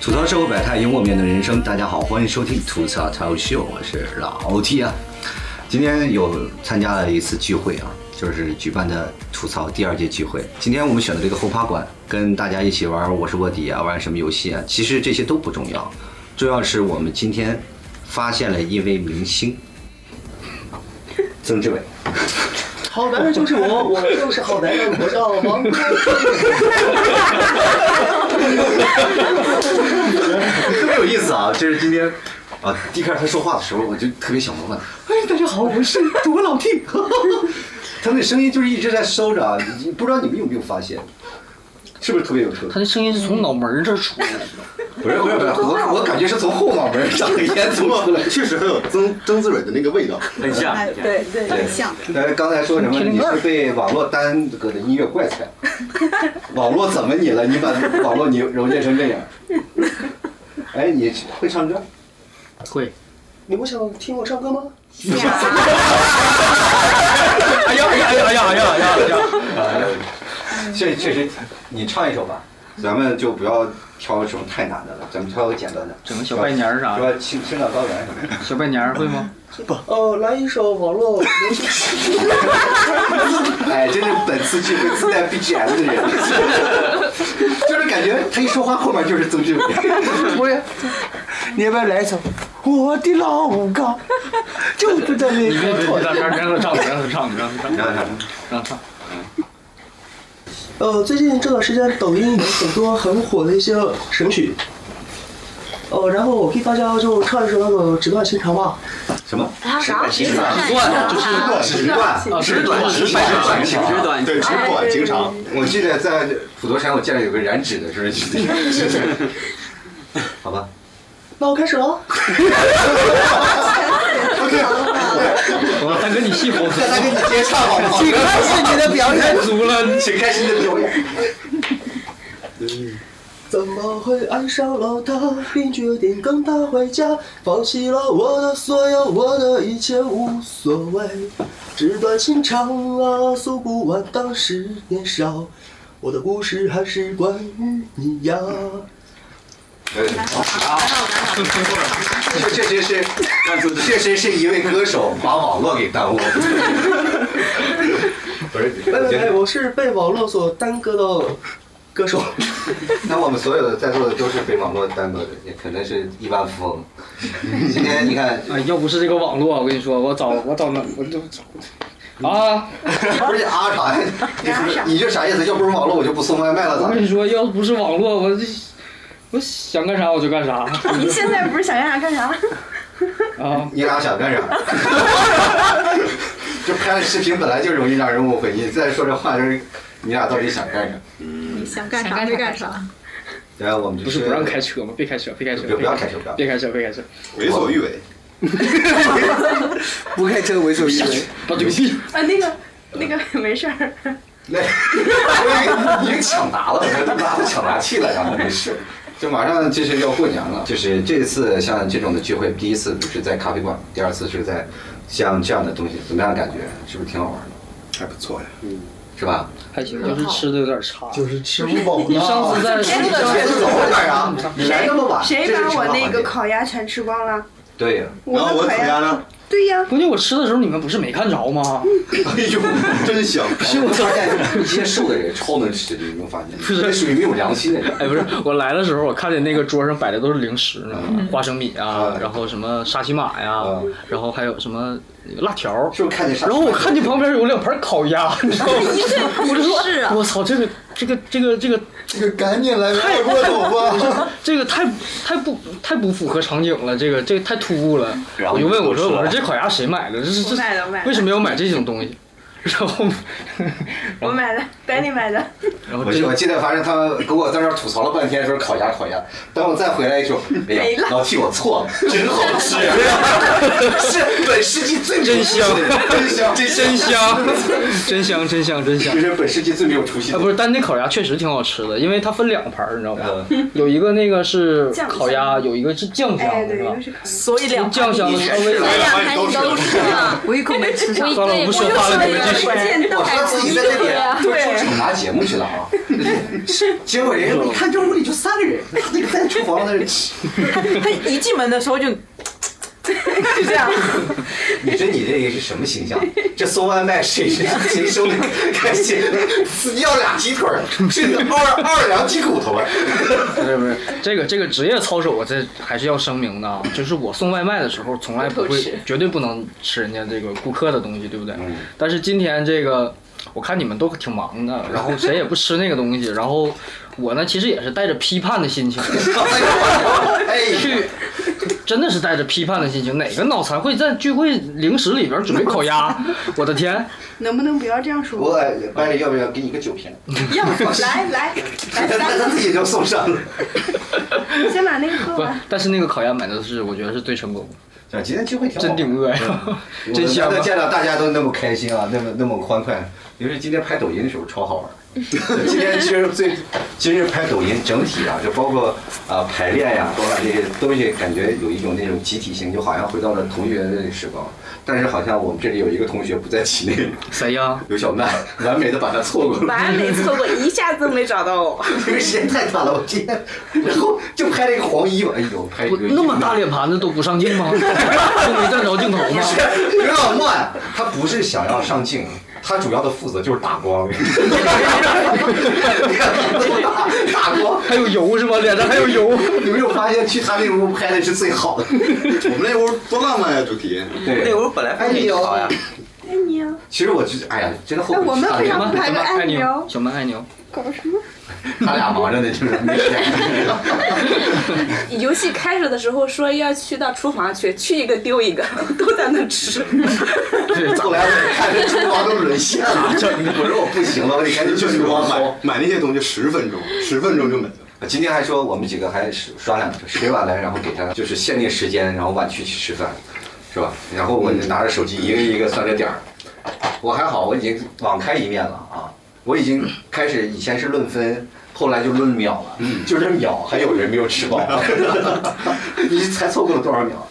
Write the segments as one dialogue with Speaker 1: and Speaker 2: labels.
Speaker 1: 吐槽社会百态，幽默面对人生。大家好，欢迎收听吐槽脱口秀，我是老 T 啊。今天有参加了一次聚会啊，就是举办的吐槽第二届聚会。今天我们选的这个后趴馆，跟大家一起玩我是卧底啊，玩什么游戏啊，其实这些都不重要，重要是我们今天发现了一位明星， 曾志伟。
Speaker 2: 好男人就是我，我就是好男人，我叫王哥。
Speaker 1: 特别有意思啊！这是今天啊，第一开始他说话的时候，我就特别想模仿他。哎，大家好，我是主播老 T。他那声音就是一直在收着，啊，不知道你们有没有发现？是不是特别有特
Speaker 3: 他那声音是从脑门儿这儿出来的，
Speaker 1: 不是 不是不是，我我感觉是从后脑门上烟囱出来。
Speaker 4: 确实很有曾曾志伟的那个味道。
Speaker 5: 很像，
Speaker 2: 哎，对对，很像。
Speaker 1: 呃，刚才说什么？
Speaker 3: 天灵
Speaker 1: 你
Speaker 3: 盖儿
Speaker 1: 是被网络耽搁的音乐怪才？网络怎么你了？你把网络你揉捏成这样？哎，你会唱歌？
Speaker 3: 会
Speaker 2: 你们想听我唱歌吗？
Speaker 5: 哎呀哎呀哎呀哎呀哎呀哎呀哎呀！
Speaker 1: 确确实，你唱一首吧，咱们就不要挑什么太难的了，咱们挑个简单的。
Speaker 3: 整个小拜年儿啥
Speaker 1: 是吧？青青藏高原什么的。
Speaker 3: 小拜年儿会吗？
Speaker 2: 哦，来一首网络流行曲。
Speaker 1: 哎，真是本次聚会自带 BGM 的人， 就是感觉他一说话后面就是曾志伟。
Speaker 2: 不是，你要不要来一首？我的老高，就是这里。
Speaker 3: 别
Speaker 1: 哎
Speaker 3: 别别，让让他唱，让他唱，让他唱，
Speaker 1: 然后他
Speaker 3: 让他唱。
Speaker 2: 呃，最近这段时间抖音有很多很火的一些神曲。呃，然后我给大家就唱一首那个《纸短情长》吧。
Speaker 1: 什么？
Speaker 6: 啥？
Speaker 1: 直
Speaker 6: 直
Speaker 1: 断直断。
Speaker 3: 啊，是短
Speaker 5: 直
Speaker 3: 直
Speaker 5: 白
Speaker 3: 白。
Speaker 5: 短情，直短
Speaker 4: 对，只管经常。
Speaker 1: 我记得在普陀山，我见了有个染指 的，是不是？好吧，
Speaker 2: 那我开始了。
Speaker 3: 我大哥，你戏 好足，
Speaker 1: 大家给你接唱好 不好？请开始你的表
Speaker 3: 太
Speaker 1: 演，
Speaker 3: 足了。
Speaker 1: 请开始你的表演。
Speaker 2: 怎么会爱上了他，并决定跟他回家，放弃了我的所有，我的一切无所谓，纸短情长啊，诉不完当时年少，我的故事还是关于你呀。
Speaker 1: 这确实是，确实是一位歌手把网络给耽误了。不是，
Speaker 2: 喂
Speaker 1: 我
Speaker 2: 喂
Speaker 1: 觉
Speaker 2: 喂，
Speaker 1: 得
Speaker 2: 我是被网络所耽搁的歌手。
Speaker 1: 那我们所有的在座的都是被网络耽搁的，也可能是亿万 富翁。今天你看，
Speaker 3: 哎，要不是这个网络，我跟你说，我早我早能我就啊，
Speaker 1: 不是啊啥呀？你你就啥意思？要不是网络，我就不送外卖了，
Speaker 3: 我
Speaker 1: 咋
Speaker 3: 跟
Speaker 1: 的？
Speaker 3: 你说，要不是网络，我这我想干啥我就干 啥
Speaker 6: 你现在不是想干啥干 啥？
Speaker 3: 啊。
Speaker 1: 你俩想干啥？ 就拍了视频本来就容易让人误会，你再说这话就是你俩到底想干啥？
Speaker 6: 你嗯想干啥就干啥。
Speaker 1: 然后我们就
Speaker 3: 不是不让开车吗？别开车，别开车，
Speaker 1: 别不要开
Speaker 3: 车，
Speaker 1: 车，不要
Speaker 3: 别开车，别开车，
Speaker 4: 为所欲 为。
Speaker 2: 不开车为所欲为。
Speaker 3: 老牛逼！
Speaker 6: 啊，那个那个 没事儿。
Speaker 1: 那已经抢答了，我拉都抢答器了，然后没事。就马上就是要过年了，就是这次像这种的聚会，第一次是在咖啡馆，第二次是在像这样的东西，怎么样？感觉是不是挺好玩的？
Speaker 4: 还不错呀，
Speaker 1: 是吧？
Speaker 3: 还行，就是吃的有点差。
Speaker 2: 就是吃不饱
Speaker 3: 你上次在
Speaker 6: 真的
Speaker 1: 确实好点啊！你来那么啊晚，
Speaker 6: 谁把我那个
Speaker 1: 烤？
Speaker 6: 烤鸭全吃光了？
Speaker 1: 对呀、
Speaker 4: 然后
Speaker 6: 的
Speaker 4: 我
Speaker 6: 烤
Speaker 4: 烤鸭
Speaker 6: 鸭。
Speaker 4: 呢？
Speaker 6: 对呀，
Speaker 3: 关键我吃的时候你们不是没看着 吗？
Speaker 4: 哎呦，真香！
Speaker 1: 我发现一些瘦的人超能吃，你有没有发现？这属于没有良心的人。
Speaker 3: 哎，不是，我来的时候我看见那个桌上摆的都是零食呢，花生米啊
Speaker 1: 嗯，
Speaker 3: 然后什么沙琪玛呀
Speaker 1: 嗯，
Speaker 3: 然后还有什么辣条。
Speaker 1: 是不是看见啥？
Speaker 3: 然后我看见旁边有两盘烤 鸭，你知道吗？我就说
Speaker 6: 是，啊
Speaker 3: 我操，这个这个这个这个
Speaker 4: 这个赶紧来外锅走吧。
Speaker 3: 这个太太不太不符合场景了，这个这个太突兀了。
Speaker 5: 然后
Speaker 3: 我就问我说：“
Speaker 5: 我吃了
Speaker 3: 我说这烤鸭谁买的？这是
Speaker 6: 我
Speaker 3: 这
Speaker 6: 买的我买的
Speaker 3: 为什么要买这种东西？” 然后
Speaker 6: 我买的，白领买的。
Speaker 3: 然后
Speaker 1: 我
Speaker 3: 这
Speaker 1: 记我记得，反正他们给我在那儿吐槽了半天，说烤鸭烤鸭。等我再回来一说，哎
Speaker 6: 没
Speaker 1: 呀
Speaker 6: 了，
Speaker 1: 老 T 我错了，真好吃 呀、是本世纪最没有出息的人真香，真
Speaker 3: 真香， 真香，真香，真香
Speaker 1: 这。是本世纪最没有出息
Speaker 3: 啊，
Speaker 1: 的
Speaker 3: 不
Speaker 1: 人。
Speaker 3: 是，但那烤鸭确实挺好吃的，因为它分两盘儿，你知道吗？
Speaker 1: 嗯
Speaker 3: 有一个那个是
Speaker 6: 酱
Speaker 3: 烤鸭，有一个是酱
Speaker 6: 哎，
Speaker 3: 香，
Speaker 6: 对，
Speaker 3: 是吧
Speaker 6: 又？是烤鸭。
Speaker 7: 所以两
Speaker 3: 酱香的稍微
Speaker 4: 来
Speaker 7: 两盘你都吃了，我一口没吃上。
Speaker 3: 算了，我不说话了，你们
Speaker 1: 是
Speaker 6: 我见到
Speaker 1: 我说自己在这里做
Speaker 6: 啊对
Speaker 1: 惩查节目去 了啊，是结果人家一哎看这屋里就三个 人，他那个在厨房那里，
Speaker 7: 他一进门的时 候就
Speaker 6: 就这样，
Speaker 1: 你说你这个是什么形象？这送外卖谁谁 谁收的开心？
Speaker 4: 要俩鸡腿儿，是二二两鸡骨 头啊。
Speaker 3: 不是不是，这个这个职业操守，我这还是要声明的啊，就是我送外卖的时候，从来不
Speaker 6: 不偷
Speaker 3: 会
Speaker 6: 吃，
Speaker 3: 绝对不能吃人家这个顾客的东西，对不对？
Speaker 4: 嗯
Speaker 3: 但是今天这个，我看你们都挺忙的，然后谁也不吃那个东西，然后我呢，其实也是带着批判的心情
Speaker 4: 哎，
Speaker 3: 去，真的是带着批判的心情，哪个脑残会在聚会零食里边准备烤鸭？我的天，
Speaker 6: 能不能不要这样说？
Speaker 4: 我班里要不要给你个酒瓶？
Speaker 6: 要来来来
Speaker 4: 他
Speaker 6: 三
Speaker 4: 他
Speaker 6: 个，
Speaker 4: 自己就送上了。
Speaker 6: 先把那个喝
Speaker 3: 不
Speaker 6: 完。，
Speaker 3: 但是那个烤鸭买的是，我觉得是最成功，
Speaker 1: 啊，今天聚会挺好
Speaker 3: 真
Speaker 1: 玩的
Speaker 3: 顶饿呀，
Speaker 1: 我
Speaker 3: 真香
Speaker 1: 难
Speaker 3: 啊
Speaker 1: 得！见到大家都那么开心啊，那么那么欢快。尤其今天拍抖音的时候超好 玩儿。今天其实最，今日拍抖音整体啊，就包括啊、排练呀、包括这些东西，感觉有一种那种集体性，就好像回到了同学的时光。但是好像我们这里有一个同学不在其内，
Speaker 3: 谁呀？
Speaker 1: 刘小曼完美的把他错过了。
Speaker 7: 完美错过，一下子没找到我。
Speaker 1: 这个时间太短了，我今天，然后就拍了一个黄衣服，哎呦，拍一
Speaker 3: 不
Speaker 1: 个
Speaker 3: 那么大脸盘子都不上镜吗？ 都没占着镜头吗？
Speaker 1: 刘小曼，她不是想要上镜，她主要的负责就是打光， 打打光。
Speaker 3: 还有油是吗？脸上还有油。
Speaker 1: 你没有发现去她那屋拍的是最好的？
Speaker 4: 我们那屋多浪漫呀，主题。
Speaker 1: 对
Speaker 5: 那会儿本来
Speaker 1: 哎呦，好呀！
Speaker 6: 爱你啊，
Speaker 1: 其实我就哎呀，真的后悔
Speaker 6: 那我们
Speaker 1: 去她
Speaker 6: 为
Speaker 1: 那
Speaker 6: 啥
Speaker 1: 屋
Speaker 6: 不拍个
Speaker 3: 爱
Speaker 6: 按钮
Speaker 3: 小曼爱牛，
Speaker 6: 搞什么？
Speaker 1: 他俩忙着呢，就是没时间。
Speaker 7: 游戏开始的时候说要去到厨房去，去一个丢一个，都在那吃。
Speaker 1: 后来我看这厨房都沦陷了， 我说我不行了，我得赶紧去
Speaker 4: 就是
Speaker 1: 厨
Speaker 4: 我
Speaker 1: 房搜。
Speaker 4: 买买那些东西十分钟，十分钟就没了。
Speaker 1: 呃今天还说我们几个还是刷两个谁晚来，然后给他就是限定时间，然后晚去去吃饭，是吧？然后我就拿着手机一个一个算着点儿。我还好，我已经网开一面了啊！我已经开始，以前是论分，后来就论秒了，
Speaker 4: 嗯
Speaker 1: 就是秒还有人没有吃 饱， 你才错过了多少秒？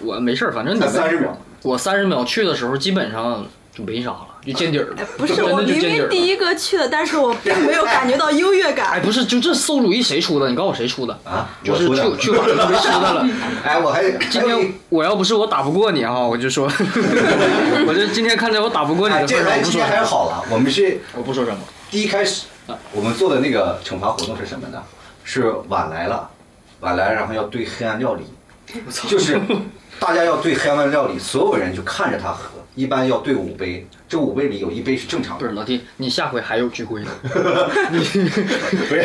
Speaker 3: 我没事儿，反正你
Speaker 1: 才三十秒。
Speaker 3: 我三十秒去的时候，基本上就没啥了，就见底儿 了。
Speaker 7: 不是
Speaker 3: 真
Speaker 7: 我
Speaker 3: 的就
Speaker 7: 明
Speaker 3: 见底
Speaker 7: 明
Speaker 3: 儿了
Speaker 7: 第一个去的，但是我并没有感觉到优越
Speaker 3: 哎，
Speaker 7: 感。
Speaker 3: 不是，就这馊主意谁出的？你告诉我谁出的？
Speaker 1: 啊
Speaker 3: 就是
Speaker 1: 我出
Speaker 3: 去去
Speaker 1: 的
Speaker 3: 晚了谁出的了？
Speaker 1: 哎，我还
Speaker 3: 今
Speaker 1: 还有一
Speaker 3: 天我要不是我打不过你哈，我就说， 我就今天看在我打不过你
Speaker 1: 哎，
Speaker 3: 的
Speaker 1: 这
Speaker 3: 份上，
Speaker 1: 咱
Speaker 3: 我不
Speaker 1: 今
Speaker 3: 说
Speaker 1: 天还
Speaker 3: 什么。
Speaker 1: 是好了，我们是
Speaker 3: 我不说什么。
Speaker 1: 第一开始，
Speaker 3: 啊
Speaker 1: 我们做的那个惩罚活动是什么呢？是晚来了，晚来然后要对黑暗料理， 就是大家要对黑暗料理，所有人就看着他喝，一般要对五杯，这五杯里有一杯是正常
Speaker 3: 不
Speaker 1: 的
Speaker 3: 是。老弟，你下回还有聚会呢？ 你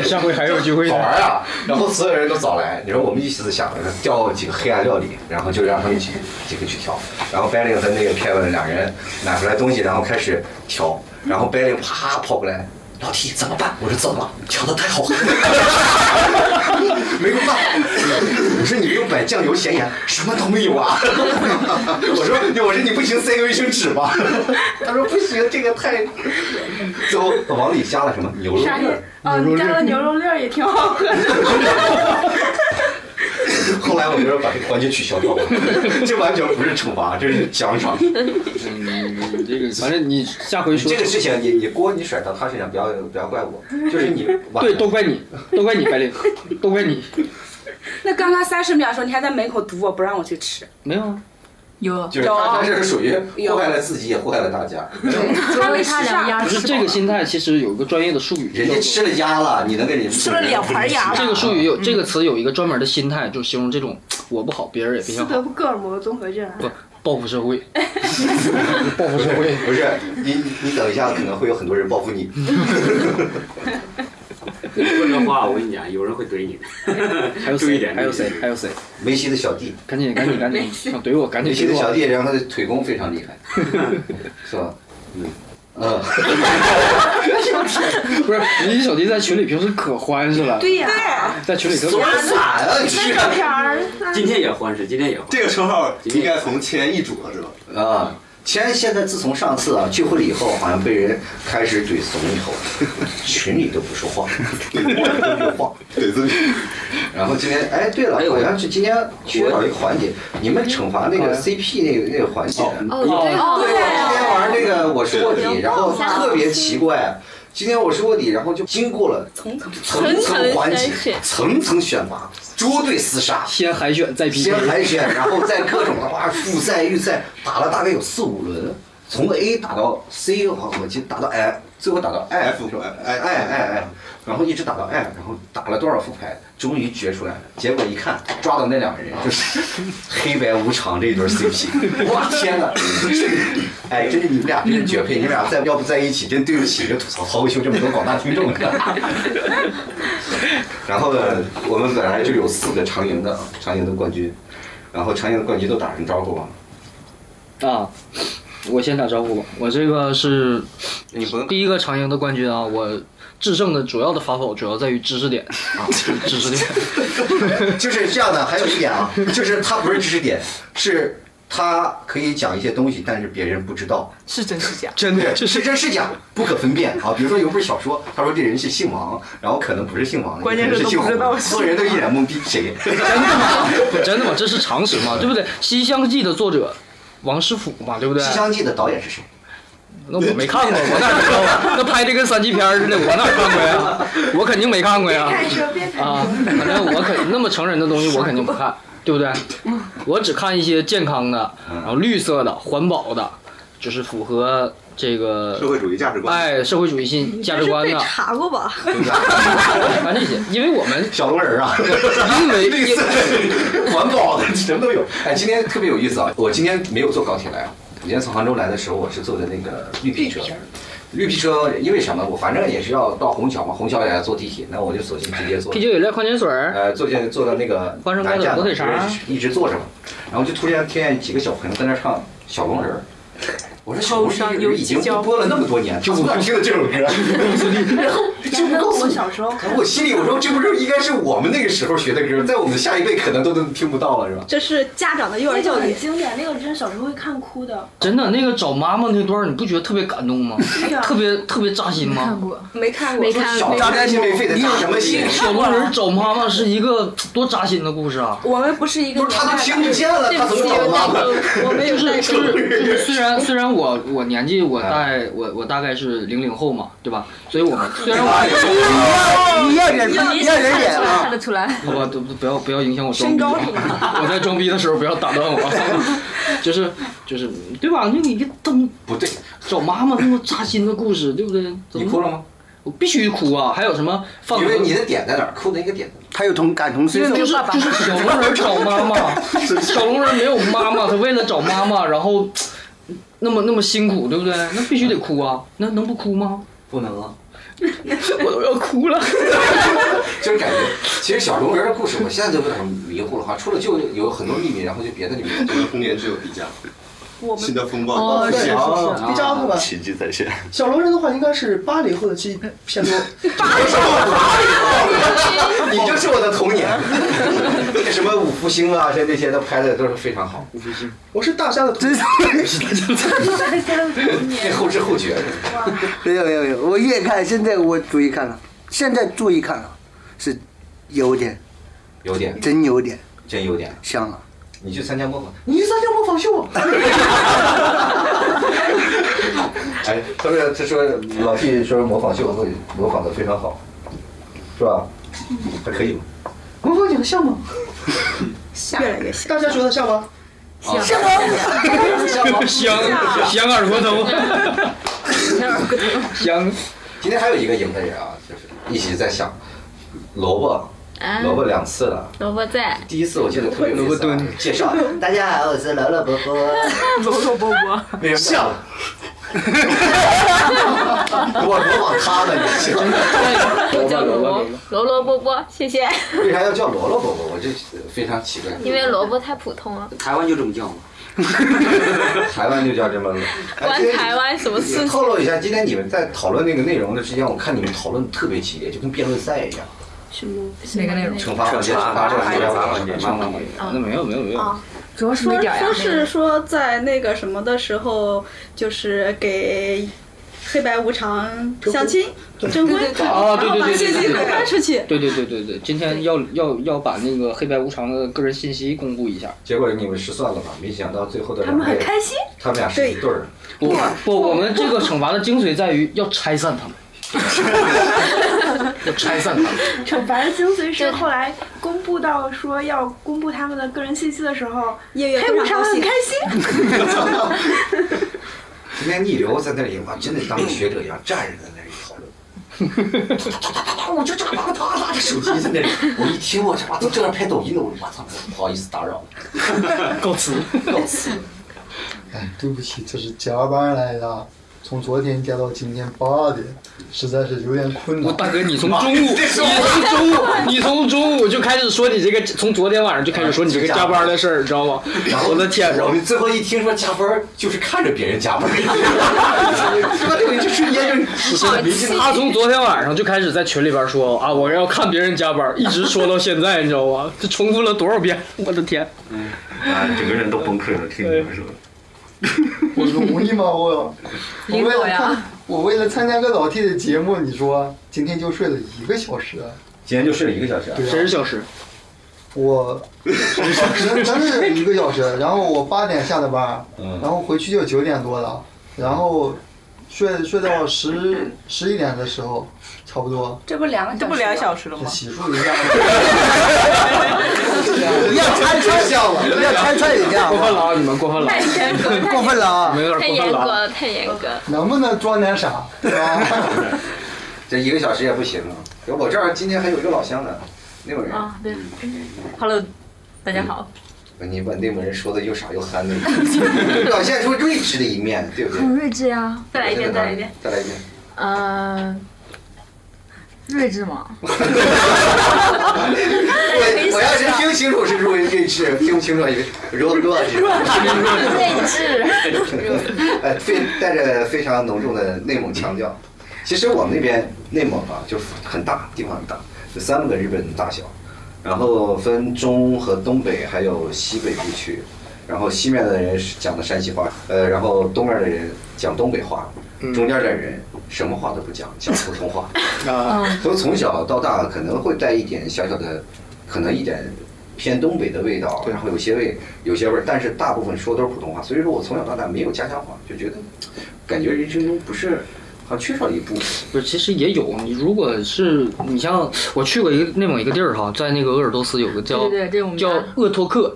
Speaker 3: 下回还有聚会
Speaker 1: 好
Speaker 3: 呢？
Speaker 1: 玩啊！ 然后所有人都早来，你说我们一思想调几个黑暗料理，然后就让他们几几个去调。然后 b e l l i n 和那个 Kevin 两人拿出来东西，然后开始调。然后 b e l l i n 啪跑过来，老弟怎么办？我说怎么了？调的太好喝了， 没有办法。我说你没有摆酱油咸盐，什么都没有啊。 我说我说你不行，塞个卫生纸吧。 他说不行，这个太……最后往里加了什么牛肉
Speaker 6: 啥
Speaker 1: 粒
Speaker 6: 也
Speaker 1: 儿。
Speaker 6: 哦，你加了牛肉粒儿也挺好喝的。
Speaker 1: 后来我们要把这个环节取消掉了，这完全不是惩罚，这是奖赏。
Speaker 3: 嗯，这个反正你下回说
Speaker 1: 这个事情也也锅你甩到他身上，不要不要怪我，就是你晚
Speaker 3: 对，都怪你，都怪你白 领，都怪你。
Speaker 7: 那刚刚三十秒的时候，你还在门口堵我，不让我去吃。
Speaker 3: 没有啊，
Speaker 8: 有，
Speaker 1: 就是他他这个属于祸害了自己，也祸害了 大家。
Speaker 8: 他为他俩鸭
Speaker 3: 不是
Speaker 8: 吃
Speaker 3: 这个心态，其实有一个专业的术语，
Speaker 1: 人家吃了鸭了，你能给人
Speaker 7: 吃了两盘鸭
Speaker 3: 这个术语
Speaker 1: 嗯
Speaker 3: 有这个词有一个专门的心态，就形容这种我不好，别人也别
Speaker 6: 斯
Speaker 3: 想
Speaker 6: 德
Speaker 3: 好，
Speaker 6: 哥尔摩综合症啊，
Speaker 3: 不报复社 会，报复社会。
Speaker 1: 不是你你你等一下，可能会有很多人报复你。
Speaker 5: 你说这话，我跟你讲，有人会怼你的。
Speaker 3: 还有
Speaker 5: 注意
Speaker 3: 谁？
Speaker 5: 点
Speaker 3: 还有谁
Speaker 5: 注意？点
Speaker 3: 还有谁？
Speaker 1: 梅西的小弟，
Speaker 3: 赶紧赶紧赶紧，想怼我赶紧
Speaker 1: 梅西的
Speaker 3: 怼
Speaker 1: 小
Speaker 3: 我！
Speaker 1: 弟，然后他的腿功非常厉害，是吧？嗯，
Speaker 3: 不是 你小弟在群里平时可欢实了，
Speaker 6: 对呀，
Speaker 3: 在群里可
Speaker 1: 多惨啊！你
Speaker 6: 那
Speaker 1: 是
Speaker 6: 照片儿，
Speaker 5: 今天也欢是，今天也欢。
Speaker 4: 这个称号应该从前易主了，知道吧？
Speaker 1: 啊，其实现在自从上次啊聚会了以后，好像被人开始怼怂以后， 群里都不 说话，怼都没话。
Speaker 4: 怼自己，
Speaker 1: 然后今天，哎，对了，好像是今天缺少一个环节，你们惩罚那个 CP 那个那个环节。啊
Speaker 8: 哦，对
Speaker 7: 哦
Speaker 1: 今天玩那个我是卧底，然后特别奇怪。啊今天我是卧底，然后就经过了层层层环
Speaker 9: 层层
Speaker 1: 节
Speaker 9: 筛选、
Speaker 1: 层层选拔、捉对厮杀，
Speaker 3: 先海选再 PK，
Speaker 1: 先海选，然后再各种的哇复赛、预赛，打了大概有四五轮，从 A 打到 C，我我记得打到 I，最后打到 F，
Speaker 4: F，
Speaker 1: 哎
Speaker 4: 哎
Speaker 1: 哎哎哎，然后一直打到 I，然后打了多少副牌，终于决出来了。结果一看，抓到那两个人就是黑白无常这一对儿 CP，哇 天哪！哎，真是你们俩真是绝配，你们俩在要不在一起，真对不起这吐槽脱口秀这么多广大听众。 然后呢，我们本来就有四个长赢的，啊，长赢的冠军，然后长赢的冠军都打声招呼啊。
Speaker 3: 啊，我先打招呼吧。我这个是
Speaker 1: 你不能
Speaker 3: 第一个长赢的冠军啊，我制胜的主要的法宝主要在于知识点啊，知识点。
Speaker 1: 就是这样的，还有一点啊，就是他不是知识点，是他可以讲一些东西，但是别人不知道，
Speaker 8: 是真是假？
Speaker 3: 真的就是
Speaker 1: 是真是假不可分辨啊。比如说有本小说，他说这人是姓王，然后可能不是姓王，
Speaker 7: 关键
Speaker 1: 也可能
Speaker 7: 是
Speaker 1: 是姓
Speaker 7: 都不知道
Speaker 1: 胡，
Speaker 7: 是
Speaker 1: 所有人都一脸懵逼，谁？
Speaker 3: 不真的吗？这是常识嘛，对不对？《西厢记》的作者王师傅嘛，对不对？
Speaker 1: 西厢记的导演是谁？
Speaker 3: 那我没看过，我哪知道啊？ 那拍的跟三级片儿似的，我哪看过呀？我肯定没看过呀。
Speaker 6: 别说别
Speaker 3: 啊，反正我肯那么成人的东西我肯定不看，对不对？我只看一些健康的，
Speaker 1: 嗯
Speaker 3: 然后绿色的、环保的，就是符合这个
Speaker 4: 社会主义价值观。
Speaker 3: 哎社会主义信价值观的，
Speaker 9: 查过吧？
Speaker 3: 反正这些，因为我们
Speaker 1: 小龙人啊，
Speaker 3: 因 为
Speaker 1: 绿色的、环保的什么都有。哎，今天特别有意思啊！我今天没有坐高铁来啊，我今天从杭州来的时候，我是坐的那个绿皮车。绿皮车因为什么？我反正也是要到虹桥嘛，虹桥也要坐地铁，那我就索性直接坐
Speaker 3: 啤酒、饮料、矿泉水儿，
Speaker 1: 呃，坐进坐到那个
Speaker 3: 花生瓜
Speaker 1: 南
Speaker 3: 子
Speaker 1: 站
Speaker 3: 火腿
Speaker 1: 了，
Speaker 3: 肠儿啊
Speaker 1: 就是一直坐着嘛，然后就突然听见几个小朋友在那唱小龙人儿。我说小龙人儿已经不播了那么多年，就从哪听的这首歌？ 然后就不告诉
Speaker 6: 我
Speaker 1: 你
Speaker 6: 小时候看
Speaker 1: 我心里我说这不是应该是我们那个时候学的歌，在我们下一辈可能都都听不到了，是吧？
Speaker 9: 这是家长的幼
Speaker 6: 那
Speaker 9: 儿
Speaker 6: 个
Speaker 9: 教
Speaker 6: 很
Speaker 9: 育。
Speaker 6: 经典，那个真小时候会看哭的。
Speaker 3: 真的那个找妈妈那段儿，你不觉得特别感动吗？
Speaker 6: 呀
Speaker 3: 特别特别扎心
Speaker 8: 看
Speaker 3: 吗？
Speaker 8: 过，
Speaker 7: 没看过，
Speaker 9: 没看
Speaker 1: 小
Speaker 9: 过，
Speaker 1: 扎肝心没肺的扎什么心？
Speaker 3: 小龙人找妈妈是一个多扎心的故事啊！
Speaker 7: 我们不是一个
Speaker 1: 不是他都听不见了，
Speaker 9: 对
Speaker 1: 他
Speaker 9: 不
Speaker 1: 怎
Speaker 9: 起，
Speaker 1: 么找
Speaker 9: 有
Speaker 1: 妈
Speaker 9: 代
Speaker 1: 妈？
Speaker 9: 沟，我没有
Speaker 3: 就是
Speaker 9: 代
Speaker 3: 就是
Speaker 9: 沟。
Speaker 3: 就是，虽然虽然我我年纪我大我我大概是零零后嘛，对吧？所以我们虽然我
Speaker 2: 你要忍，你要忍忍啊！
Speaker 8: 看得出来。
Speaker 3: 好吧，都不不要不要影响我装逼啊， 我在装逼的时候不要打断我啊，就是就是对吧？就你这灯
Speaker 1: 不对，
Speaker 3: 找妈妈那么扎心的故事，对不对？怎
Speaker 1: 你
Speaker 3: 么
Speaker 1: 哭了吗？
Speaker 3: 我必须哭啊！还有什么放
Speaker 1: 因为你的点在哪儿？哭的一个点。
Speaker 2: 他有同感同身受
Speaker 3: 就，是就是小龙人找妈 妈，小龙人没有妈妈，他为了找妈妈，然后那么那么辛苦，对不对？那必须得哭啊！那能不哭吗？
Speaker 1: 不能啊，
Speaker 3: 我都要
Speaker 8: 哦
Speaker 3: 哭了。
Speaker 1: 就是感觉，其实小龙人的故事，我现在都有点迷糊了哈。出了就有很多秘密，然后就别的就没有。
Speaker 4: 这个封面只有底价，
Speaker 6: 我
Speaker 4: 新
Speaker 6: 们
Speaker 4: 的风暴。
Speaker 8: 哦
Speaker 2: 对，是啊是，
Speaker 8: 是
Speaker 1: 是啊
Speaker 2: 第张是吧？
Speaker 4: 奇迹再现。
Speaker 2: 小龙人的话，应该是八零后的记忆偏多。
Speaker 1: 你就是我的童年。那个什么五福星啊，这那些都拍的都是非常好，
Speaker 2: 我是大家的真
Speaker 6: 大家的童
Speaker 1: 这
Speaker 6: 年，
Speaker 1: 后知后觉。
Speaker 6: 哇，
Speaker 2: 没有没有没有，我越看现在我注意看了，现在注意看了，是有点
Speaker 1: 有点，
Speaker 2: 真有点
Speaker 1: 真有点。
Speaker 2: 像了。
Speaker 1: 你去参加模仿，
Speaker 2: 你去参加模仿秀，
Speaker 1: 哎，他说他说老 T 说模仿秀会模仿的非常好，是吧？还可以吧？
Speaker 2: 模仿你的像吗？
Speaker 6: 越来越像。
Speaker 2: 大家觉得像吗？
Speaker 3: 香香耳朵头，香
Speaker 1: 今天还有一个赢的人啊，就是一起在想萝卜，
Speaker 9: 啊
Speaker 1: 萝卜两次了。
Speaker 9: 萝卜在，
Speaker 1: 第一次我记得特别有意思啊，介绍 大家好，我是萝萝伯伯，
Speaker 8: 萝萝卜卜，
Speaker 1: 为什么？我模仿他呢，你是
Speaker 9: 我叫
Speaker 3: 萝卜萝
Speaker 9: 萝萝萝
Speaker 3: 卜
Speaker 9: 卜卜，谢谢。
Speaker 1: 为啥要叫萝萝伯伯？我这非常奇怪。
Speaker 9: 因为萝卜太普通了，
Speaker 5: 台湾就这么叫吗？
Speaker 1: 台湾就叫这么个。
Speaker 9: 关台湾什么
Speaker 1: 也
Speaker 9: 事情？
Speaker 1: 透露一下，今天你们在讨论那个内容的之间，我看你们讨论得特别激烈，就跟辩论赛一样。
Speaker 8: 哪个内容？
Speaker 1: 惩罚环节，惩罚环节，惩罚环节，惩罚环节。
Speaker 10: 啊
Speaker 3: 那没有没有没有，
Speaker 8: 主要是没
Speaker 11: 说
Speaker 8: 点儿呀
Speaker 11: 说
Speaker 8: 那个
Speaker 11: 是说在那个什么的时候，就是给黑白无常相亲征婚，
Speaker 3: 啊，对
Speaker 11: 然后
Speaker 3: 对
Speaker 11: 把
Speaker 3: 对
Speaker 11: 信息
Speaker 3: 对对
Speaker 11: 公开出去。
Speaker 3: 对对对对对，今天要要要把那个黑白无常的个人信息公布一下。
Speaker 1: 结果你们失算了吧？没想到最后的
Speaker 6: 他们很开心。
Speaker 1: 他们俩是一对儿。
Speaker 3: 不不，我们这个惩罚的精髓在于要拆散 他们，要拆散他们。
Speaker 6: 惩罚的精髓是后来公布到说要公布他们的个人信息的时候，
Speaker 11: 夜月
Speaker 6: 黑
Speaker 11: 非
Speaker 6: 无
Speaker 11: 常
Speaker 6: 常
Speaker 11: 高兴
Speaker 6: 很开，心。
Speaker 1: 今天逆流在那里，哇，真的当个学者一样站着在那里讨论。哦我就这个啪啪拿着手机在那里，我一听我这妈都正在拍抖音呢，我我操，不好意思打扰。
Speaker 3: 告辞。
Speaker 12: 哎，对不起，这是加班来的，从昨天加到今天八点，实在是有点困难。
Speaker 3: 大哥，你从中午，你从中午，你从中午就开始说你这个，从昨天晚上就开始说你这个加班的事儿，你知道吗？我的天，
Speaker 1: 我们最后一听说加班，就是看着别人加 班。说这个就瞬间就是没劲
Speaker 3: 他从昨天晚上就开始在群里边说啊，我要看别人加班，一直说到现在，你知道吗？这重复了多少遍？我的天！
Speaker 4: 啊，整个人都崩溃了，听你们说。
Speaker 12: 我容易吗？ 我我
Speaker 8: 领
Speaker 12: 为
Speaker 8: 导
Speaker 12: 了
Speaker 8: 呀
Speaker 12: 看，我为了参加个老 T 的节目，你说今天就睡了一个小时，啊
Speaker 1: 今天就睡了一个小时啊，
Speaker 12: 对啊
Speaker 3: 谁是小时？
Speaker 12: 我真真是一个小时。然后我八点下的班，然后回去就九点多了，然后睡睡到十十一点的时候，差不多。
Speaker 7: 这不两个
Speaker 11: 这不两小时了吗？
Speaker 12: 洗漱 一下，
Speaker 2: 要拆穿笑了，要拆穿人家。
Speaker 3: 过分了啊！你们过分了，
Speaker 2: 过分了啊！
Speaker 3: 你们有
Speaker 9: 太
Speaker 3: 点过
Speaker 9: 严
Speaker 3: 分
Speaker 9: 格
Speaker 3: 了啊。
Speaker 9: 了，太严格了。
Speaker 12: 能不能装点啥？对吧？
Speaker 1: 这一个小时也不行啊。我这儿今天还有一个老乡呢，内蒙人。
Speaker 8: 啊，对，Hello，大家好，
Speaker 1: 你把内蒙人说的又傻又憨的， 表现出睿智的一面，嗯对不对？
Speaker 8: 很睿智啊呀，
Speaker 9: 再来一遍，再来一遍。，呃
Speaker 1: 再来一遍。
Speaker 8: 嗯，睿智嘛，
Speaker 1: 我我要是听清楚是睿睿智，听不清楚以为弱弱智。
Speaker 9: 睿智，
Speaker 1: 呃，非带着非常浓重的内蒙腔调。其实我们那边内蒙啊，就是很大，地方很大，有三个日本大小，然后分中和东北，还有西北地区。然后西面的人是讲的山西话，呃，然后东面的人讲东北话，中间的人什么话都不讲，讲普通 话。
Speaker 3: 啊，
Speaker 1: 所以从小到大可能会带一点小小的，可能一点偏东北的味道，然后有些味有些味儿，但是大部分说都是普通话。所以说我从小到大没有家乡话，就觉得感觉人生中不是好像缺少了一部分。
Speaker 3: 不是，其实也有。啊你如果是你像我去过一个内蒙一个地儿哈，在那个鄂尔多斯有个叫
Speaker 8: 对对对这我们家
Speaker 3: 叫鄂托克，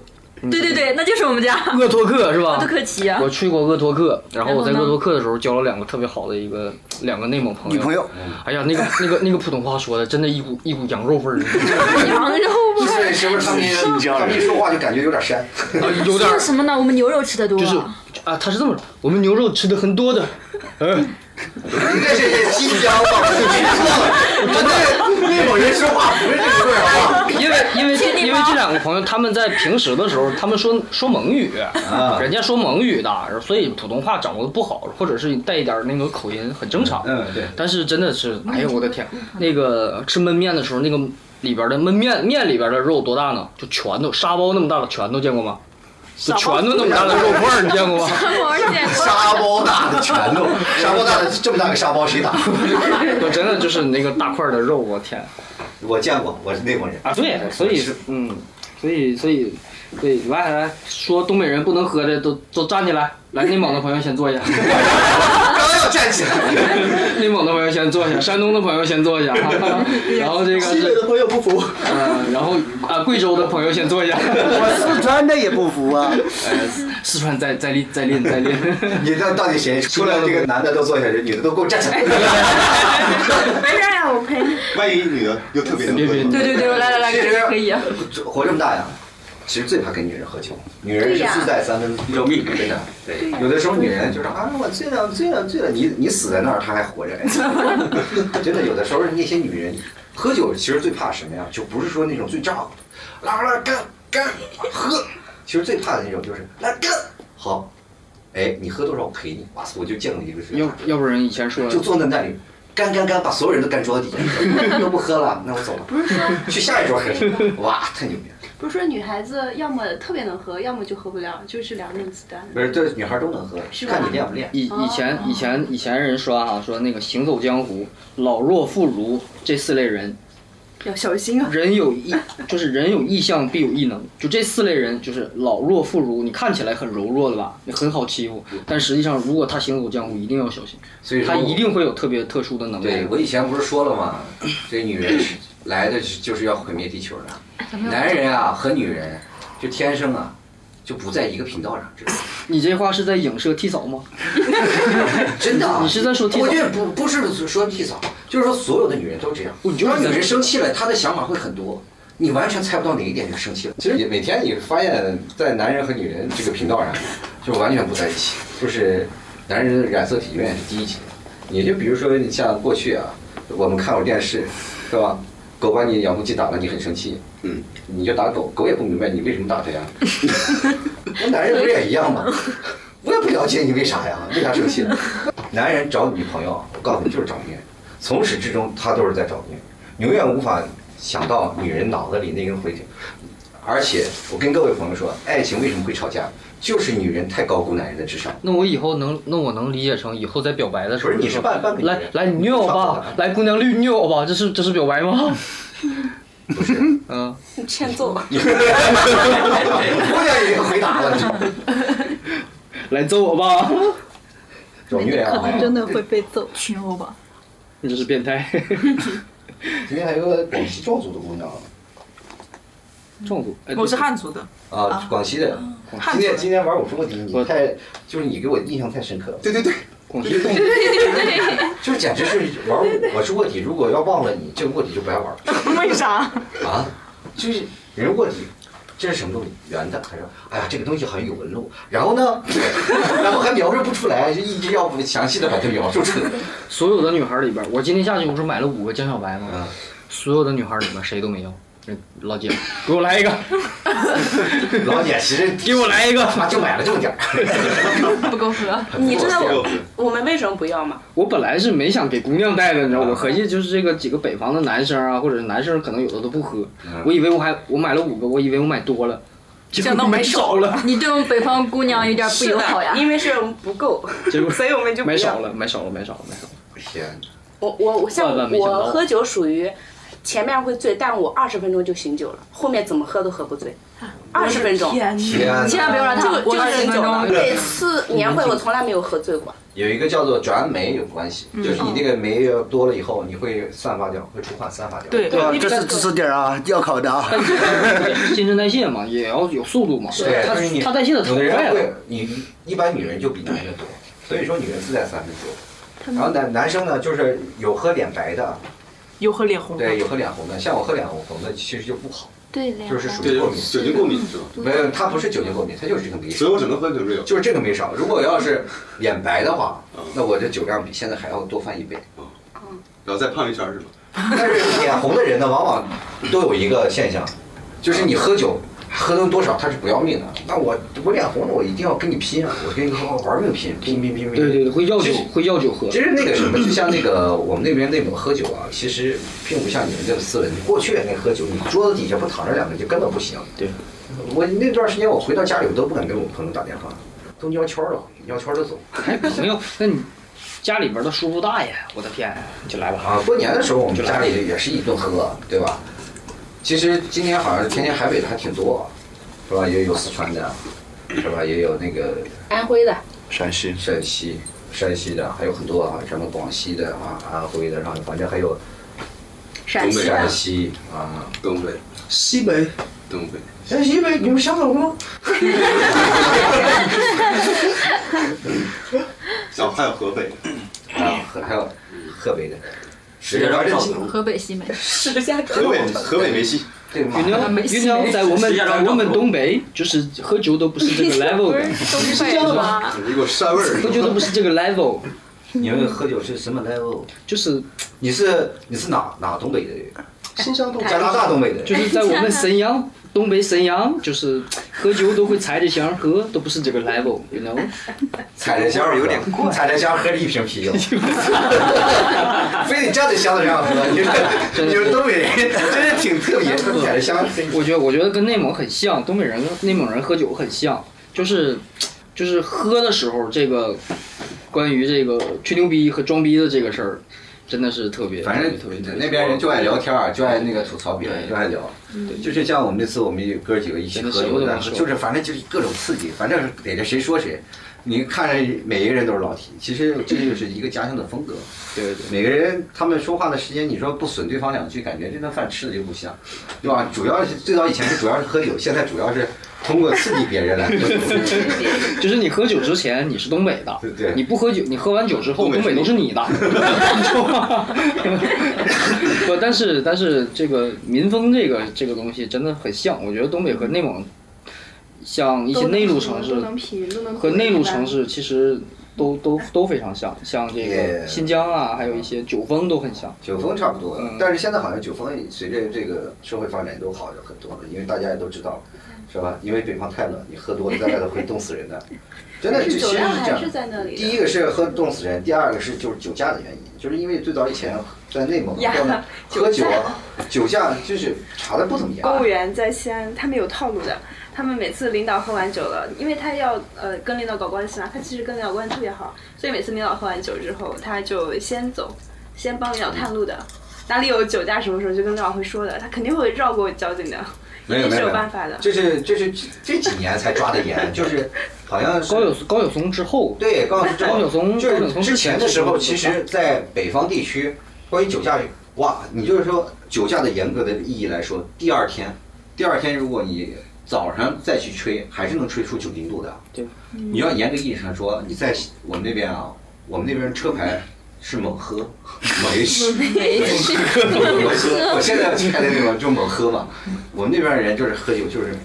Speaker 8: 对对对，那就是我们家
Speaker 3: 鄂托克是吧？
Speaker 8: 奥特克奇啊
Speaker 3: 我，去过鄂托克，然后我在
Speaker 8: 然后呢
Speaker 3: 鄂托克的时候交了两个特别好的一个两个内蒙朋友。
Speaker 2: 女朋友，
Speaker 3: 哎呀，那个那个那个普通话说的，真的一股一股羊肉味儿，
Speaker 8: 羊 肉味儿
Speaker 1: 是不是他们
Speaker 4: 新疆人
Speaker 1: 他们一说话就感觉有点山？
Speaker 3: 啊有点
Speaker 8: 说
Speaker 3: 儿
Speaker 8: 什么呢？我们牛肉吃的多，
Speaker 3: 就是啊，他是这么说，我们牛肉吃的很多的，嗯，
Speaker 1: 应该是新疆吧？我真的内蒙人说话不是这个味儿啊好不 好？
Speaker 3: 因为因为这因为这两个朋友他们在平时的时候，他们说说蒙语，
Speaker 1: 啊
Speaker 3: 人家说蒙语的，所以普通话掌握的不好，或者是带一点儿那个口音，很正常。
Speaker 1: 嗯，对。
Speaker 3: 但是真的是，哎呦我的天，那个吃焖面的时候，那个里边的焖面面里边的肉多大呢？就拳头沙包那么大的拳头见过吗？就拳头那么大的肉块儿，你见过 吗？
Speaker 9: 我见过
Speaker 1: 沙包大的拳头，沙包大的这么大个沙 包谁打？
Speaker 3: 就真的就是那个大块儿的肉，我天
Speaker 1: 我见过，我是内蒙人。
Speaker 3: 啊！对，所以嗯，所以所以对，来来来说东北人不能喝的都都站起来，来内蒙的朋友先坐下，
Speaker 1: 刚要站起来。
Speaker 3: 内蒙的朋友先坐下，山东的朋友先坐 下，然后这个
Speaker 2: 西北
Speaker 3: 是
Speaker 2: 的朋友不服，
Speaker 3: 呃，然后啊贵州的朋友先坐下，呃
Speaker 2: 我四川的也不服啊。
Speaker 3: 四川再再练再练再练。
Speaker 1: 你到到底谁？除了这个男的都坐下，这女的都给我站起来。
Speaker 6: 没事呀，我陪你。
Speaker 4: 万一女的又特别能
Speaker 3: 别别
Speaker 4: 喝，
Speaker 8: 对对对，来来来，
Speaker 1: 其
Speaker 8: 可
Speaker 1: 实
Speaker 8: 以可以啊，
Speaker 1: 活这么大呀，其实最怕跟女人喝酒。女人
Speaker 6: 对
Speaker 1: 是
Speaker 6: 呀
Speaker 1: 自带三分肉命，真的。
Speaker 6: 对呀
Speaker 1: 有的时候女人就是啊，我醉了，醉了，醉了。你你死在那儿，她还活着。哎 真的，有的时候那些女人喝酒，其实最怕什么呀？就不是说那种最炸的，来来干干喝。其实最怕的那种就是来干好，哎，你喝多少我赔你。哇塞，我就见过一个是。
Speaker 3: 要要不然以前说
Speaker 1: 就坐在那里，干干干，把 所有人都干桌子底下，又不喝了，那我走了，去下一桌喝去。哇，太牛逼了！
Speaker 9: 不是说女孩子要么特别能喝，要么就喝不了，就是两种极端。
Speaker 1: 不是，这女孩都能喝，
Speaker 9: 是吧
Speaker 1: 看你练不练。
Speaker 3: 以以前以前以前人说哈、说那个行走江湖、老弱妇孺这四类人，
Speaker 9: 要小心啊！
Speaker 3: 人有异，就是人有异象必有异能，就这四类人就是老弱妇孺。你看起来很柔弱的吧，你很好欺负，但实际上如果他行走江湖，一定要小心，
Speaker 1: 所以说
Speaker 3: 他一定会有特别特殊的能力。
Speaker 1: 对我以前不是说了吗？这女人是来的是就是要毁灭地球的，男人啊和女人就天生啊就不在一个频道上，这
Speaker 3: 你这话是在影射替嫂吗？
Speaker 1: 真的啊、
Speaker 3: 你是在说替
Speaker 1: 我
Speaker 3: 嫂？
Speaker 1: 觉得不不是说替嫂，就是说所有的女人都这样。
Speaker 3: 你就是
Speaker 1: 当
Speaker 3: 在
Speaker 1: 女人生气了，她的想法会很多，你完全猜不到哪一点就生气了。其实也每天你发现，在男人和女人这个频道上，就完全不在一起。就是男人染色体永远是低一级的。你就比如说，你像过去啊，我们看会儿电视，是吧？狗把你遥控器打了，你很生气，嗯，你就打狗，狗也不明白你为什么打它呀。那男人不是也一样吗？我也不了解你为啥呀，为啥生气？男人找女朋友，我告诉你就是找虐，从始至终他都是在找虐，你永远无法想到女人脑子里那根回旋。而且我跟各位朋友说，爱情为什么会吵架，就是女人太高估男人的智商。
Speaker 3: 那我以后能，那我能理解成以后在表白的时候，
Speaker 1: 不是你是半半个女
Speaker 3: 来
Speaker 1: 人
Speaker 3: 来你虐我吧，来姑娘绿你虐我吧，这是这是表白吗？
Speaker 1: 不是，
Speaker 3: 嗯，
Speaker 7: 你欠揍。
Speaker 1: 姑娘已经回答了，
Speaker 3: 来揍我吧，
Speaker 1: 找虐
Speaker 11: 可
Speaker 1: 啊！
Speaker 11: 能真的会被 揍。
Speaker 8: 群殴吧。
Speaker 3: 你这是变态。
Speaker 1: 今天还有个广西壮族的姑娘
Speaker 3: 壮族
Speaker 13: 我是汉族的，
Speaker 1: 啊，广西的。今天今天玩我说你，你太就是你给我印象太深刻了。对对对，广西
Speaker 13: 对对对对对
Speaker 1: 就是简直是玩我是卧底，如果要忘了你，这个卧底就白玩了。
Speaker 13: 为啥？
Speaker 1: 啊，就是人卧底，这是什么东西？圆的，他说，哎呀，这个东西好像有纹路，然后呢，然后还描述不出来，就一直要详细的把它描述出来。
Speaker 3: 所有的女孩里边，我今天下去不是买了五个江小白
Speaker 1: 嗯
Speaker 3: 吗？所有的女孩里边谁都没要。这老姐，给我来一个。
Speaker 1: 老姐，其实
Speaker 3: 给我来一个，
Speaker 1: 就买了这么点
Speaker 7: 不够喝。你知道
Speaker 3: 不够
Speaker 7: 我
Speaker 3: 喝
Speaker 7: 我们为什么不要吗？
Speaker 3: 我本来是没想给姑娘带的，你知道，
Speaker 1: 嗯
Speaker 3: 我合计就是这个几个北方的男生啊，或者是男生可能有的都不喝，
Speaker 1: 嗯
Speaker 3: 我以为我还我买了五个，我以为我买多了，结果
Speaker 8: 想到
Speaker 3: 买少了，
Speaker 8: 你对我们北方姑娘有点不友好呀
Speaker 7: 是。的因为是我们不够，
Speaker 3: 结果
Speaker 7: 所以我们就不
Speaker 3: 买
Speaker 7: 要
Speaker 3: 少了，买少了，买少了，买少了。
Speaker 1: 天，
Speaker 7: 我我我像
Speaker 3: 万万没想到
Speaker 7: 我喝酒属于前面会醉，但我二十分钟就醒酒了，后面怎么喝都喝不醉。二十分钟，
Speaker 1: 天哪千万不要让他
Speaker 7: 就
Speaker 1: 我
Speaker 7: 就
Speaker 1: 20
Speaker 7: 醒酒了。
Speaker 1: 分钟
Speaker 7: 每次年会我从来没有喝醉过，
Speaker 1: 有一个叫做转酶有关系，就是你那个酶要多了以后，你会散发掉，会出汗散发掉。
Speaker 13: 对
Speaker 1: 吧
Speaker 13: 这是知识
Speaker 2: 点啊，要考的啊。
Speaker 3: 新陈代谢嘛，也要有速度嘛。
Speaker 1: 对，
Speaker 3: 它
Speaker 1: 就是你
Speaker 3: 它代谢的
Speaker 1: 有
Speaker 3: 太
Speaker 1: 的人
Speaker 3: 快啊
Speaker 1: 会
Speaker 3: 了。，
Speaker 1: 你一般女人就比男人多，所以说女人是在三分多，然后男男生呢就是有喝脸白的，
Speaker 13: 有喝脸红的，
Speaker 1: 对，有喝脸红的，像我喝脸红的其实就不好。
Speaker 13: 对
Speaker 1: 就是属于过敏，
Speaker 4: 酒精过敏是吧？
Speaker 1: 没有，它不是酒精过敏，它就是这个酶少。
Speaker 4: 所以我只能喝酒没有。嗯
Speaker 1: 就是这个酶少。如果要是眼白的话，那我这酒量比现在还要多翻一倍。
Speaker 4: 然后再胖一圈是吗？
Speaker 1: 但是脸红的人呢，往往都有一个现象，就是你喝酒喝了多少，他是不要命的。那我我脸红了，我一定要跟你拼啊！我跟你玩命拼，拼拼拼拼。
Speaker 3: 对对对，会药酒，会药酒喝。
Speaker 1: 其实那个什么，就像那个我们那边内蒙喝酒啊，其实并不像你们这个斯文。过去那喝酒，你桌子底下不躺着两个就根本不行。
Speaker 3: 对，
Speaker 1: 我那段时间我回到家里，我都不敢跟我朋友打电话，都尿圈了，尿圈的走。
Speaker 3: 还 朋友，那你家里边的叔叔大爷，我的天， 就来吧
Speaker 1: 啊！过年的时候我们家里也是一顿喝，对吧？其实今年好像天津海北的还挺多，是吧？也有四川的，是吧？也有那个
Speaker 7: 安徽的，
Speaker 1: 陕西、陕西、山西的，还有很多啊，什么广西的啊、安徽的，然后反正还有
Speaker 4: 陕西的
Speaker 1: 陕西啊、
Speaker 4: 东北、
Speaker 2: 西北、
Speaker 4: 东北。
Speaker 1: 陕西北，你们想走吗？
Speaker 4: 像还有河北，
Speaker 1: 啊，河还有河北的，
Speaker 4: 石家庄赵子龙
Speaker 8: 河北西梅，
Speaker 7: 石家
Speaker 4: 河北河北梅西，
Speaker 1: 对
Speaker 3: 云娘，云娘在我 们在我们东北，就是喝酒都不是这个 level 的，
Speaker 8: 是这样吗？
Speaker 1: 一股膻味
Speaker 3: 喝酒都不是这个 level。
Speaker 1: 你们喝酒是什么 level？
Speaker 3: 就是
Speaker 1: 你是你是哪哪东北的人？
Speaker 2: 新疆东北，
Speaker 3: 加拿大东北的，就是在我们沈阳，东北沈阳，就是喝酒都会踩着箱喝，都不是这个 level，you know？
Speaker 4: 踩着箱有点怪，踩着箱喝了一瓶啤酒，非得站在箱子上喝，你说你说东北人真是挺特别的，踩着箱喝。
Speaker 3: 我觉得我觉得跟内蒙很像，东北人跟内蒙人喝酒很像，就是就是喝的时候，这个关于这个吹牛逼和装逼的这个事儿，真的是特别，
Speaker 1: 反正
Speaker 3: 特别特别
Speaker 1: 那边人就爱聊天儿，就爱那个吐槽别人，就爱聊。
Speaker 3: 对
Speaker 1: 就是像我们这次我们有哥几个一起喝酒
Speaker 3: 真的什么都
Speaker 1: 的
Speaker 3: 能，说
Speaker 1: 就是反正就是各种刺激，反正逮着谁说谁。你看着每一个人都是老提，其实这就是一个家庭的风格。
Speaker 3: 对对，
Speaker 1: 每个人 他们说话的时间，你说不损对方两句，感觉这顿饭吃的就不香，对吧？主要是最早以前是主要是喝酒，现在主要是通过刺激别人来 喝酒。
Speaker 3: 就是你喝酒之前你是东北的，你不喝酒，你喝完酒之后东北都是 你的， 你知道吗？不，但是但是这个民风这个这个东西真的很像，我觉得东北和内蒙，像一些内陆城市
Speaker 9: 都能品，都能
Speaker 3: 和内陆城市其实都都都非常像，像这个
Speaker 1: Yeah
Speaker 3: 新疆啊，还有一些酒风都很像，
Speaker 1: 酒风差不多
Speaker 3: 嗯，
Speaker 1: 但是现在好像酒风随着这个社会发展都好了很多了，因为大家也都知道了，是吧？因为北方太冷，你喝多了在外头会冻死人的，真的
Speaker 9: 但
Speaker 1: 就是其
Speaker 9: 酒
Speaker 1: 实是
Speaker 9: 量
Speaker 1: 这
Speaker 9: 还
Speaker 1: 样
Speaker 9: 是。在那里的。
Speaker 1: 第一个是喝冻死人，第二个是就是酒驾的原因，就是因为最早以前在内蒙
Speaker 6: 呀
Speaker 1: 喝呢喝酒啊，酒驾就是查的不怎么严。
Speaker 6: 公务员在西安，他们有套路的。他们每次领导喝完酒了，因为他要呃跟领导搞关系嘛，他其实跟领导关系特别好，所以每次领导喝完酒之后，他就先走，先帮领导探路的。哪里有酒驾什么时候就跟领导会说的，他肯定会绕过交警的，一
Speaker 1: 没有
Speaker 6: 定
Speaker 1: 没
Speaker 6: 是
Speaker 1: 有，没
Speaker 6: 办法的。
Speaker 1: 这是这是这这几年才抓的严，就是好像高
Speaker 3: 晓高晓松之后，
Speaker 1: 对高晓松之后
Speaker 3: 高晓松
Speaker 1: 就
Speaker 3: 高晓松
Speaker 1: 是
Speaker 3: 之
Speaker 1: 之
Speaker 3: 前
Speaker 1: 前的时候，
Speaker 3: 就
Speaker 1: 其实在北方地区，关于酒驾，哇，你就是说酒驾的严格的意义来说，第二天，第二天如果你早上再去吹，还是能吹出酒精度的。
Speaker 3: 对，
Speaker 1: 你要严格意义上说，你在我们那边啊，我们那边车牌是猛喝，没事，
Speaker 7: 没事
Speaker 1: 猛喝。我现在要去开的地方就猛喝嘛。我们那边人就是喝酒，就是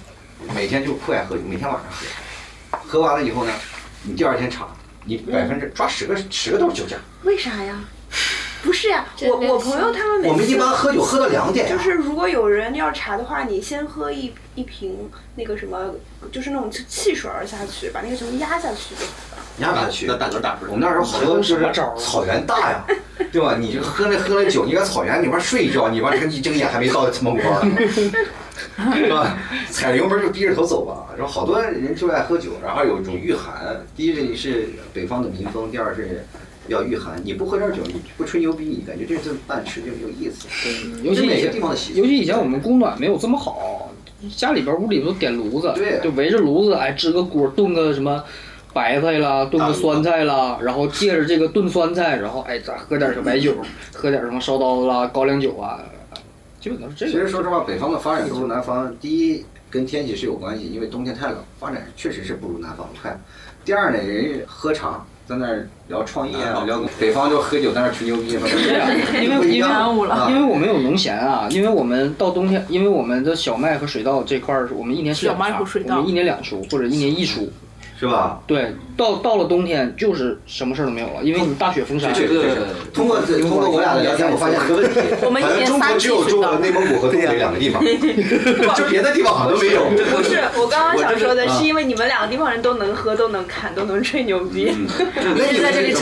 Speaker 1: 每天就酷爱喝酒，每天晚上喝，喝完了以后呢，你第二天查，你百分之抓十个十个都是酒驾。
Speaker 6: 为啥呀？不是呀、我我朋友他们每次
Speaker 1: 我们一般喝酒喝到两点啊
Speaker 6: 就是如果有人要查的话，你先喝一一瓶那个什么，就是那种汽水儿下去，把那个什么压下去就好了。
Speaker 1: 压不下去，那打就打不了。我们那时候喝就是草原大呀，对吧？你就喝那喝了酒，你搁草原里边睡一觉，你完一睁眼还没到蒙古包呢，是吧？踩着油门就低着头走吧。然后好多人就爱喝酒，然后有一种御寒，第一是北方的民风，第二是。要御寒，你不喝点酒，你不吹牛逼，你感觉这顿饭吃就没有意思。
Speaker 3: 嗯尤
Speaker 1: 这
Speaker 3: 其
Speaker 1: 每
Speaker 3: 以
Speaker 1: 个
Speaker 3: 前
Speaker 1: 地方的习俗，
Speaker 3: 尤其以前我们供暖没有这么好，家里边屋里都点炉子，
Speaker 1: 对啊
Speaker 3: 就围着炉子，哎，支个锅，炖个什么白菜啦，炖个酸菜啦，然后借着这个炖酸菜，然后哎，咱喝点小白酒，喝点什么烧刀子啦、高粱酒 啊，基本都是这个。
Speaker 1: 其实说实话，北方的发展不如南方。第一，跟天气是有关系，因为冬天太冷，发展确实是不如南方快。第二呢，人家喝茶，在那儿聊创业啊，聊北方就 喝酒，在那儿吹牛逼嘛。
Speaker 3: 因为因为因为我们有农闲啊，因为我们到冬天，因为我们的小麦和水稻这块儿，我们一年是两
Speaker 13: 小麦和
Speaker 3: 茬
Speaker 13: 水稻
Speaker 3: 我们一年两出或者一年一出，
Speaker 1: 是吧？
Speaker 3: 对，到到了冬天就是什么事儿都没有了，因为你大雪封山。
Speaker 1: 确实确实通过这通过我俩的聊天，我发现个问题，好像中国只有中国内蒙古和东北两个地方，就别的地方好像都没有。
Speaker 6: 啊不是，我刚刚想说的是，因
Speaker 1: 为
Speaker 6: 为你们两个地方人都能喝，都能侃，都能吹牛逼，
Speaker 1: 嗯 那你们那你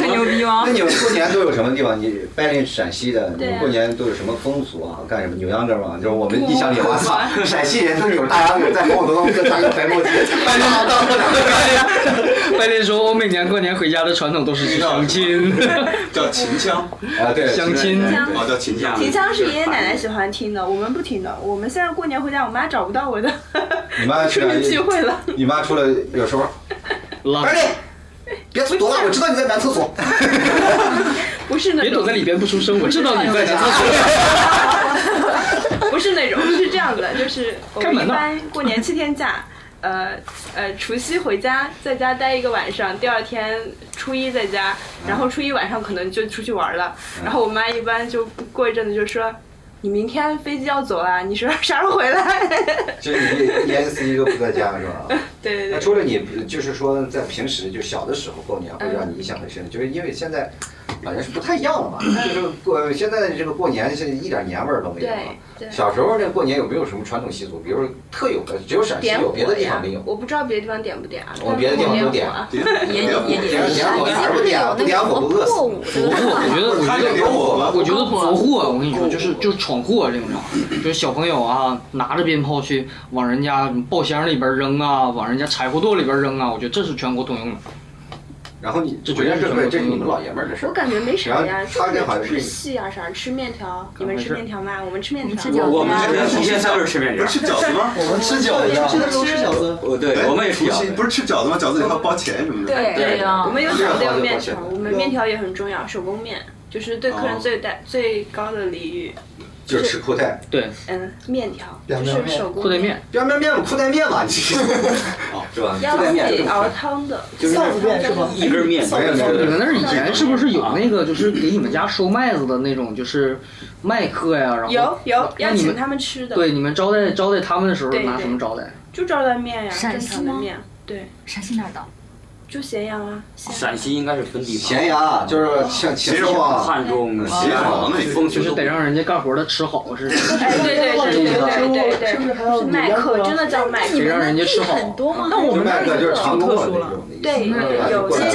Speaker 1: 们过年都有什么地方？你拜那陕西的，你
Speaker 6: 对啊
Speaker 1: 们过年都有什么风俗啊？干什么？扭秧歌吗？就是我们印象里，我操，
Speaker 6: 啊
Speaker 1: 啊 陕西人都扭大秧歌，在后头跟大个白 墨鸡，白大当
Speaker 6: 啊
Speaker 1: 当
Speaker 3: 白天说，我每年过年回家的传统都是去相亲，
Speaker 4: 叫秦腔
Speaker 1: 啊，对，
Speaker 3: 相亲
Speaker 6: 秦腔
Speaker 4: 哦，叫秦腔。
Speaker 6: 秦腔是爷爷奶奶喜欢听的，我们不听的。我们现在过年回家，我妈找不到我 的，
Speaker 1: 你妈去
Speaker 6: 出
Speaker 1: 哪
Speaker 6: 去聚会了。
Speaker 1: 你妈出来有时候，
Speaker 3: 老
Speaker 1: 二弟，别躲了，我知道你在男厕所。
Speaker 6: 不是那
Speaker 3: 别躲在里边不出声，我知道你在家。
Speaker 6: 不是那种，是这样的，就是我
Speaker 3: 干嘛
Speaker 6: 们
Speaker 3: 呢
Speaker 6: 一般过年七天假，呃呃，除夕回家，在家待一个晚上，第二天初一在家，然
Speaker 1: 嗯
Speaker 6: 后初一晚上可能就出去玩了，然后我妈一般就过一阵子就说。你明天飞机要走啦，你说啥时候回来？
Speaker 1: 就是你一年四季都不在家是吧？
Speaker 6: 对对
Speaker 1: 那
Speaker 6: 对，
Speaker 1: 除了你，就是说在平时就小的时候过年会让你印象很深，就是因为现在反正是不太一样了吧？就是过现在这个过年是一点年味儿都没有了。
Speaker 6: 嗯对对。
Speaker 1: 小时候这过年有没有什么传统习俗？比如说特有的，只有陕西
Speaker 6: 点
Speaker 1: 有，
Speaker 6: 火
Speaker 1: 别的地
Speaker 6: 呀
Speaker 1: 方没有，。
Speaker 6: 我不知道别的地方点不点啊。
Speaker 1: 我们别的地方都点
Speaker 6: 啊，
Speaker 1: 点
Speaker 6: 点
Speaker 1: 点火，不点啊不点火不饿死。
Speaker 3: 走货，我觉得我觉得
Speaker 1: 有火吗？
Speaker 3: 我觉得走货，我跟你说，就是就是闯祸这种的，就是小朋友啊，拿着鞭炮去往人家爆箱里边扔啊，往人家柴火垛里边扔啊，我觉得这是全国通用的。
Speaker 1: 然后你
Speaker 3: 这绝对是全国
Speaker 1: 这是
Speaker 3: 通
Speaker 1: 你
Speaker 3: 用
Speaker 1: 们
Speaker 3: 的。
Speaker 1: 老爷们儿的事
Speaker 6: 我
Speaker 1: 儿。
Speaker 6: 感觉没啥呀，
Speaker 1: 然后
Speaker 6: 就
Speaker 1: 他这好像
Speaker 6: 是
Speaker 1: 是
Speaker 6: 吃戏啊啥，吃面条。你们吃面条吗？我们吃面条。
Speaker 14: 我们是一天三顿吃面条，
Speaker 15: 不是吃饺子吗？哎
Speaker 6: 去的时候吃饺子。
Speaker 14: 哦，对，我们也吃饺
Speaker 15: 除
Speaker 14: 子
Speaker 15: 夕。不是吃饺子吗？饺子里还要包钱什么的。
Speaker 6: 对我们有饺子有面条，我们
Speaker 15: 对
Speaker 6: 面条也很重要，手工面就是对
Speaker 1: 哦
Speaker 6: 客人最大最高的礼遇。
Speaker 1: 就是吃裤带，
Speaker 3: 对，
Speaker 6: 嗯，面条
Speaker 1: 凉
Speaker 6: 就
Speaker 1: 面
Speaker 6: 是手工
Speaker 1: 裤带
Speaker 3: 面，
Speaker 1: 凉面面裤带面 吧，你哦，是吧？
Speaker 6: 要
Speaker 1: 裤带面
Speaker 6: 自
Speaker 1: 这
Speaker 6: 己
Speaker 1: 么
Speaker 6: 熬
Speaker 1: 快
Speaker 6: 汤的，
Speaker 1: 就是
Speaker 6: 臊子面
Speaker 1: 一根面没有没有没有
Speaker 3: 你们那儿以前是不是有那个，就是给你们家收麦子的那种，就是麦客呀？然后
Speaker 6: 有有
Speaker 3: 那
Speaker 6: 要
Speaker 3: 你们
Speaker 6: 请他们吃的，
Speaker 3: 对，你们招待招待他们的时候
Speaker 6: 对
Speaker 3: 拿
Speaker 6: 对
Speaker 3: 什么招待？
Speaker 6: 就招待面呀，
Speaker 16: 陕
Speaker 6: 正
Speaker 16: 西
Speaker 6: 常的
Speaker 16: 吗
Speaker 6: 面，对，
Speaker 16: 陕西哪儿的？
Speaker 6: 就咸阳啊，咸
Speaker 14: 陕西应该是分地方，
Speaker 1: 咸阳就是像秦始皇
Speaker 14: 汉中啊、
Speaker 1: 秦始皇那
Speaker 14: 风
Speaker 3: 就是得让人家干活的吃好是。
Speaker 6: 哎，对对对对对对对，
Speaker 2: 是不是还有
Speaker 6: 是麦克？真的叫麦
Speaker 3: 那你们
Speaker 6: 克，
Speaker 3: 让人家吃好很
Speaker 6: 多吗
Speaker 3: 那我们那儿
Speaker 1: 就是长工了，
Speaker 6: 对，
Speaker 1: 嗯
Speaker 6: 有
Speaker 1: 过来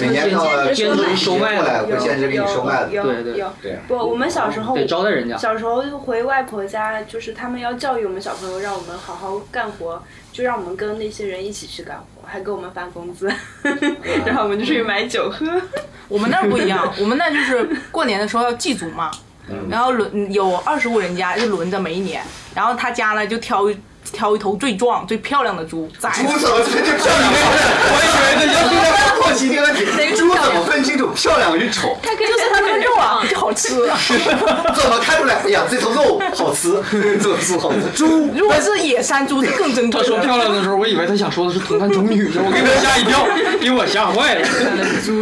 Speaker 1: 每年到了
Speaker 6: 兼职
Speaker 1: 收麦
Speaker 6: 的
Speaker 1: 子，会兼职给你收麦子，
Speaker 6: 有有有
Speaker 1: 对。
Speaker 6: 不，我们小时候
Speaker 1: 得招待人家
Speaker 6: 小时候回外婆家，就是他们要教育我们小朋友，让我们好好干活，就让我们跟那些人一起去干活，还给我们发工资，然后我们就去买酒喝。
Speaker 13: 我们那儿不一样，我们那儿就是过年的时候要祭祖嘛，
Speaker 1: 嗯
Speaker 13: 然后轮有二十户人家就轮着每一年，然后他家呢就挑一挑一头最壮、最漂亮的猪宰。
Speaker 1: 猪怎么最漂亮？我以为这要是在好奇这个问题，猪怎么分清楚漂亮与丑？
Speaker 13: 它就是它那个肉啊， 就好吃。
Speaker 1: 怎么看出来？哎呀，这头肉好吃， 这头猪好吃。猪
Speaker 13: 如果是野山猪，就更珍贵。
Speaker 3: 他说漂亮的时候，我以为他想说的是童男童女，我给他吓一跳，给我吓坏 了。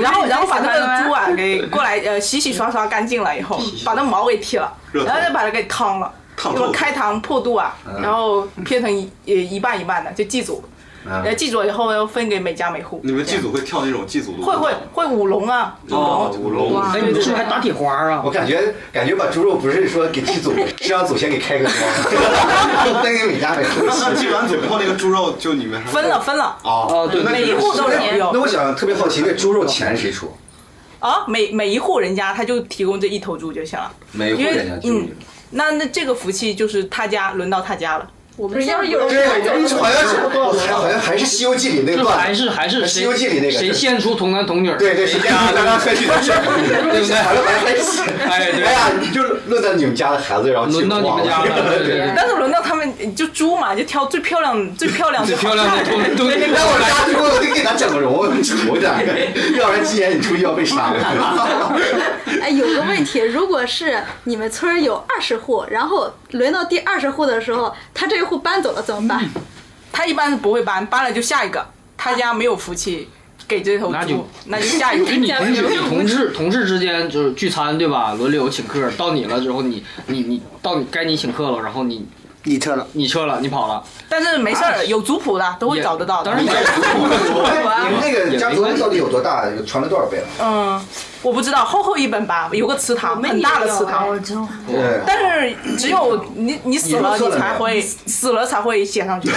Speaker 13: 然后然后把那个猪啊给过来呃洗洗刷刷干净了以后，把那毛给剃了，
Speaker 3: 热
Speaker 13: 然
Speaker 3: 汤
Speaker 13: 后再把它给汤了，
Speaker 3: 烫
Speaker 13: 什
Speaker 3: 透
Speaker 13: 么开膛破肚啊，
Speaker 3: 嗯
Speaker 13: 然后片成一呃一半一半的就祭祖，
Speaker 1: 啊
Speaker 13: 然后
Speaker 15: 嗯
Speaker 13: 祭祖以后又分给每家每户。
Speaker 15: 哎你们祭祖会跳那种祭祖的舞？
Speaker 13: 会会会舞龙啊，
Speaker 15: 哦，舞龙。
Speaker 13: 哎你们是不是还
Speaker 3: 打铁花啊？
Speaker 1: 我感觉感觉把猪肉不是说给祭祖，是让祖先给开 个光，分给每家每户
Speaker 15: 那祭完祖以后，那个猪肉就你们还
Speaker 13: 分了分了
Speaker 1: 哦
Speaker 13: 对每一户都有
Speaker 1: 那我想特别好奇，那猪肉钱谁出？
Speaker 13: 啊，每每一户人家他就提供这一头猪就行了，
Speaker 1: 每一户人家
Speaker 13: 因为嗯，那那这个福气就是他家轮到他家了。我
Speaker 6: 们家有
Speaker 1: 对，好像是好像还是《西游记》里那个
Speaker 3: 就
Speaker 1: 段子，
Speaker 3: 还是还是
Speaker 1: 《西游记》里那个
Speaker 3: 谁献出童男童女？
Speaker 1: 对对，谁家刚 刚开始的事儿，
Speaker 3: 对不对？
Speaker 1: 好像还在写。
Speaker 3: 哎对
Speaker 1: 哎呀，你就论到你们家的孩子，然后
Speaker 3: 轮到你们家了对对对
Speaker 13: 但是轮到他们就猪嘛，就挑最漂 亮、最漂亮、
Speaker 1: 最 漂亮的
Speaker 13: 好看
Speaker 1: 猪
Speaker 13: 对
Speaker 1: 那我家猪我得给它整容，丑点儿，要不然今年你出去要被杀了。
Speaker 10: 哎，有个问题，如果是你们村儿有二十户，然后轮到第二十户的时候，他这一户搬走了怎么办？
Speaker 13: 他一般是不会搬，搬了就下一个。他家没有福气给这头
Speaker 3: 那
Speaker 13: 猪
Speaker 3: 就，
Speaker 13: 那就下一个。
Speaker 3: 就你同事同事同事之间就是聚餐对吧？轮流请客，到你了之后你你你到你该你请客了，然后你
Speaker 1: 你撤了，
Speaker 3: 你撤了，你跑了。
Speaker 13: 但是没事儿，有族谱的都会找得到的。
Speaker 3: 啊当然 有族
Speaker 1: 你们那个家族到底有多大？传了多少辈了？
Speaker 13: 嗯，我不知道，厚厚一本吧，有个祠堂，很大的
Speaker 6: 啊
Speaker 13: 祠堂。
Speaker 1: 对
Speaker 13: 但是只有你你死了，
Speaker 1: 你注
Speaker 13: 你
Speaker 1: 册了没
Speaker 13: 才
Speaker 1: 有
Speaker 13: 会死了才会写 上去，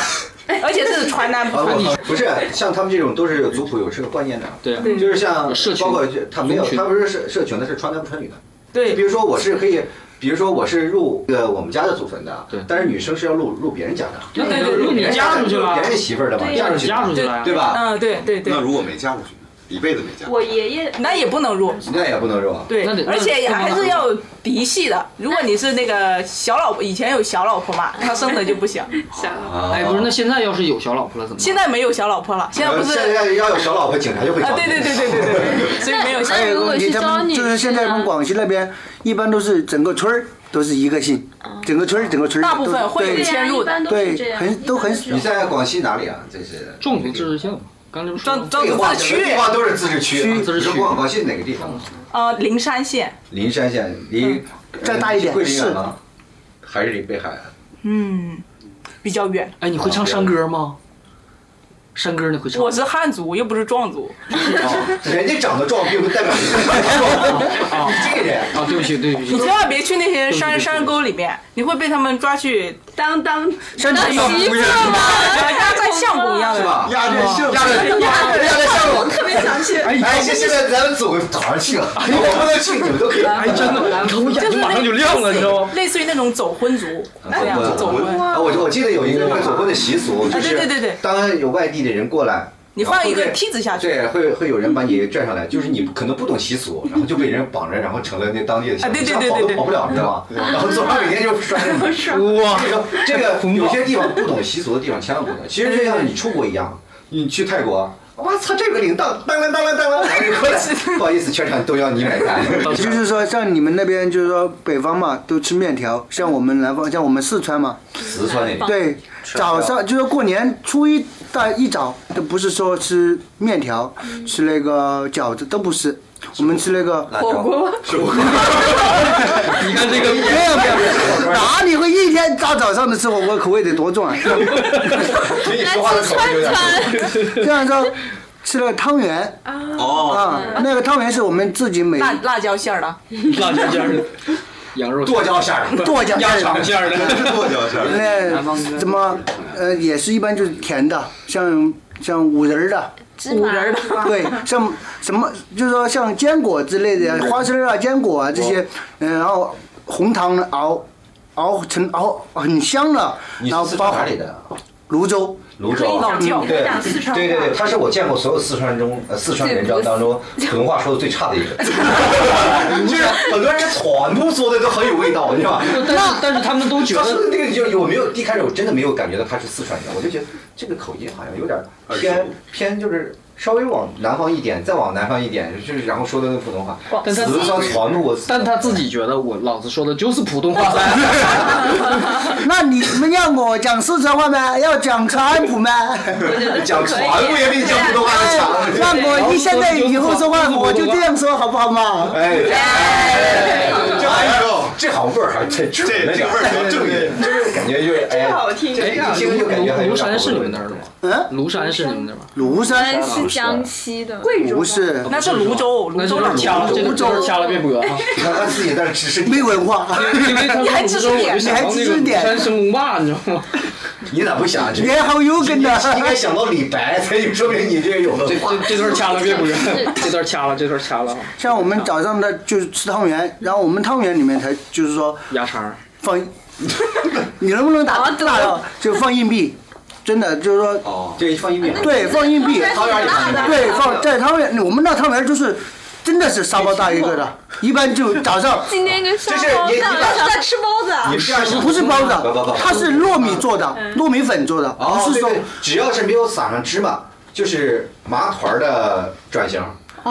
Speaker 13: 而且是传男不
Speaker 1: 啊
Speaker 13: 传女。
Speaker 1: 不是，像他们这种都是有族谱，有这个观念的。
Speaker 3: 对
Speaker 13: 对
Speaker 1: 就是像
Speaker 3: 社群
Speaker 1: 包括这他没有，
Speaker 3: 族群
Speaker 1: 他不是社社群的，是穿男不穿女的。
Speaker 13: 对，
Speaker 1: 比如说我是可以，比如说我是入呃我们家的祖坟的，对，但是女生是要入入别人家的，
Speaker 3: 对对
Speaker 1: 就是
Speaker 3: 对入你
Speaker 1: 别人
Speaker 3: 嫁
Speaker 1: 的
Speaker 3: 出去了
Speaker 1: 入别人媳妇儿的嘛，
Speaker 3: 对
Speaker 1: 嫁出去，
Speaker 3: 嫁出去了呀
Speaker 1: 对吧？
Speaker 13: 嗯，对对对。
Speaker 15: 那如果没嫁出去呢？一辈子没嫁。
Speaker 6: 我爷爷
Speaker 13: 那也不能入，
Speaker 1: 那也不能入啊。
Speaker 13: 对，而且还是要有嫡系的。如果你是那个小老婆，以前有小老婆嘛，她生的就不行。啊
Speaker 1: 啊
Speaker 3: 哎，不是，那现在要是有小老婆了怎么办？
Speaker 13: 现在没有小老婆了，现在不是
Speaker 1: 现在要有小老婆，警察就会
Speaker 13: 啊，
Speaker 1: 找你。
Speaker 13: 对对对对对对，所以没有小
Speaker 17: 还有
Speaker 13: 老婆
Speaker 17: 个问题，他们就是现在我们广西那边，一般都是整个村儿都是一个姓，整个村儿整个村儿
Speaker 13: 啊大部分
Speaker 17: 都
Speaker 13: 会有
Speaker 17: 对
Speaker 13: 迁入的
Speaker 17: 对，很都很
Speaker 1: 你在广西哪里啊？这是
Speaker 3: 壮族自治县嘛，刚才不说
Speaker 13: 壮族自治区
Speaker 1: 地方都是自治区啊，
Speaker 3: 自治区
Speaker 1: 你说广广西哪个地方？啊
Speaker 13: 呃，灵山县，
Speaker 1: 灵山县
Speaker 3: 嗯
Speaker 1: 离呃
Speaker 13: 再大一点
Speaker 1: 桂林远吗？还是离北海？
Speaker 13: 嗯，比较远。
Speaker 1: 啊
Speaker 3: 哎，你会唱山歌吗？山根儿那会唱。
Speaker 13: 我是汉族，又不是壮族。
Speaker 1: 哦人家长得壮，并不代表你是壮。你这个人
Speaker 3: 啊，对不起，对不起，
Speaker 13: 你千万别去那些山山沟里面，你会被他们抓去
Speaker 7: 当当
Speaker 13: 山猪
Speaker 7: 当媳妇吗
Speaker 13: 压在相公一样的
Speaker 1: 是吧？
Speaker 13: 压
Speaker 1: 着
Speaker 13: 相
Speaker 1: 公，压着压着相 公，哎，现现在咱们组个团去了，我不能去，你们都可以。
Speaker 13: 哎真的
Speaker 1: 我
Speaker 13: 我眼睛马上就亮了，你知道吗？
Speaker 1: 吗？
Speaker 13: 类似于那种走婚族，
Speaker 1: 哎
Speaker 13: 这样走 婚。
Speaker 1: 啊，我我记得有一个走婚的习
Speaker 13: 啊
Speaker 1: 俗，就是当有外地的人过来。
Speaker 13: 你放一个梯子下去，
Speaker 1: 对，会会有人把你拽上来，就是你可能不懂习俗，然后就被人绑着，然后成了那当地的小
Speaker 13: 啊对对
Speaker 1: 你想
Speaker 13: 对对对
Speaker 1: 跑都跑不了，知道吧？
Speaker 13: 对
Speaker 1: 然后走上每天就摔着你。
Speaker 13: 哇
Speaker 1: 这个有些地方不懂习俗的地方千万不能。其实就像你出国一样，你去泰国，我操，这个铃铛当啷当啷当啷，然后你 过来，不好意思，全场都要你买 单。
Speaker 17: 就是说，像你们那边，就是说北方嘛，都吃面条；像我们南方，像我们四川嘛，
Speaker 1: 四川那边啊
Speaker 17: 对，早上就是过年初一大一早，都不是说吃面条，吃那个饺子都不是，我们吃那个火锅。
Speaker 1: 你看这个
Speaker 17: 没有没有，哪里会一天大早上的吃火锅，口味得多重啊！
Speaker 1: 听你说话的口音有点
Speaker 17: 这样说，吃了汤圆
Speaker 1: 哦，
Speaker 17: 啊，那个汤圆是我们自己每
Speaker 13: 辣辣椒馅儿的，
Speaker 3: 辣椒馅儿的，羊肉
Speaker 1: 剁椒馅儿的，
Speaker 17: 剁椒馅儿的
Speaker 3: 鸭肠馅儿的，
Speaker 1: 剁椒 馅
Speaker 17: 那怎么呃也是一般就是甜的，像像五仁儿的。
Speaker 13: 五仁儿的
Speaker 17: 对，像什么就是说像坚果之类的，
Speaker 13: 嗯
Speaker 17: 花生啊、坚果啊这
Speaker 1: 哦
Speaker 17: 些，嗯，然后红糖熬熬成熬很香了，
Speaker 1: 你
Speaker 17: 然后
Speaker 1: 是
Speaker 17: 包
Speaker 1: 哪里的？啊
Speaker 17: 泸州，
Speaker 1: 泸
Speaker 3: 啊
Speaker 1: 州，啊
Speaker 17: 嗯
Speaker 1: 对对对对，他是我见过所有四川中呃四川人当当中普通话说的最差的一个，就是很多人传统说的都很有味道，你知道吧？
Speaker 3: 但是但是他们都觉
Speaker 1: 他说
Speaker 3: 得
Speaker 1: 的那个就我没有一开始我真的没有感觉到他是四川人，我就觉得这个口音好像有点偏偏就是稍微往南方一点，再往南方一点，就是然后说的那普通话，
Speaker 3: 但他
Speaker 1: 四川传统我
Speaker 3: 但他自己觉得我老子说的就是普通 话噻。
Speaker 17: 那你们要我讲四川话吗？要讲川普吗？
Speaker 1: 讲
Speaker 17: 可以
Speaker 1: 传统也比你讲普通话要强
Speaker 17: 哎。那我你现在以后说话我就这样说好不好嘛？
Speaker 1: 哎，这哎呦，这好味儿还真正，这这味儿挺正的，就是感觉就是哎，哎一听就感觉很
Speaker 3: 庐
Speaker 1: 有
Speaker 3: 山
Speaker 1: 点
Speaker 3: 是你们那儿的吗？
Speaker 17: 嗯，
Speaker 3: 庐山是你们那儿吗？
Speaker 17: 庐
Speaker 8: 山是江西的，贵
Speaker 17: 不是，
Speaker 13: 那是泸州，泸州
Speaker 3: 那就是掐了，这个
Speaker 13: 泸州
Speaker 3: 掐了别播啊！
Speaker 1: 他自己在那吃吃，
Speaker 17: 没文化，
Speaker 3: 因为他说泸州，我就想到那个庐山生龙霸，你知 道吗？
Speaker 1: 你咋不想这？
Speaker 3: 你还好啊
Speaker 17: 有梗呢
Speaker 1: 应该想到李白，才有说明你这个有文
Speaker 3: 这
Speaker 1: 化
Speaker 3: 这。这段掐了别播， 这段掐了，这段掐了啊。
Speaker 17: 像我们早上的就是吃汤圆，然后我们汤圆里面才就是说
Speaker 3: 鸭肠
Speaker 17: 放，你能不能打打到就放硬币？真的就是说，
Speaker 1: 哦，对，放硬币
Speaker 17: 对，放硬币，
Speaker 1: 汤圆里放硬币
Speaker 17: 对，放在汤圆，我们那汤圆就是真的是沙包大一个的，一般就早上
Speaker 7: 今天跟
Speaker 1: 沙包就是你你
Speaker 7: 大
Speaker 1: 把
Speaker 7: 晚上在吃包子啊，
Speaker 1: 你这样想
Speaker 17: 不是包
Speaker 1: 不不不
Speaker 17: 子，它是糯米做的，糯米粉做的，
Speaker 1: 嗯哦，
Speaker 17: 不是说
Speaker 1: 对对只要是没有撒上芝麻，就是麻团儿的转型。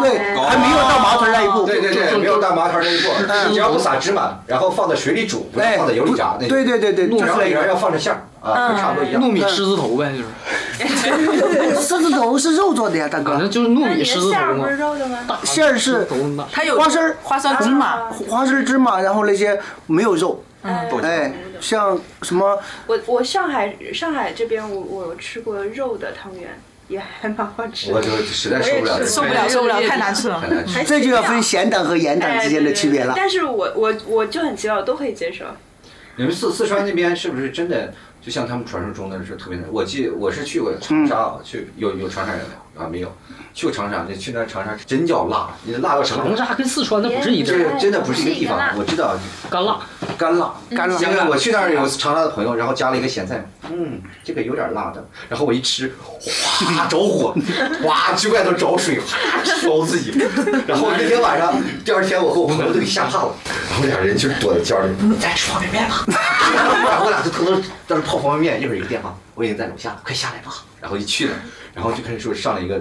Speaker 17: 对，还没有到麻团那一步。
Speaker 1: 对对对，没有到麻团那一步，
Speaker 17: 嗯
Speaker 1: 你只要不撒芝麻，然后放在水里煮，不是
Speaker 17: 哎
Speaker 1: 放在油里炸，那
Speaker 17: 对对对对，
Speaker 1: 然后里边要放着馅儿啊，
Speaker 17: 嗯
Speaker 1: 差不多一样。
Speaker 17: 糯米狮
Speaker 3: 子头呗，就是。
Speaker 17: 狮子头是肉做的呀，大哥。
Speaker 3: 就是糯米狮子头嘛。
Speaker 7: 肉的吗？
Speaker 17: 馅儿是
Speaker 13: 它有
Speaker 17: 花生儿、
Speaker 13: 花生芝麻
Speaker 17: 嗯、花生芝麻，然后那些没有肉。
Speaker 6: 嗯
Speaker 17: 哎，像什么
Speaker 6: 我我上海上海这边我我有吃过肉的汤圆，也还蛮好吃的。
Speaker 1: 我就实在受不了这个受不了
Speaker 17: 受不了太
Speaker 13: 难吃了
Speaker 6: 还
Speaker 17: 这就要分咸党和盐党之间的区别了。
Speaker 6: 但是我我我就很奇怪，我都可以接受。
Speaker 1: 你们四四川那边是不是真的就像他们传说中的是特别难？我记我是去过长沙，啊，去有有长沙人吗啊没有，去过长沙，那去那长沙真叫辣，你辣到什么？
Speaker 3: 长沙跟四川那不是一地儿
Speaker 1: 这真哎的不是一个地方，我知道。
Speaker 3: 干辣，
Speaker 1: 干辣，
Speaker 3: 干辣
Speaker 1: 因为我去那儿有长沙的朋友，然后加了一个咸菜，嗯，这个有点辣的，然后我一吃，哗着火， 哇，就外头着水，哗烧自己。然后那天晚上，第二天我和我朋友都给吓怕了，然后俩人就躲在家里，再吃方便面吧。 然后我俩就偷偷在那泡方便面，一会儿一个电话，我已经在楼下了，快下来吧。然后一去了，然后就开始说上了一个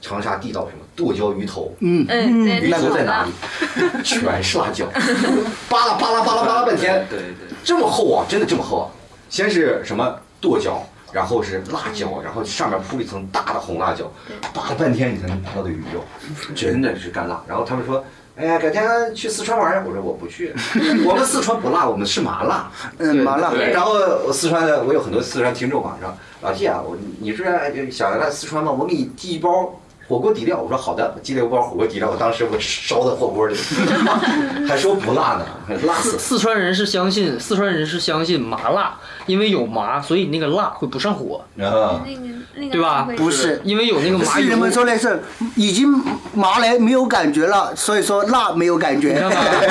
Speaker 1: 长沙地道什么剁椒鱼头，
Speaker 17: 嗯
Speaker 6: 嗯对
Speaker 1: 鱼头在
Speaker 6: 那
Speaker 1: 哪里？ 全是辣椒，扒
Speaker 17: 嗯
Speaker 1: 拉扒拉扒拉扒拉半天，对对，这么厚啊，真的这么厚啊？先是什么剁椒，然后是辣椒，然后上面铺了一层大的红辣椒，扒了半天你才能扒到的鱼肉，真的是干辣。然后他们说哎呀，改天去四川玩呀！我说我不 去，我们四川不辣，我们吃麻辣。
Speaker 17: 嗯麻辣
Speaker 1: 对然后我四川的，我有很多四川听众啊，说老弟啊，我你是想来四川吗？我给你寄一包火锅底料。我说好的，寄了一包火锅底料。我当时我烧到火锅里，还说不辣呢，还辣死
Speaker 3: 四
Speaker 1: 了。
Speaker 3: 四川人是相信，四川人是相信麻辣，因为有麻，所以你那个辣会不上火，
Speaker 1: 啊
Speaker 3: 对吧？
Speaker 17: 不是，
Speaker 3: 因为有那个麻
Speaker 17: 是
Speaker 3: 油
Speaker 17: 人。们说的是已经麻来没有感觉了，所以说辣没有感觉。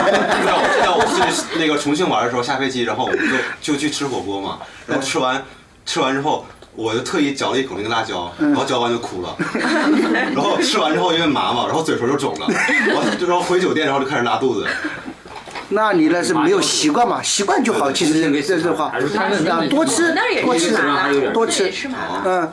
Speaker 15: 这样我去那个重庆玩的时候，下飞机，然后我们就就去吃火锅嘛，然后吃完吃完之后，我就特意嚼了一口那个辣椒，然后嚼完就哭了，然后吃完之后因为麻嘛，然后嘴唇就肿了，然后就然后回酒店，然后就开始拉肚子。
Speaker 17: 那你那是没有习惯嘛？习惯就好，其实这这话
Speaker 15: 是他们
Speaker 17: 啊，多吃
Speaker 15: 那儿也
Speaker 17: 多
Speaker 15: 是
Speaker 17: 吃啊
Speaker 15: 麻辣那儿也
Speaker 17: 多吃
Speaker 15: 是麻辣，
Speaker 17: 嗯，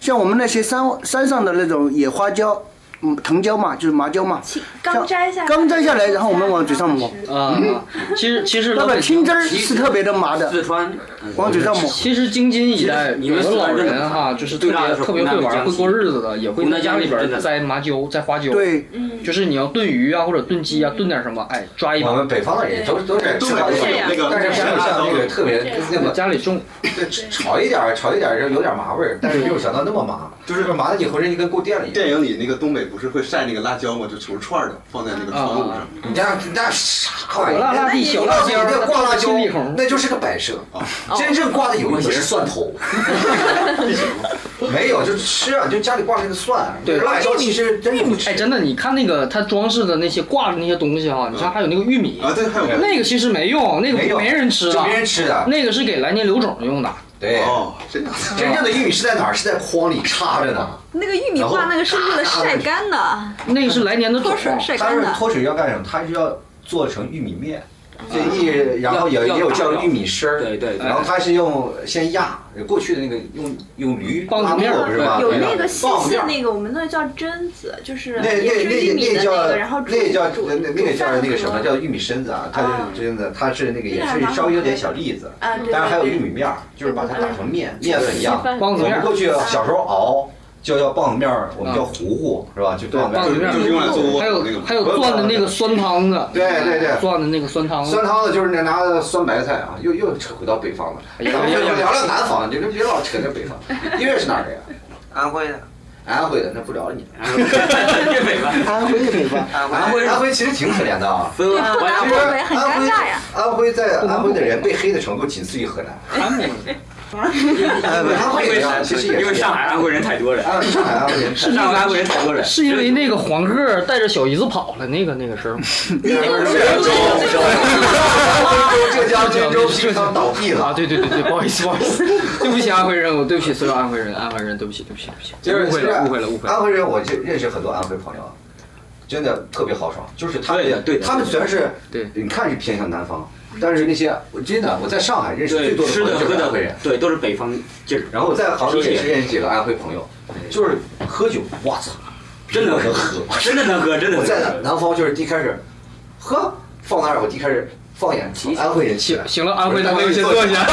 Speaker 17: 像我们那些山山上的那种野花椒，嗯，藤椒嘛，就是麻椒嘛，
Speaker 6: 刚摘下来
Speaker 17: 刚摘下来，然后我们往嘴上抹，
Speaker 3: 啊
Speaker 17: 嗯，
Speaker 3: 其实其实
Speaker 17: 那
Speaker 3: 老
Speaker 17: 个
Speaker 3: 百
Speaker 17: 青
Speaker 3: 姓
Speaker 17: 汁儿是特别的麻的，
Speaker 18: 四川
Speaker 17: 往嘴上抹。
Speaker 3: 其实京津一带
Speaker 18: 你
Speaker 3: 有
Speaker 18: 们
Speaker 3: 的
Speaker 18: 四
Speaker 3: 老
Speaker 18: 川真的
Speaker 3: 人哈，
Speaker 18: 不
Speaker 3: 就是特
Speaker 18: 对辣
Speaker 3: 别
Speaker 18: 的时候
Speaker 3: 特别
Speaker 18: 湖南
Speaker 3: 会
Speaker 18: 的
Speaker 3: 玩、
Speaker 18: 江
Speaker 3: 会
Speaker 18: 西
Speaker 3: 过日子的，也会
Speaker 18: 湖
Speaker 3: 在
Speaker 18: 南
Speaker 3: 家
Speaker 18: 江
Speaker 3: 里
Speaker 18: 西
Speaker 3: 边
Speaker 18: 真的
Speaker 3: 摘麻椒、摘花椒。
Speaker 17: 对，
Speaker 1: 嗯
Speaker 3: 就是你要炖鱼啊，或者炖鸡啊，炖点什么，哎，抓一把。我
Speaker 1: 们北方人都都是
Speaker 3: 东
Speaker 1: 吃
Speaker 3: 北
Speaker 1: 麻
Speaker 3: 不
Speaker 1: 辣
Speaker 3: 是
Speaker 1: 那个但是家里像那个特别那个
Speaker 3: 家里种，
Speaker 1: 炒一点儿炒一点儿有点麻味儿，但是没有想到那么麻，就是麻的你浑身就跟过电了一样。
Speaker 15: 电影里那个东北不是会晒那个辣椒吗？就成串儿的放在那个窗户上。
Speaker 1: 你家你家啥玩意儿？
Speaker 15: 火辣辣地小辣椒
Speaker 1: 那挂辣椒
Speaker 15: 心里红，
Speaker 1: 那就是个摆设。真正挂的有用的是蒜头，没有就吃啊，就家里挂那个蒜，
Speaker 3: 对，
Speaker 1: 辣椒其实真不
Speaker 3: 哎，真的，你看那个它装饰的那些挂的那些东西哈，你
Speaker 1: 嗯
Speaker 3: 看还有那个玉米
Speaker 15: 啊，对，还有
Speaker 3: 那个其实没用，那个
Speaker 1: 没用
Speaker 3: 没人吃的，
Speaker 1: 就没人吃的
Speaker 3: 那个是给来年留种用的。哦
Speaker 1: 对，真正的玉米是在哪儿？是在筐里插着呢。
Speaker 10: 那个玉米挂那个是为了晒干的，
Speaker 3: 那个是来年的啊
Speaker 10: 脱水晒
Speaker 1: 它
Speaker 10: 干
Speaker 1: 是
Speaker 10: 的。
Speaker 1: 脱水要干什么？它是要做成玉米面。
Speaker 6: 嗯
Speaker 1: 这一，然后也也有叫玉米丝儿，对对
Speaker 18: 对
Speaker 1: 然后它是用先压，过去的那个用用驴
Speaker 3: 棒
Speaker 1: 拉
Speaker 3: 子面儿
Speaker 1: 磨不是吧？
Speaker 6: 有那个细
Speaker 1: 棒子
Speaker 6: 细
Speaker 1: 面儿
Speaker 6: 那个，我们那叫榛子，就是
Speaker 1: 那那
Speaker 6: 也是玉
Speaker 1: 那
Speaker 6: 米
Speaker 1: 那
Speaker 6: 的那
Speaker 1: 叫
Speaker 6: 个，然后煮
Speaker 1: 那叫
Speaker 6: 煮
Speaker 1: 那那个
Speaker 6: 煮饭
Speaker 1: 叫那个什么
Speaker 6: 喝
Speaker 1: 叫玉米身子啊？它就是真的，它是那个也是稍微有点小栗子，
Speaker 6: 啊对
Speaker 1: 当然还有玉米面儿，就是把它打成面面粉一样
Speaker 6: 嗯。啊
Speaker 1: 我
Speaker 6: 棒子面
Speaker 1: 们
Speaker 6: 儿
Speaker 1: 过去小时候熬就叫棒子面儿，我们叫糊糊是吧？就棒子
Speaker 3: 啊棒子
Speaker 1: 面
Speaker 3: 面
Speaker 1: 儿
Speaker 3: 儿，还有还有攥的那个酸汤子，
Speaker 1: 对对对
Speaker 3: 攥的那个酸汤子，
Speaker 1: 酸汤子就是拿酸白菜啊，又又扯回到北方了。
Speaker 3: 呀
Speaker 1: 咱们就聊聊南方，你就别老扯那北方。音乐是哪儿的呀？
Speaker 18: 安徽的，
Speaker 1: 安徽的，那不聊你了。
Speaker 18: 越北吧，
Speaker 17: 安徽也北吧，
Speaker 1: 安徽安徽其实挺可怜的啊。
Speaker 18: 所以我我
Speaker 1: 安
Speaker 18: 俩
Speaker 1: 徽
Speaker 18: 不
Speaker 1: 安徽安徽在安徽的人被黑的程度仅次于河南。安徽安徽也一样啊其实也是
Speaker 18: 因为上海安徽人太多了，
Speaker 1: 上海安徽人
Speaker 18: 上海安徽人太多了，
Speaker 3: 是因为那个黄鹤带着小姨子跑了，那个那个时候，
Speaker 1: 浙江郑州平常倒闭了
Speaker 3: 啊！对对对对，不好意思不好意思，对不起安徽人，我对不起所有安徽人，安徽人对不起对不起对不起，
Speaker 1: 就是啊
Speaker 3: 误会了误会了误会了。
Speaker 1: 安徽人，我就认识很多安徽朋友，真的特别豪爽。就是他们，
Speaker 18: 对的
Speaker 1: 他们虽然是
Speaker 3: 对，
Speaker 1: 你看是偏向南方，但是那些我真的我在上海认识最
Speaker 18: 对
Speaker 1: 多的
Speaker 18: 吃
Speaker 1: 朋友
Speaker 18: 的
Speaker 1: 就是
Speaker 18: 喝
Speaker 1: 安徽
Speaker 18: 的
Speaker 1: 人，，
Speaker 18: 对，都是北方劲儿。
Speaker 1: 然后我在杭州也是认识几个安徽朋友， 就是喝酒，我操，真的能喝，
Speaker 18: 真的能喝真的能喝
Speaker 1: 我在南方就是第一开始喝，放那儿我第一开始放眼安徽人起来，
Speaker 3: 行了，安徽的
Speaker 1: 安
Speaker 3: 朋友
Speaker 1: 徽
Speaker 3: 先坐 下，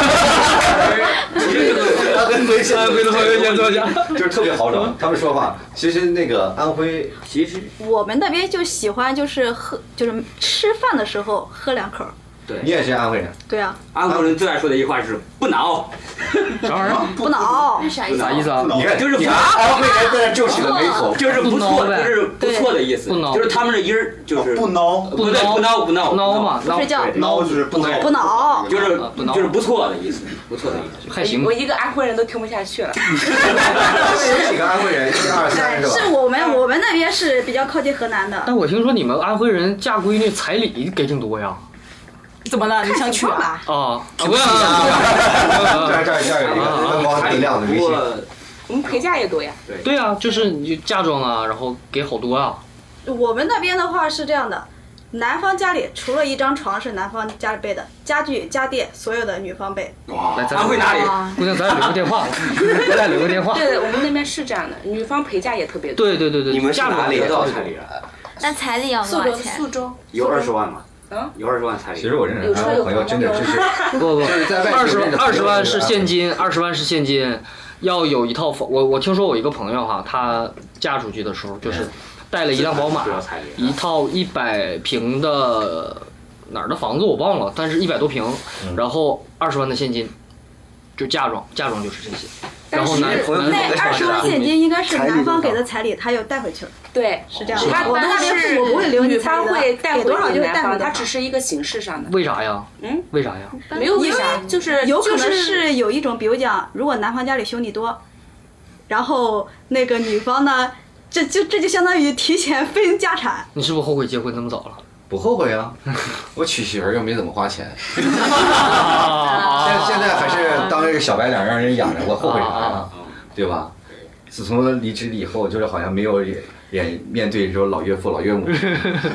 Speaker 1: 安徽先
Speaker 3: 安徽的朋友先坐下，嗯
Speaker 1: 就是特别豪爽。他们说话，其实那个安徽，
Speaker 18: 其实
Speaker 10: 我们那边就喜欢就是喝，就是吃饭的时候喝两口儿。
Speaker 18: 对
Speaker 1: 你也是安徽人，
Speaker 10: 对啊，
Speaker 18: 安徽人最爱说的一句话是不挠，
Speaker 3: 啥玩意儿？
Speaker 10: 不挠。
Speaker 18: 不挠
Speaker 1: 啊你看，啊
Speaker 18: 就是
Speaker 1: 你看
Speaker 18: 挠
Speaker 1: 安徽人在那皱起了眉头，
Speaker 18: 就是不错，就是不错的意思，就是他们这音儿就是
Speaker 15: 不挠，
Speaker 18: 不对，不挠不挠
Speaker 3: 孬哦嘛，
Speaker 18: 不
Speaker 10: 是叫
Speaker 15: 挠就是不挠，
Speaker 10: 不挠
Speaker 18: 就是
Speaker 3: 不挠
Speaker 18: 就是不错的意思，不错的意思，
Speaker 7: 我一个安徽人都听不下 去了。
Speaker 1: 有几个安徽人，一二三是吧？
Speaker 10: 是我们我们那边是比较靠近河南的，
Speaker 3: 但我听说你们安徽人嫁闺女彩礼给挺多呀？
Speaker 19: 怎么了？你想娶啊？
Speaker 3: 啊，
Speaker 19: 不
Speaker 3: 要
Speaker 1: 这儿这儿这儿有一个灯光明亮的微信，
Speaker 7: 我们陪嫁也多呀。
Speaker 3: 对啊，就是你就嫁妆啊，然后给好多啊。
Speaker 10: 我们那边的话是这样的。男方家里除了一张床是男方家里备的，家具、家电所有的女方备。
Speaker 3: 来，咱啊
Speaker 18: 安徽哪里
Speaker 3: 姑娘，咱俩留个电话，咱俩留个电话。
Speaker 7: 对，我们那边是这样的，女方陪嫁也特别多。
Speaker 3: 对对对对，
Speaker 18: 你们是
Speaker 3: 嫁过
Speaker 18: 哪里
Speaker 3: 来
Speaker 18: 得到
Speaker 3: 对
Speaker 18: 彩
Speaker 3: 对
Speaker 18: 礼啊？
Speaker 8: 那彩礼要
Speaker 7: 苏
Speaker 8: 多
Speaker 7: 州，
Speaker 8: 少钱？
Speaker 7: 苏州
Speaker 18: 有二十万吗？
Speaker 10: 啊
Speaker 7: 嗯，
Speaker 18: 有二十万彩礼。
Speaker 1: 其实我认识安徽朋友真的就是
Speaker 3: 不不，
Speaker 1: 就是在外地
Speaker 3: 二十
Speaker 1: 认识
Speaker 3: 二十万是现
Speaker 1: 金。
Speaker 3: 金，二十万是现金，要有一套房。我我听说我一个朋友哈，他嫁出去的时候就是带了一辆宝马
Speaker 20: 主要彩礼，
Speaker 3: 一套一百平的哪儿的房子我忘了，但是一百多平，然后二十万的现金，就嫁妆，嫁妆就是这些。然后男
Speaker 10: 那二十万现金应该是男方给的彩礼，他有带回去了。
Speaker 7: 对，
Speaker 10: 是这样的。
Speaker 7: 他
Speaker 10: 我们
Speaker 7: 但
Speaker 10: 那边
Speaker 7: 是
Speaker 10: 父母不会留你
Speaker 7: 女
Speaker 10: 彩
Speaker 7: 方
Speaker 10: 礼的
Speaker 7: 会带
Speaker 10: 给
Speaker 7: 回
Speaker 10: 多少就
Speaker 7: 给
Speaker 10: 是
Speaker 7: 男
Speaker 10: 带回
Speaker 7: 方，
Speaker 10: 去
Speaker 7: 它只是一个形式上的。
Speaker 3: 为啥呀？
Speaker 7: 嗯，
Speaker 3: 为啥呀？
Speaker 7: 没有为啥，就是
Speaker 10: 有可
Speaker 7: 就
Speaker 10: 能
Speaker 7: 是
Speaker 10: 是有一种，比如讲，如果男方家里兄弟多，然后那个女方呢，这就这就相当于提前分家产。
Speaker 3: 你是不是后悔结婚那么早了？
Speaker 1: 不后悔啊，我娶媳妇儿又没怎么 花钱，现现在
Speaker 3: 啊
Speaker 1: 还是当一个小白脸让人养着，我后悔啥呀？对吧？自从离职了以后，就是好像没有脸面对这种老岳父、老岳母。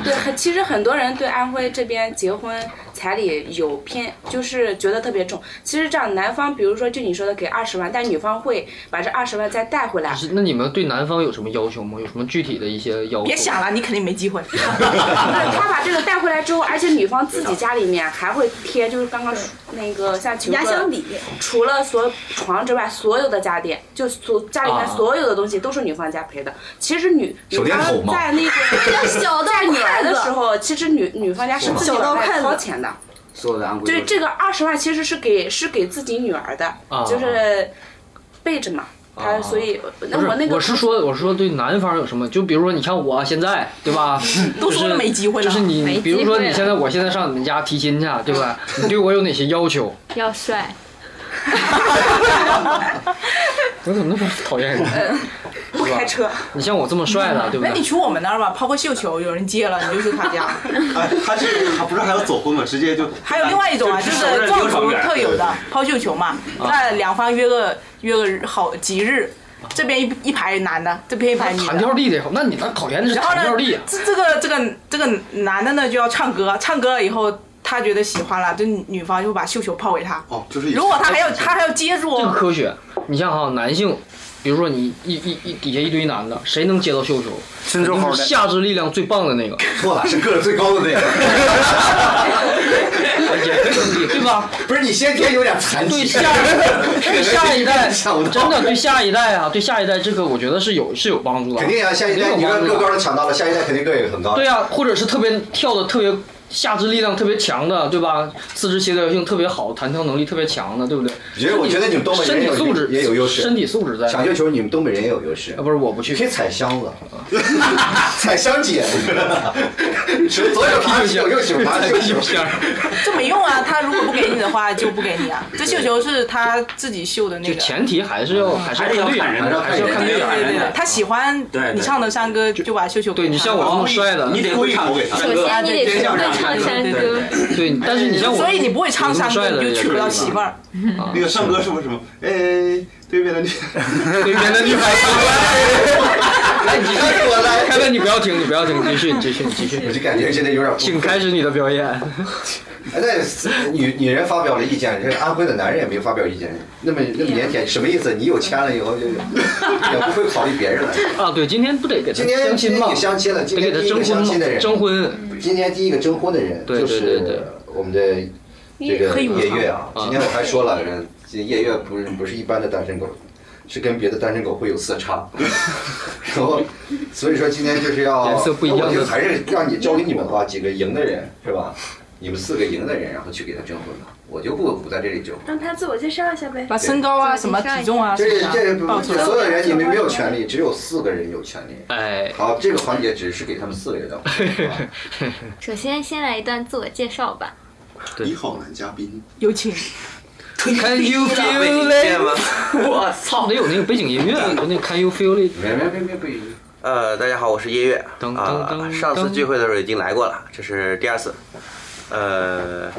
Speaker 7: 对，很其实很多人对安徽这边结婚彩礼有偏，就是觉得特别重。其实这样，男方比如说就你说的给二十万，但女方会把这二十万再带回来
Speaker 3: 不。是，那你们对男方有什么要求吗？有什么具体的一些要求？
Speaker 7: 别想了，你肯定没机 会。他把这个带回来之后，而且女方自己家里面还会贴，就是刚刚说那个像秦
Speaker 10: 压
Speaker 7: 说的
Speaker 10: 箱底
Speaker 7: 除了所床之外，所有的家电，就所家里面
Speaker 1: 啊
Speaker 7: 所有的东西都是女方家赔的。其实女
Speaker 1: 手
Speaker 7: 女
Speaker 1: 电
Speaker 7: 方
Speaker 1: 筒嘛
Speaker 7: 在那个
Speaker 10: 小到
Speaker 7: 在女
Speaker 10: 筷
Speaker 7: 儿的
Speaker 10: 子
Speaker 7: 时候，其实女女方家是自己
Speaker 10: 小到
Speaker 7: 往外
Speaker 10: 筷子
Speaker 7: 掏钱的。
Speaker 20: 所有的安徽都
Speaker 7: 对，
Speaker 20: 是
Speaker 7: 这个二十万其实是给是给自己女儿的，
Speaker 3: 啊
Speaker 7: 就是备着嘛。
Speaker 3: 啊
Speaker 7: 她所以呃那
Speaker 3: 不是
Speaker 7: 我那，个
Speaker 3: 我 是说，我是说对男方有什么？就比如说，你看我现在，对吧？
Speaker 13: 都
Speaker 3: 就是
Speaker 13: 说了没机会了
Speaker 3: 就是
Speaker 13: 没
Speaker 3: 你，
Speaker 13: 机
Speaker 3: 比如说
Speaker 13: 会
Speaker 3: 你
Speaker 13: 了
Speaker 3: 现在，我现在上你们家提亲去，对 吧？你对我有哪些要求？
Speaker 8: 要帅，
Speaker 3: 我怎么那么讨厌人？
Speaker 13: 嗯
Speaker 1: 嗯
Speaker 13: 不开车。
Speaker 3: 你像我这么帅的，对不
Speaker 13: 那你
Speaker 3: 对？
Speaker 13: 去我们那儿吧，抛个绣球，有人接了你就去他 家。
Speaker 15: 哎，他是他不是还有走婚吗？直接就
Speaker 13: 还有另外一种啊，就
Speaker 15: 就是
Speaker 13: 壮族特有的抛绣球嘛，
Speaker 15: 啊
Speaker 13: 那两方约个约个好吉日，这边一一排男的，这边一排女
Speaker 3: 啊弹
Speaker 13: 的。
Speaker 3: 跳力的，那你那考研的是
Speaker 13: 然后
Speaker 3: 弹
Speaker 13: 呢
Speaker 3: 跳力啊，
Speaker 13: 这这个这个这个男的呢就要唱歌，唱歌了以后他觉得喜欢了，这女女方就把绣球抛给他。
Speaker 15: 哦，就是
Speaker 13: 如果他还要他还要接住
Speaker 3: 这个
Speaker 13: 哦，
Speaker 3: 科学。你像哈，男性，比如说你一一一底下一堆男的，谁能接到绣球？
Speaker 21: 身
Speaker 3: 手
Speaker 21: 好的
Speaker 3: 下肢力量最棒的那个。
Speaker 1: 错了，是个子最高的 那个。
Speaker 3: 对吧？
Speaker 1: 不是你先天有点残疾
Speaker 3: 对下对下一 代，真的对下一代啊，对下一代这个我觉得是有是有帮助的。
Speaker 1: 肯定啊，下一代
Speaker 3: 肯定
Speaker 1: 你
Speaker 3: 有
Speaker 1: 看
Speaker 3: 帮助
Speaker 1: 个
Speaker 3: 的
Speaker 1: 高的抢到 了，下一代肯定个也很高。
Speaker 3: 对啊呀、或者是特别跳的特别下肢力量特别强的，对吧？四肢协调性特别好，弹跳能力特别强的，对不对？
Speaker 1: 觉得我觉得你们东北
Speaker 3: 身
Speaker 1: 人
Speaker 3: 体
Speaker 1: 也有
Speaker 3: 素质
Speaker 1: 也有优势，
Speaker 3: 身体素质在。啊
Speaker 1: 抢绣球，你们东北人也有优势。
Speaker 3: 不是我不去，啊
Speaker 1: 可以踩箱子， 踩 箱姐，左手爬起，右手爬起，右手
Speaker 13: 这没用啊，他如果不给你的话就不给你啊。这绣球是他自己绣的那
Speaker 3: 就
Speaker 13: 个。
Speaker 3: 前提还是
Speaker 1: 嗯
Speaker 3: 要还是看对眼，
Speaker 1: 啊
Speaker 3: 还是要看
Speaker 13: 对对
Speaker 3: 对眼。
Speaker 13: 对对，他喜欢
Speaker 3: 对对
Speaker 13: 你唱的山歌，就把绣球
Speaker 3: 对你像我这么帅的，
Speaker 13: 啊对对对
Speaker 3: 对，但是你像我，
Speaker 13: 所以你不会唱山歌，
Speaker 3: 我这么帅的
Speaker 13: 你就娶不到
Speaker 3: 也可以吧
Speaker 13: 媳妇儿。
Speaker 15: 那个唱歌是不是什么？哎，对面的女，
Speaker 3: 对面的女孩唱歌。
Speaker 18: 哎
Speaker 3: 来，你继续，我来。开文，你不要停，你不要停，你继续，你继续，你继续。
Speaker 1: 我就啊感觉现在有点。
Speaker 3: 请开始你的表演。
Speaker 1: 哎，那女女人发表了意见，这安徽的男人也没发表意见，那么那么腼腆，什么意思？你有钱了以后就也不会考虑别人了。
Speaker 3: 啊，对，今天不得给他
Speaker 1: 今天
Speaker 3: 相亲
Speaker 1: 今天
Speaker 3: 吗？
Speaker 1: 也相亲了，今
Speaker 3: 得给
Speaker 1: 天
Speaker 3: 他
Speaker 1: 第一
Speaker 3: 征婚
Speaker 1: 个相亲的
Speaker 3: 吗？
Speaker 1: 人，
Speaker 3: 征婚。
Speaker 1: 今天第一个征婚的 人
Speaker 3: 对
Speaker 1: 就
Speaker 3: 对对对
Speaker 1: 是我们的这个
Speaker 3: 黑无
Speaker 1: 夜
Speaker 3: 常
Speaker 1: 月啊。
Speaker 3: 啊
Speaker 1: 今天我还说了，嗯这夜月不是不是一般的单身狗，是跟别的单身狗会有色差。然后，所以说今天就是要，
Speaker 3: 颜色不一样的
Speaker 1: 那我就还是让你交给你们的话，几个赢的人是吧？你们四个赢的人，然后去给他征婚吧。我就不不在这里征婚。
Speaker 6: 让他自我介绍一下呗，
Speaker 13: 把身高啊什么体重啊
Speaker 6: 这
Speaker 1: 这
Speaker 13: 是啊
Speaker 1: 这
Speaker 13: 报
Speaker 1: 不
Speaker 13: 出
Speaker 1: 这
Speaker 13: 来
Speaker 1: 所有人你们没有权利，只有四个人有权利。
Speaker 3: 哎，
Speaker 1: 好，这个环节只是给他们四个人的。
Speaker 8: 首先先来一段自我介绍吧。
Speaker 15: 你好，男嘉宾。
Speaker 13: 有请。
Speaker 3: Can you feel it？我 操，得有那个背景音乐，
Speaker 1: 啊
Speaker 3: 就那 Can you feel it？
Speaker 1: 别别别别别！
Speaker 18: 呃，大家好，我是夜月啊、上次聚会的时候已经来过了，这是第二次。呃，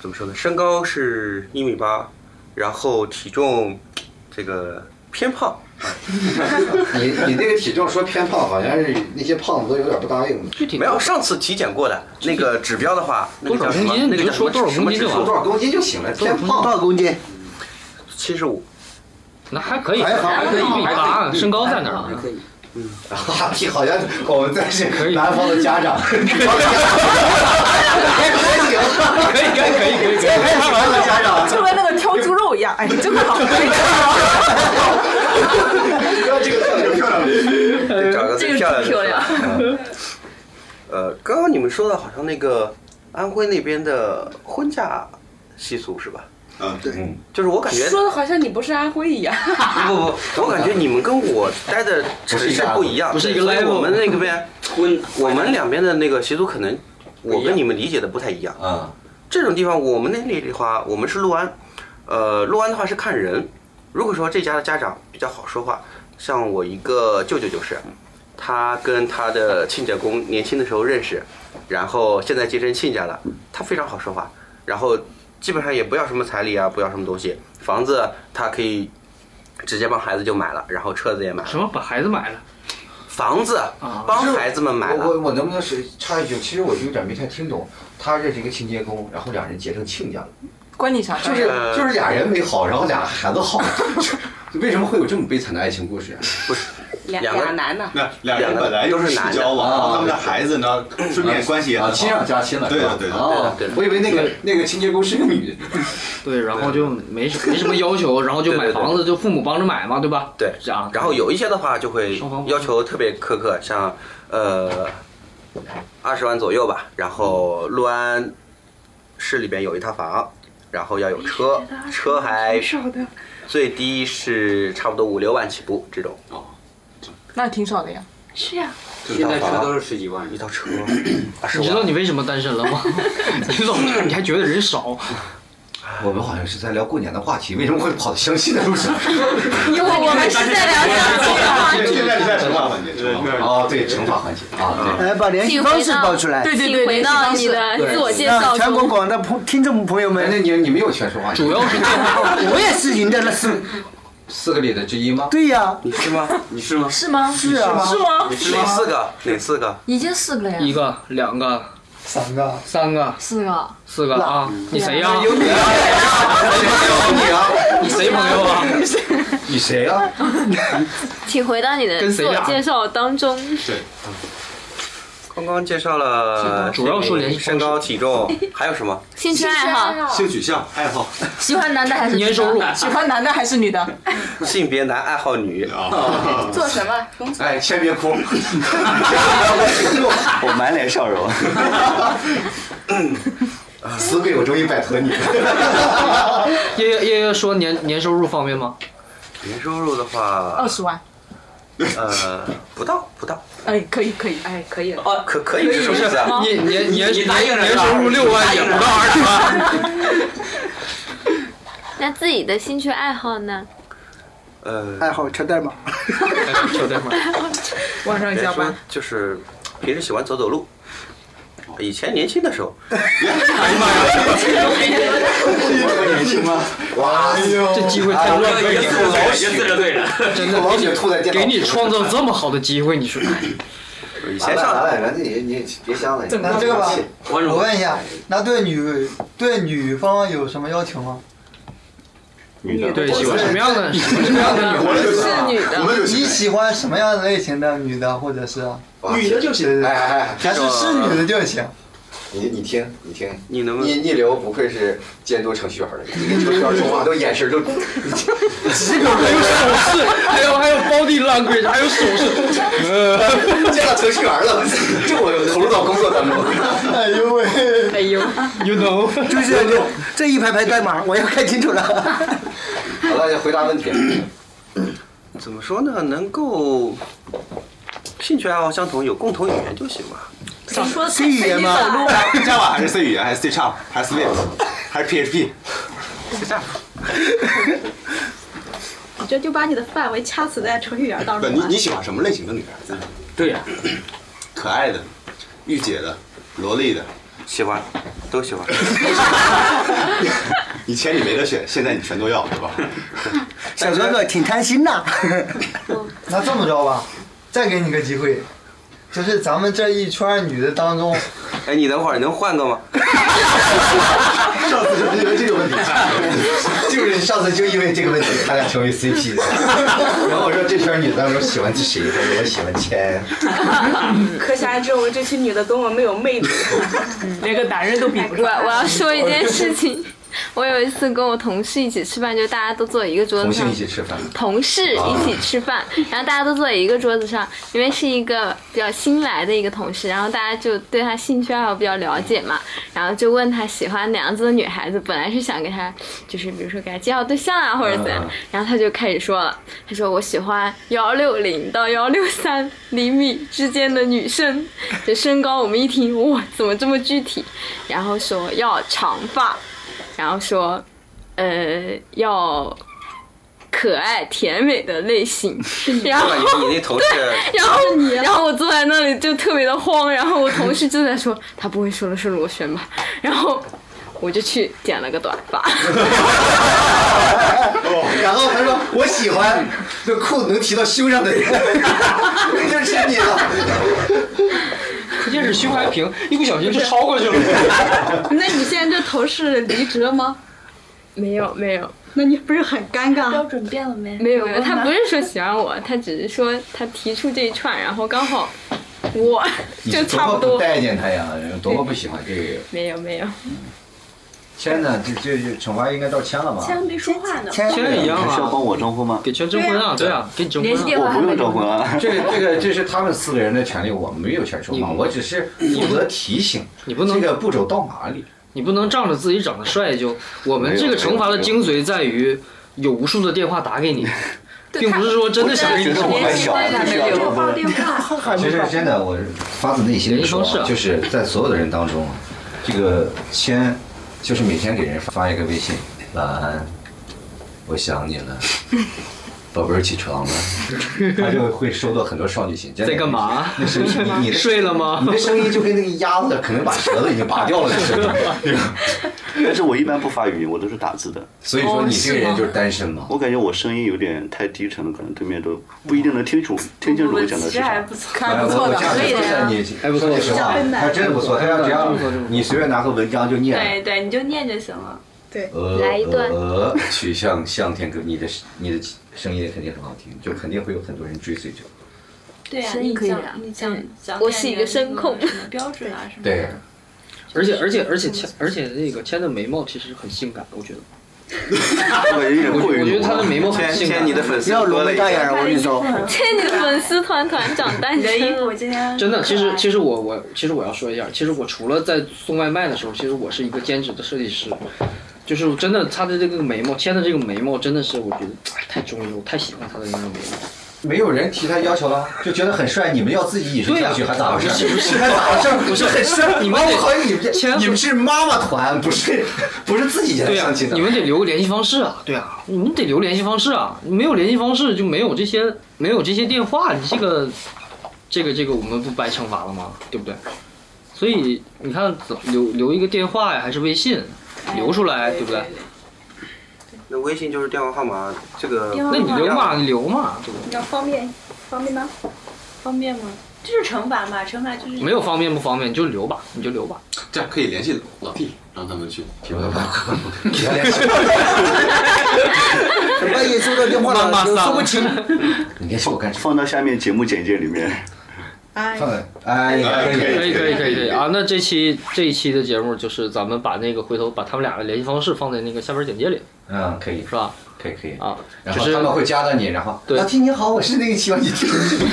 Speaker 18: 怎么说呢？身高是一米八，然后体重这个偏 胖。
Speaker 1: 你你那个体重说偏胖，好像是那些胖子都有点不答应你。
Speaker 3: 具体
Speaker 18: 没有，上次体检过的那个指标的话，那个
Speaker 1: 多
Speaker 18: 叫
Speaker 1: 少
Speaker 18: 什么
Speaker 1: 公斤
Speaker 18: 那个
Speaker 1: 你
Speaker 18: 叫
Speaker 1: 就
Speaker 18: 什
Speaker 1: 说
Speaker 18: 么
Speaker 1: 多少
Speaker 18: 什么
Speaker 1: 公斤
Speaker 18: 指
Speaker 1: 就
Speaker 18: 数
Speaker 1: 好了多少公斤就行了偏胖
Speaker 18: 多
Speaker 1: 多
Speaker 18: 少
Speaker 1: 少
Speaker 18: 公斤？七十五。
Speaker 3: 那还可以，
Speaker 1: 还好
Speaker 3: 可以，一米八，身高在哪儿？啊
Speaker 20: 可以。
Speaker 1: 哈皮嗯好像我们在是南方的 家长，可以可以可
Speaker 3: 以可以可以可以，
Speaker 1: 南方的家长，
Speaker 13: 就跟那个挑猪肉一样，哎，真的好。
Speaker 1: 这个特别漂亮，啊
Speaker 18: 得找个最漂亮的。
Speaker 13: 这个真 漂亮
Speaker 18: 呃们说的好像那个安徽那边的婚嫁习俗是吧？
Speaker 22: 啊
Speaker 15: 嗯，
Speaker 18: 对，就是我感觉
Speaker 7: 说的好像你不是安徽一样。
Speaker 18: 不不不，我感觉你们跟我待的城市不一样，
Speaker 22: 不是一个
Speaker 18: 对所以
Speaker 22: level
Speaker 18: 我们那个边
Speaker 22: 婚，
Speaker 18: 我们两边的那个习俗可能我跟你们理解的不太一样。
Speaker 22: 啊，
Speaker 18: 这种地方我们那里的话，我们是陆安，呃，陆安的话是看人。如果说这家的家长比较好说话，像我一个舅舅就是，他跟他的亲家公年轻的时候认识，然后现在结成亲家了，他非常好说话，然后基本上也不要什么彩礼啊，不要什么东西，房子他可以直接帮孩子就买了，然后车子也买了。什
Speaker 3: 么把孩子买了？
Speaker 18: 房子
Speaker 3: 啊
Speaker 18: 帮孩子们买了。
Speaker 1: 我我我能不能是插一句？其实我有点没太听懂，他认识一个清洁工，然后俩人结成亲家了，
Speaker 13: 关你啥事？
Speaker 1: 就是
Speaker 15: 呃
Speaker 1: 就是俩人没好，然后俩孩 子好，为什么会有这么悲惨的爱情故事啊？
Speaker 18: 不是，
Speaker 7: 俩
Speaker 1: 两个
Speaker 7: 俩男的，
Speaker 15: 那两人本来就是交往，然后他们的孩子呢，顺便关系也
Speaker 1: 啊，亲上加亲了，
Speaker 15: 对
Speaker 1: 是
Speaker 15: 的
Speaker 1: 吧
Speaker 15: 对的
Speaker 1: 哦，我以为那个那个清洁工是个女的，
Speaker 3: 对，然后就没什没什么要求，然后就买房子，就父母帮着买嘛，对吧？
Speaker 18: 对，
Speaker 3: 这样。
Speaker 18: 然后有一些的话就会要求特别苛刻，像呃二十万左右吧。然后陆安市里边有一套房，然后要有车，车还
Speaker 23: 少的，
Speaker 18: 最低是差不多五六万起步这种。
Speaker 13: 那挺少的呀。
Speaker 23: 是呀。
Speaker 18: 现在车都
Speaker 22: 是十几万，
Speaker 18: 一套车。
Speaker 3: 你知道你为什么单身了吗？你老看你还觉得人少。
Speaker 1: 我们好像是在聊过年的话题，为什么会跑到相亲的路上？
Speaker 7: 因为 我 们是在聊天。
Speaker 1: 现在在惩罚环节，哦，对，惩罚环节
Speaker 18: 嗯
Speaker 1: 啊，
Speaker 24: 来把联系方式报出来。
Speaker 7: 请回到对对对请回到你的自我介绍中
Speaker 24: 让全国广大朋听众朋友们，
Speaker 1: 那你你没有全说话，主
Speaker 3: 要 是
Speaker 24: 我也是赢的那四
Speaker 1: 四个里的之一吗？
Speaker 24: 对呀，
Speaker 18: 你是吗？你是吗？
Speaker 25: 是吗？
Speaker 24: 是啊
Speaker 25: 是吗？
Speaker 18: 你是哪四个？哪四个？
Speaker 25: 已经四个了
Speaker 3: 一
Speaker 25: 呀，
Speaker 3: 个、两个、
Speaker 24: 三个、
Speaker 3: 三个、
Speaker 25: 四个。
Speaker 3: 四个啊！你谁呀？
Speaker 1: 有你 啊！有你啊！
Speaker 3: 你谁朋友啊？
Speaker 1: 你谁啊呀？
Speaker 8: 请回到你的
Speaker 18: 跟
Speaker 8: 自
Speaker 18: 谁
Speaker 8: 我
Speaker 18: 呀
Speaker 8: 介绍当 中。
Speaker 15: 对，
Speaker 18: 刚刚介绍了
Speaker 15: 主要说联系方式
Speaker 18: 身高、体重，还有什么？
Speaker 8: 兴趣爱好，
Speaker 15: 性取向、爱好、
Speaker 13: 喜欢男的还
Speaker 18: 年收入
Speaker 13: 喜欢男的还是女的？
Speaker 18: 性别男，爱好女
Speaker 3: 哦
Speaker 15: 哦
Speaker 18: 啊
Speaker 7: 做什么工作？
Speaker 1: 哎，先别哭，
Speaker 18: 我满脸笑 容。
Speaker 1: 死鬼，我终于摆脱你。
Speaker 3: 夜夜夜夜说年年收入方面吗？
Speaker 18: 年收入的话，
Speaker 13: 二十万，
Speaker 18: 呃，不到不到，
Speaker 13: 哎，可以可以，哎，可以了。
Speaker 18: 哦， 可可以是什么意思啊？
Speaker 3: 你年年
Speaker 18: 你答应
Speaker 3: 年
Speaker 18: 人
Speaker 3: 年
Speaker 18: 了
Speaker 3: 收入六万也不到二十万。
Speaker 8: 那自己的兴趣爱好呢？
Speaker 18: 呃，
Speaker 24: 爱好车代码。
Speaker 3: 车代码。
Speaker 13: 晚上加班。
Speaker 18: 就是平时喜欢走走路。以前年轻的时候，哎
Speaker 1: 年轻吗？哇，
Speaker 3: 这机会太乱了，真的
Speaker 1: 老许吐在电脑
Speaker 3: 给你创造这么好的机会，你说？哎
Speaker 18: 以
Speaker 1: 前上来了，那你你别香了，
Speaker 17: 那这个吧，我问一
Speaker 1: 下，
Speaker 17: 下，那对女对女方有什么要求吗？
Speaker 15: 女
Speaker 3: 的对喜欢什么样的什么样的女的是女的我们有兴趣
Speaker 17: 你喜欢什么样的类型的女的，或者是
Speaker 1: 女的就行，哎哎哎，
Speaker 17: 还是是女的就行。
Speaker 1: 你你听你听，
Speaker 18: 你能
Speaker 1: 逆逆流不愧是监督程序员的，你 跟程序员说话都眼神都，
Speaker 3: 还有手势，还有还有 body language，还有手势。
Speaker 1: 见到程序员了， 这我投入到工作当中。
Speaker 24: 哎 呦喂！
Speaker 13: 哎呦
Speaker 3: ，you know，
Speaker 24: 就是这这一排排代码，我要看清楚了。
Speaker 1: 好了，回答问题。啊
Speaker 18: 嗯怎么说呢？能够兴趣爱好相同，有共同语言就行吧。
Speaker 13: 你说
Speaker 24: C 语言吗？
Speaker 15: Java 还是 C 语言，还是 C 唱，还是 Swift，还是 PHP？
Speaker 10: 你这就把你的范围掐死在程序员当
Speaker 15: 不，
Speaker 10: 中
Speaker 15: 你
Speaker 10: 了。
Speaker 15: 你喜欢什么类型的女孩子？
Speaker 22: 对呀，
Speaker 15: 可爱的、御姐的、萝莉的，
Speaker 18: 喜欢，都喜欢。
Speaker 15: 以前你没得选，现在你全都要，对吧？
Speaker 24: 小哥哥挺贪心呐。
Speaker 17: 那这么着吧，再给你个机会，就是咱们这一圈女的当中，
Speaker 18: 哎，你等会儿能换个 吗？
Speaker 1: 上次就是因为这个问题， 就是上次就因为这个问题，他俩成为 CP 的。 然后我说这圈女的，我说喜欢谁？他说我喜欢千。
Speaker 7: 可想而知，我们这群女的多么没有魅力，
Speaker 13: 连个男人都比不
Speaker 8: 我我要说一件事情，我有一次跟我同事一起吃饭，就大家都坐一个桌子
Speaker 1: 同
Speaker 8: 上，
Speaker 1: 性一起吃饭，
Speaker 8: 同事一起吃饭， 然后大家都坐在一个桌子上，因为是一个比较新来的一个同事，然后大家就对他兴趣爱好比较了解嘛，然后就问他喜欢哪样子的女孩子，本来是想给他就是比如说给他介绍对象啊或者怎样
Speaker 26: 嗯嗯，
Speaker 8: 然后他就开始说了，他说我喜欢幺六零到幺六三厘米之间的女生， 这身高我们一听哇怎么这么具体，然后说要长发，然后说呃要。可爱甜美的类 型，然后
Speaker 18: 我感觉你那头是
Speaker 8: 然后
Speaker 9: 啊
Speaker 8: 然后我坐在那里就特别的慌，然后我同事就在说他不会说的是螺旋吧，然后我就去剪了个短发，
Speaker 1: 然后他说我喜欢那裤子能提到胸上的人，这就是你了。
Speaker 3: 关键是胸还平，一不小心就超过去了。
Speaker 10: 那你现在这头是离职吗？
Speaker 8: 没有没有，
Speaker 10: 那你不是很尴尬？
Speaker 9: 标准变了 没？
Speaker 8: 没有没有，
Speaker 9: 问吗
Speaker 8: 他不是说喜欢我，他只是说他提出这一串，然后刚好我
Speaker 1: 你
Speaker 8: 就是
Speaker 1: 多
Speaker 8: 差
Speaker 1: 么
Speaker 8: 不
Speaker 1: 不
Speaker 8: 多，
Speaker 1: 待见他呀，多么不喜欢这个。
Speaker 8: 没有没有，
Speaker 1: 签呢？这这这惩罚应该到签了吧？
Speaker 9: 现在没说话呢。
Speaker 1: 签
Speaker 3: 签一样啊
Speaker 1: 是要帮
Speaker 3: 我
Speaker 1: 征婚吗？
Speaker 3: 给签征婚啊，对啊，给你征婚、啊。
Speaker 9: 联系电话我不用征婚啊
Speaker 1: 这个这个这是他们四个人的权利，我们没有权说话，我只是负责提醒。
Speaker 3: 你不能
Speaker 1: 这个步骤到哪里？
Speaker 3: 你不能仗着自己长得帅就。我们这个惩罚的精髓在于，有无数的电话打给你，并不是说真的想跟你说话。
Speaker 1: 其实真的，我发自内心的说
Speaker 3: 人生是
Speaker 1: 啊，
Speaker 3: 啊
Speaker 1: 就是在所有的人当中啊，这个签就是每天给人发一个微信，晚安，我想你了，宝贝儿起床了，他就会收到很多少女心。真的
Speaker 3: 在干嘛
Speaker 1: 那声音，你你 的
Speaker 3: 睡了吗
Speaker 1: 你的声音就跟那个鸭子可能把舌头已经拔掉了的声 音。
Speaker 27: 但是我一般不发语音，我都是打字的。哦
Speaker 1: 所以说你这个人就是单身嘛。
Speaker 27: 我感觉我声音有点太低沉了，可能对面都不一定能听楚听清楚我讲的是啥。
Speaker 10: 不错
Speaker 1: 哎我我这样子你
Speaker 3: 还不错
Speaker 1: 说句实话，他真的不错。他要只 要你随便拿个文章就念了。
Speaker 9: 对对，你就念就行了。对
Speaker 1: 呃呃，呃曲项向天歌，你的你的声音肯定很好听，就肯定会有很多人追随者。
Speaker 9: 对啊，
Speaker 8: 声音
Speaker 9: 你
Speaker 8: 可以
Speaker 9: 讲
Speaker 8: 啊
Speaker 9: 你讲讲，
Speaker 8: 我是一个声控
Speaker 9: 什么标准啊什么的？
Speaker 1: 对，
Speaker 3: 而且而且而且签而且那个签的眉毛其实很性感，我觉得。
Speaker 27: 我有点过于
Speaker 3: 我觉得他的眉毛很
Speaker 27: 先
Speaker 3: 性感。
Speaker 27: 先你的粉丝多了一点
Speaker 8: 啊我跟你
Speaker 27: 说
Speaker 8: 欠你的粉丝团团长单
Speaker 9: 你的衣
Speaker 8: 身，
Speaker 9: 服今天
Speaker 3: 真的，其实其实我我其实我要说一下，其实我除了在送外卖的时候，其实我是一个兼职的设计师，就是真的他的这个眉毛，签的这个眉毛真的是我觉得哎太中意了，我太喜欢他的那个眉毛。
Speaker 1: 没有人提他要求了，就觉得很帅。你们要自己引申下去，还咋回事？
Speaker 3: 不是不是
Speaker 1: 还咋回事？
Speaker 3: 不是
Speaker 1: 很帅。
Speaker 3: 你们
Speaker 1: 哦
Speaker 3: 得
Speaker 1: 我好像你们这你们是妈妈团，不是 不是自己家
Speaker 3: 对
Speaker 1: 相
Speaker 3: 啊
Speaker 1: 亲，的
Speaker 3: 你。们得留联系方式啊，对啊，你们得留联系方式啊，没有联系方式就没有这些没有这些电话，你这个这个这个我们不白惩罚了吗？对不对？所以你看，怎留留一个电话呀，还是微信，留出来，对不对？
Speaker 18: 那微信就是电话号码，这个
Speaker 9: 电话号码那你留嘛
Speaker 3: 你留嘛，对不
Speaker 9: 你要方便方便吗？方便吗？这是惩罚嘛？惩罚就是
Speaker 3: 对？没 有方便不方便，你就留吧，你就留吧。
Speaker 15: 这样可以联系老弟，让他们去听他吧。
Speaker 27: 万一收
Speaker 17: 到电话了
Speaker 27: 妈妈
Speaker 17: 有说不
Speaker 27: 清，
Speaker 1: 你联系我干
Speaker 27: 啥？放到下面节目简介里面。
Speaker 3: 啊
Speaker 1: 哎哎
Speaker 3: 可以可以可以可以可以
Speaker 27: 啊！
Speaker 3: 啊！那这期这一期的节目就是咱们把那个回头把他们俩的联系方式放在那个下边简介里，
Speaker 1: 嗯，可以
Speaker 3: 是吧？
Speaker 1: 可以可以
Speaker 3: 啊，
Speaker 1: 然
Speaker 3: 就
Speaker 1: 后
Speaker 3: 是
Speaker 1: 他们会加到你，然后
Speaker 3: 对
Speaker 1: 老弟你好，我是那个期望你 听。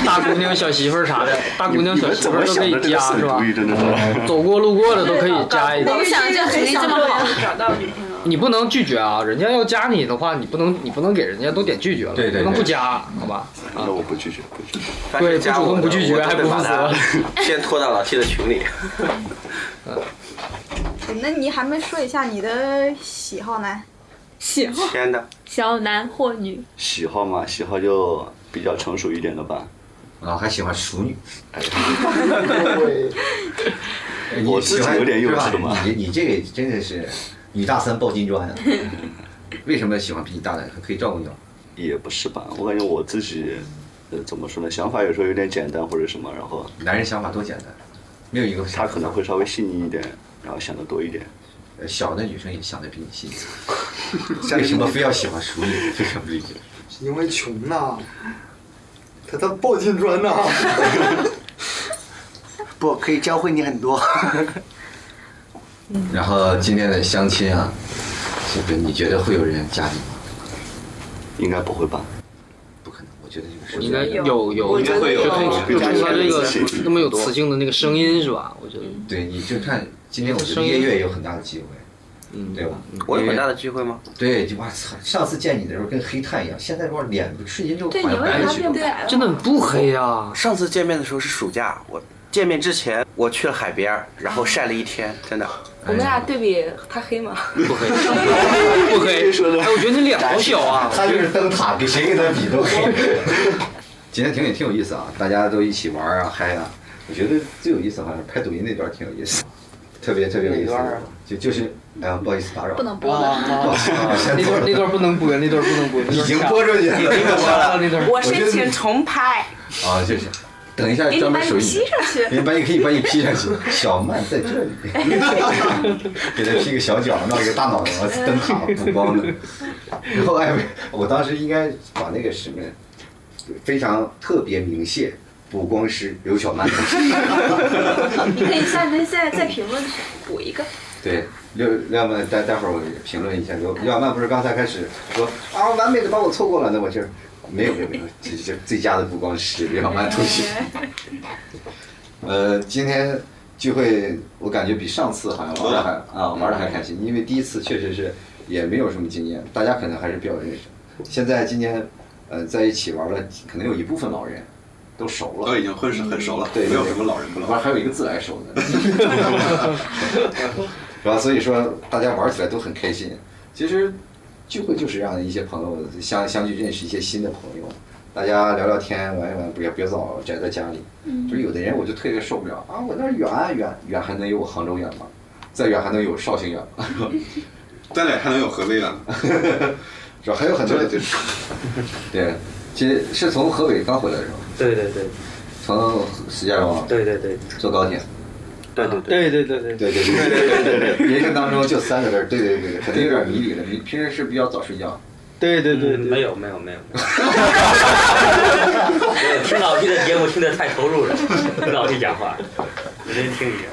Speaker 3: 大姑娘小媳妇儿 啥的，大姑娘小媳妇儿都可以加是吧
Speaker 27: 你们怎么想的这个主意真的是？
Speaker 3: 走过路过的都可以加一
Speaker 9: 我
Speaker 3: 下
Speaker 9: 们。想这主意这么好，找到女朋友。
Speaker 3: 你不能拒绝啊！人家要加你的话，你不能你不能给人家都点拒绝了，
Speaker 1: 对对对
Speaker 3: 不能不加，好吧？
Speaker 27: 那我不拒绝，不拒绝。
Speaker 3: 啊对，不主动不拒绝还不负责。
Speaker 18: 先拖到老 T 的群里。
Speaker 10: 那你还没说一下你的喜好呢？
Speaker 8: 喜好
Speaker 27: 天哪！
Speaker 8: 小男或女，
Speaker 27: 喜好嘛，喜好就比较成熟一点的吧。
Speaker 1: 啊，还喜欢熟 女。
Speaker 27: 我自己有点幼稚的嘛。
Speaker 1: 你你这个真的是女大三抱金砖 啊！为什么喜欢比你大的可以照顾你了？啊
Speaker 27: 也不是吧，我感觉我自己，呃，怎么说呢？想法有时候有点简单或者什么，然后
Speaker 1: 男人想法多简单，没有一个
Speaker 27: 他可能会稍微细腻一点，然后想的多一点。
Speaker 1: 呃，小的女生也想的比你 细腻，为什么非要喜欢熟女？ 非常不理解。
Speaker 12: 因为穷呐，他他抱金砖呐。
Speaker 17: 不可以教会你很多。
Speaker 1: 然后今天的相亲啊，就是你觉得会有人加你吗？
Speaker 27: 应该不会吧？
Speaker 1: 我觉得这个
Speaker 3: 应该有有，
Speaker 1: 应该会有
Speaker 3: 就通
Speaker 1: 有
Speaker 3: 就通过他这个
Speaker 1: 有
Speaker 3: 那么有磁性的那个声音是吧？我觉得
Speaker 1: 对，你就看今天我觉得
Speaker 3: 声音
Speaker 1: 夜月有很大的机会，嗯，对吧？
Speaker 18: 我有很大
Speaker 1: 的
Speaker 18: 的机会吗？
Speaker 1: 对，就哇操！上次见你的时候跟黑炭一样，现在这脸瞬间就
Speaker 18: 对
Speaker 1: 反白了许多。
Speaker 18: 真的
Speaker 3: 不黑啊呀！
Speaker 18: 上次见面的时候是暑假，我见面之前我去了海边儿，然后晒了一天，真的。
Speaker 7: 我
Speaker 3: 哎
Speaker 7: 们俩对比他黑吗？
Speaker 18: 不 黑，
Speaker 3: 不黑。哎，我觉得你脸好小啊！
Speaker 1: 他就是灯塔，给谁跟他比都黑。今天挺也挺有意思啊，大家都一起玩儿啊嗨啊，我觉得最有意思好像是拍抖音那段挺有意思，特别特别有意思
Speaker 3: 哪段啊。
Speaker 1: 就就是，哎呀，不好意思打扰，
Speaker 3: 不能
Speaker 1: 播不好意思打扰先
Speaker 3: 那
Speaker 1: 走
Speaker 3: 段
Speaker 1: 了
Speaker 3: 那段不能播，那段不能播，
Speaker 1: 已经播出去了，
Speaker 3: 那段
Speaker 7: 我申请重拍，
Speaker 1: 啊，就是等一下
Speaker 7: 给你
Speaker 1: 专门
Speaker 7: 把
Speaker 1: 属
Speaker 7: 你
Speaker 1: 于你
Speaker 7: 披。上去。
Speaker 1: 人把你可以把你 P 上去，小曼在这里， 给他 P 个小脚，弄一个大脑勺，灯塔补光的。然后哎，我当时应该把那个什么，非常特别鸣谢补光师刘小 曼，
Speaker 6: 你可以下，你可以现在在评论区补一个。
Speaker 1: 对。刘刘小曼，待待会儿我评论一下刘刘小曼不是刚才开始说啊完美的把我错过了，那我就是没有没有没有，这这最佳的补光师刘小曼同学。呃，今天聚会我感觉比上次好像玩的还啊玩的还开心，因为第一次确实是也没有什么经验，大家可能还是比较认识。现在今天呃在一起玩了，可能有一部分老人都熟了，嗯
Speaker 15: 都已经混很熟了
Speaker 1: 对，
Speaker 15: 没有什么老人不老人
Speaker 1: 玩还有一个自来熟 的，是吧？所以说大家玩起来都很开心。其实聚会就是让一些朋友相相聚，认识一些新的朋友，大家聊聊天，玩一玩，不要别老宅在家里。就是有的人我就特别受不了啊，我那儿远啊远远还能有我杭州远吗？再远还能有绍兴远吗？
Speaker 15: 再远还能有河北远吗？
Speaker 1: 是吧？还有很多
Speaker 15: 对对
Speaker 1: 对，其实是从河北刚回来是吧？
Speaker 5: 对对对，
Speaker 1: 从石家庄。
Speaker 5: 对对对，
Speaker 1: 坐高铁。
Speaker 5: 对对对
Speaker 3: 对对对
Speaker 1: 对对对对对对，人生当中就三个字儿，对对对，肯定有点迷离了。你平时是比较早睡觉，
Speaker 3: 对对对，
Speaker 5: 嗯没有没有没有。 没有听老 T 的节目听得太投入了， 听老 T 讲话，我真听你讲。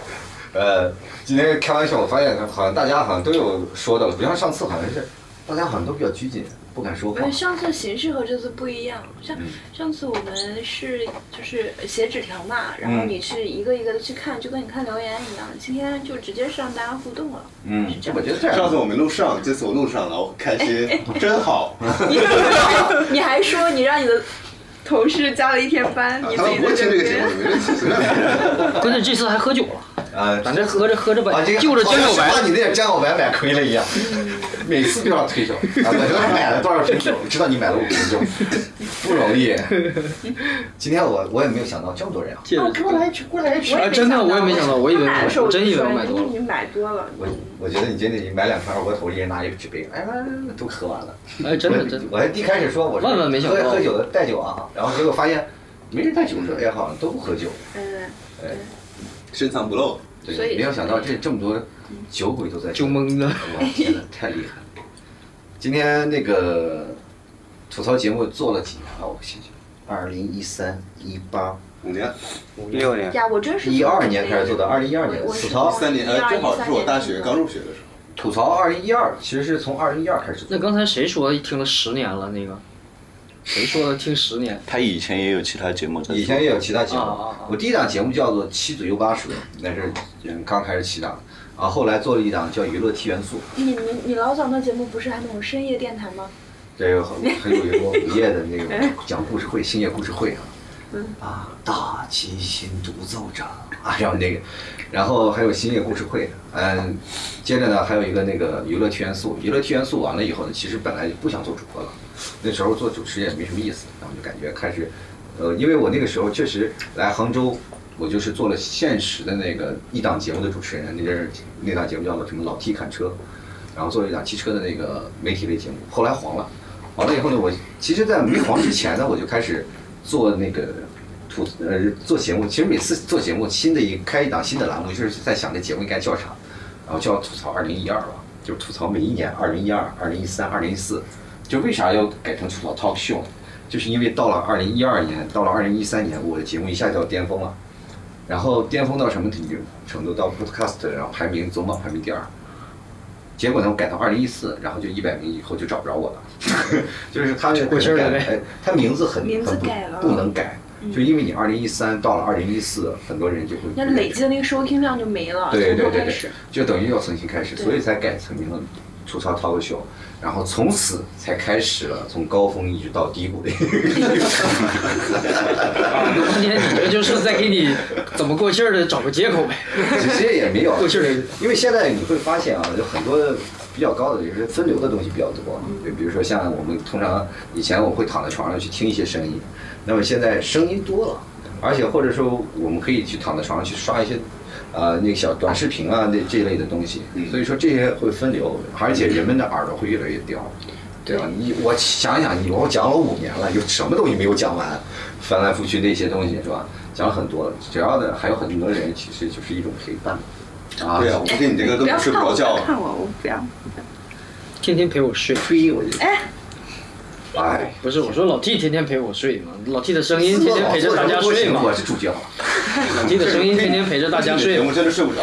Speaker 1: 呃，今天开玩笑，我发现好像大家好像都有说的了，不像上次好像是大家好像都比较拘谨，不敢说话
Speaker 6: 因
Speaker 3: 哎
Speaker 6: 为。上次形式和这次不一样，像上次我们是就是写纸条嘛，然后
Speaker 1: 嗯
Speaker 6: 你是一个一个的去看，就跟你看留言一样。今天就直接是让大家互动了。
Speaker 1: 嗯，我觉得这样。
Speaker 15: 上次我没录上，这次我录上了，我开心， 真好。
Speaker 6: 你还说你让你的同事加了一天班，你自己在这边。
Speaker 3: 关键这次还喝酒了，
Speaker 1: 啊，
Speaker 3: 咱这喝着喝着把
Speaker 1: 啊，这个
Speaker 3: 就着江小白
Speaker 1: 好像是把你那点江小白买亏了一样，每次都要推销。啊，我知道你买了多少瓶酒，知道你买了五瓶酒，不容易。今天我我也没有想到这么多 人啊，
Speaker 6: 哦
Speaker 3: 着
Speaker 1: 过来过
Speaker 6: 我
Speaker 1: 来
Speaker 6: 也没想到
Speaker 3: 啊真的我也没想到我以为
Speaker 6: 他买的时候
Speaker 3: 我真以为
Speaker 6: 就说
Speaker 3: 我买多了
Speaker 6: 你买多了。
Speaker 1: 我我觉得你真的你买两瓶二锅头，一人拿一纸杯，哎呀，都喝完了。
Speaker 3: 哎，真的
Speaker 1: 我
Speaker 3: 真的。
Speaker 1: 我还一开始说我是
Speaker 3: 万万没想到
Speaker 1: 喝喝酒的带酒啊，然后结果发现没人带酒，说哎好像都不喝酒，
Speaker 6: 嗯，
Speaker 1: 哎，
Speaker 15: 深藏不露。
Speaker 1: 对，
Speaker 6: 所以
Speaker 1: 没有想到这这么多酒鬼都在酒
Speaker 3: 蒙的，
Speaker 1: 哇，天哪，太厉害了！今天那个吐槽节目做了几年了？我想想，二零一三、一八、
Speaker 15: 五年、
Speaker 18: 六年
Speaker 6: 呀，我真是
Speaker 1: 一二年开始做的，二零一二年
Speaker 6: 我
Speaker 1: 吐槽
Speaker 15: 三年，呃，正好是我大学刚入学的时候。
Speaker 1: 吐槽二零一二，其实是从二零一二开始。
Speaker 3: 那刚才谁说听了十年了？那个谁说的听十年？
Speaker 27: 他以前也有其他节目在做，
Speaker 1: 以前也有其他节目
Speaker 3: 啊啊啊，
Speaker 1: 我第一档节目叫做《七嘴又八舌》，那是嗯刚开始起档，啊，后来做了一档叫《娱乐 T 元素》，
Speaker 6: 你你你老早那节目不是还那种深夜电台吗？
Speaker 1: 这个很很有一个午夜的那个讲故事会，深夜故事会啊，
Speaker 6: 嗯，
Speaker 1: 啊，大提琴独奏者啊，然后那个，然后还有星夜故事会，嗯，接着呢还有一个那个娱乐 T 元素，娱乐 T 元素完了以后呢，其实本来就不想做主播了，那时候做主持也没什么意思，然后就感觉开始，呃，因为我那个时候确实来杭州，我就是做了现实的那个一档节目的主持人，那阵儿那档节目叫做什么老 T 砍车，然后做了一档汽车的那个媒体类节目，后来黄了，黄了以后呢，我其实，在没黄之前呢，我就开始做那个吐呃做节目，其实每次做节目，新的一开一档新的栏目，就是在想这节目应该叫啥，然后就要吐槽二零一二吧，就是吐槽每一年二零一二、二零一三、二零一四，就为啥要改成吐槽 talk show 呢？就是因为到了二零一二年，到了二零一三年，我的节目一下就要巅峰了，然后巅峰到什么程度？程度到 podcast，然后排名总榜排名第二，结果呢，我改到二零一四，然后就一百名以后就找不着我了， 就是他
Speaker 3: 过气儿了呗
Speaker 1: 改哎他名字很
Speaker 6: 名字
Speaker 1: 很不
Speaker 6: 改了
Speaker 1: 不能改，
Speaker 6: 嗯
Speaker 1: 就因为你二零一三到了二零一四，很多人就
Speaker 3: 嗯
Speaker 1: 会
Speaker 6: 那累积的那个收听量就没了，
Speaker 1: 对对
Speaker 6: 从头
Speaker 1: 对
Speaker 6: 开
Speaker 1: 对
Speaker 6: 始，，
Speaker 1: 就等于要重新开始，
Speaker 6: 对
Speaker 1: 所以才改成名了吐槽脱口秀，然后从此才开始了从高峰一直到 低谷的一个。
Speaker 3: 今天你这就是在给你怎么过气儿的找个借口呗。
Speaker 1: 其实也没有，
Speaker 3: 过气儿的
Speaker 1: 因为现在你会发现啊，有很多比较高的也是分流的东西比较多，啊就比如说像我们通常以前我会躺在床上去听一些声音，那么现在声音多了，而且或者说我们可以去躺在床上去刷一些。呃，那个小短视频啊，那这一类的东西，所以说这些会分流，而且人们的耳朵会越来越刁，对吧？你我想想，你我讲了五年了，有什么东西没有讲完？翻来覆去那些东西是吧？讲了很多了，只要的还有很多人，其实就是一种陪伴。啊，
Speaker 15: 对啊我听你这个根本睡不着觉啊
Speaker 11: 看我，我不要。
Speaker 3: 天天陪我睡，
Speaker 1: 呸！我就
Speaker 11: 哎，
Speaker 1: 哎，啊
Speaker 3: 不是，我说老 T 天天陪我睡嘛，老 T 的声音天天陪着大家睡嘛，
Speaker 1: 我是主角。
Speaker 3: 老 T 的声音天天陪着大家睡嘛。
Speaker 1: 真的睡不着。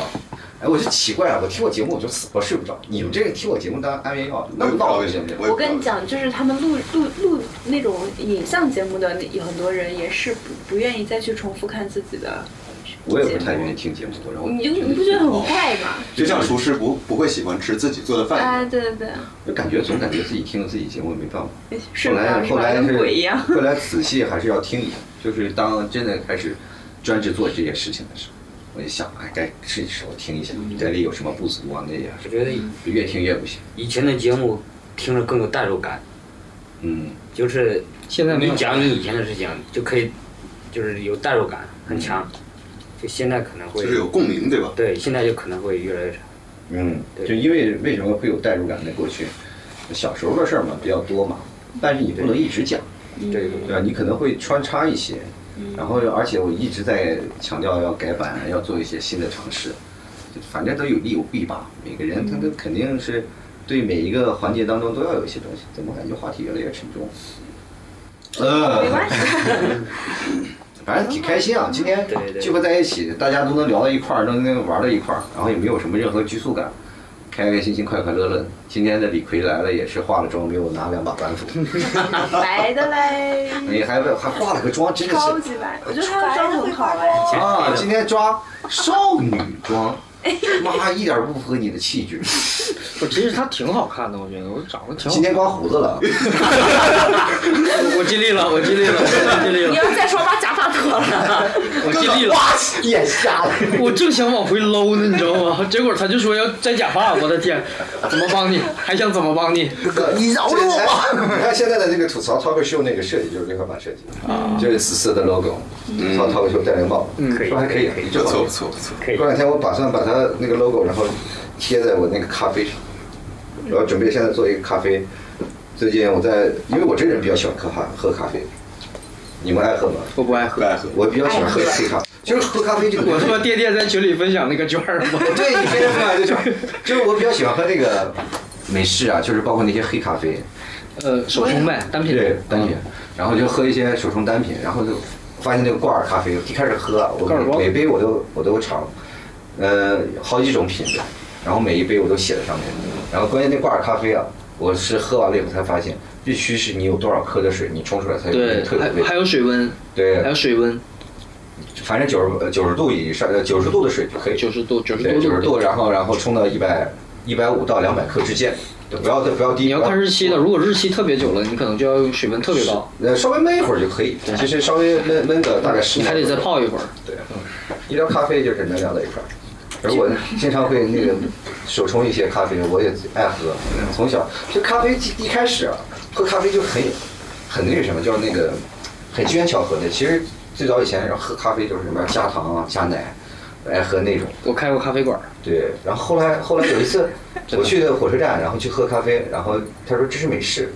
Speaker 1: 哎，我就奇怪了，我听我节目我就死活睡不着，你们这个听我节目当安眠药，那么闹为什么？
Speaker 6: 我跟你讲，就是他们录录录那种影像节目的那，有很多人也是不不愿意再去重复看自己的，
Speaker 1: 我也不太愿意听节目，然
Speaker 3: 哦
Speaker 1: 后
Speaker 6: 你就你不觉得很坏吗？
Speaker 15: 就像厨师不不会喜欢吃自己做的饭一样，
Speaker 6: 啊，对对对，
Speaker 1: 就感觉总感觉自己听了自己节目没办法。
Speaker 6: 睡
Speaker 1: 后
Speaker 6: 不着
Speaker 1: 来
Speaker 6: 是
Speaker 1: 后
Speaker 6: 吧？
Speaker 1: 来
Speaker 6: 跟
Speaker 1: 是
Speaker 6: 鬼一 样。
Speaker 1: 后来仔细还是要听一下，就是当真的开始专职做这些事情的时候，我就想，哎，该是时候听一下，这里有什么不足啊？那些
Speaker 5: 嗯我觉得
Speaker 1: 越听越不行。
Speaker 5: 以前的节目听着更有代入感，
Speaker 1: 嗯，
Speaker 5: 就是
Speaker 3: 现在没有
Speaker 5: 你讲你以前的事情就可以，就是有代入感很强，就现在可能会
Speaker 15: 就是有共鸣，对吧？
Speaker 5: 对，现在就可能会越来越少。
Speaker 1: 嗯，就因为为什么会有代入感呢？过去小时候的事儿嘛比较多嘛，但是你不能一直讲，
Speaker 5: 对
Speaker 1: 对吧？你可能会穿插一些，然后而且我一直在强调要改版，要做一些新的尝试，就反正都有利有弊吧。每个人他都肯定是对每一个环节当中都要有一些东西，怎么感觉话题越来越沉重？呃，没关系， 反正挺开心 啊！今天聚会在一起，大家都能聊到一块儿，都能玩到一块儿，然后也没有什么任何拘束感，开开心心、快快乐乐的。今天的李逵来了，也是化了妆，给我拿两把板斧，
Speaker 6: 白的嘞，
Speaker 3: 哎
Speaker 1: 你还不还化了个妆，真的
Speaker 6: 超
Speaker 1: 是
Speaker 6: 级白，我觉得他们妆很好哎。
Speaker 1: 啊！今天抓少女妆，妈一点儿不符合你的气质。
Speaker 3: 我其实她挺好看的，我觉得我长得挺好。
Speaker 1: 今天刮胡子了，
Speaker 3: 我尽力了，我尽力了，我尽力
Speaker 7: 你
Speaker 3: 了，
Speaker 7: 要再说把假发脱了，
Speaker 3: 我尽力了。
Speaker 1: 眼瞎了，
Speaker 3: 我正想往回搂呢，你知道吗？结果他就说要摘假发，我的天，怎么帮你？还想怎么帮你？
Speaker 1: 你饶了我吧！ 你看现在的那个吐槽 talk show 那个设计就是这款版设计，就是紫色的 logo，吐槽 talk show 戴绿帽，
Speaker 5: 啊嗯嗯可以
Speaker 1: 说还可以啊
Speaker 5: 可以可以，
Speaker 1: 就好
Speaker 5: 不错不错可以
Speaker 1: 过两天我打算把它那个 logo，然后贴在我那个咖啡上，然后准备现在做一个咖啡。最近我在，因为我这人比较喜欢喝咖喝咖啡，你们爱喝吗？
Speaker 3: 我不爱喝，
Speaker 1: 我比较喜欢喝黑咖啡。就是喝咖啡这个
Speaker 3: 我他妈天天在群里分享那个券儿吗？
Speaker 1: 对，你非常分享这种，就是我比较喜欢喝那个美式啊，就是包括那些黑咖啡，
Speaker 3: 呃，手冲呗，单品。
Speaker 1: 对，单品，然后就喝一些手冲单品，然后就发现那个挂耳咖啡，一开始喝，我
Speaker 3: 挂耳包
Speaker 1: 每每杯我都我都尝，呃，好几种品种，然后每一杯我都写在上面，然后关键那挂耳咖啡啊，我是喝完了以后才发现，必须是你有多少克的水，你冲出来才有
Speaker 3: 对，
Speaker 1: 特别的味
Speaker 3: 还
Speaker 1: 道
Speaker 3: 还。有水温，
Speaker 1: 对，还
Speaker 3: 有水温，
Speaker 1: 反正九十呃九十度以上，九十度的水就可以。
Speaker 3: 九十度，九
Speaker 1: 十度，九十度，然后然后冲到一百一百五到两百克之间，对，不要不要低。
Speaker 3: 你要看日期的，如果日期特别久了，你可能就要用水温特别高。
Speaker 1: 呃，稍微焖一会儿就可以，其实稍微焖焖个大概十。
Speaker 3: 你还得再泡一会儿。
Speaker 1: 对，一聊咖啡就是能聊到一块儿。而我经常会那个手冲一些咖啡，我也爱喝。从小就咖啡一一开始啊，喝咖啡就很很那个什么，叫那个很机缘巧合的。其实最早以前，然后喝咖啡就是什么加糖啊、加奶，爱喝那种。
Speaker 3: 我开过咖啡馆。
Speaker 1: 对，然后后来后来有一次我去的火车站，然后去喝咖啡，然后他说这是美式，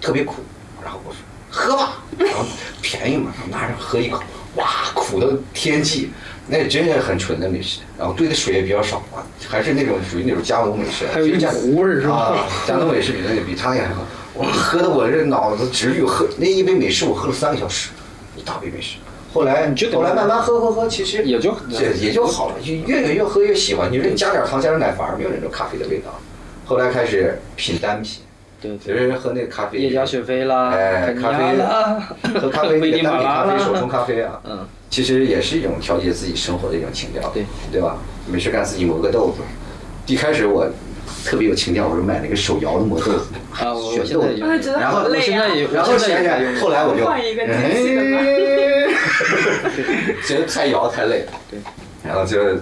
Speaker 1: 特别苦，然后我说喝吧，然后便宜嘛，然后拿着喝一口，哇，苦的天际，那真是很纯的美式，然后兑的水也比较少啊，还是那种属于那种加浓美式，
Speaker 3: 还有一
Speaker 1: 其实加
Speaker 3: 股味儿是吧
Speaker 1: 啊，加浓美式比那个比他那个还好，我喝的我这脑子直绿，喝那一杯美式我喝了三个小时，一大杯美式。后来你后来慢慢喝喝喝，其实
Speaker 3: 也就
Speaker 1: 也也就好了，就越越越喝越喜欢。你说你加点糖加点奶，反而没有那种咖啡的味道。后来开始品单品，
Speaker 3: 对，
Speaker 1: 有人喝那个咖啡，
Speaker 3: 叶加雪菲啦，
Speaker 1: 哎，
Speaker 3: 啊肯尼
Speaker 1: 咖
Speaker 3: 亚
Speaker 1: 啡
Speaker 3: 啦，
Speaker 1: 喝咖 啡，
Speaker 3: 危
Speaker 1: 那
Speaker 3: 地
Speaker 1: 个单
Speaker 3: 马
Speaker 1: 品
Speaker 3: 拉
Speaker 1: 咖
Speaker 3: 啦，
Speaker 1: 啡，手冲咖啡啊，
Speaker 3: 嗯，
Speaker 1: 其实也是一种调节自己生活的一种情调，对对吧？没事干自己磨个豆子。一开始我特别有情调，我就买了一个手摇的磨豆子，
Speaker 3: 啊，我
Speaker 1: 选
Speaker 3: 现
Speaker 1: 豆
Speaker 3: 在
Speaker 1: 子
Speaker 3: 也，有
Speaker 1: 然后
Speaker 3: 我现在也
Speaker 1: 然后
Speaker 3: 我现在
Speaker 1: 选
Speaker 3: 也
Speaker 1: 选，后来我就
Speaker 3: 啊换一个
Speaker 1: 哎
Speaker 3: 机器的
Speaker 1: 觉得太摇太累了，对，然后就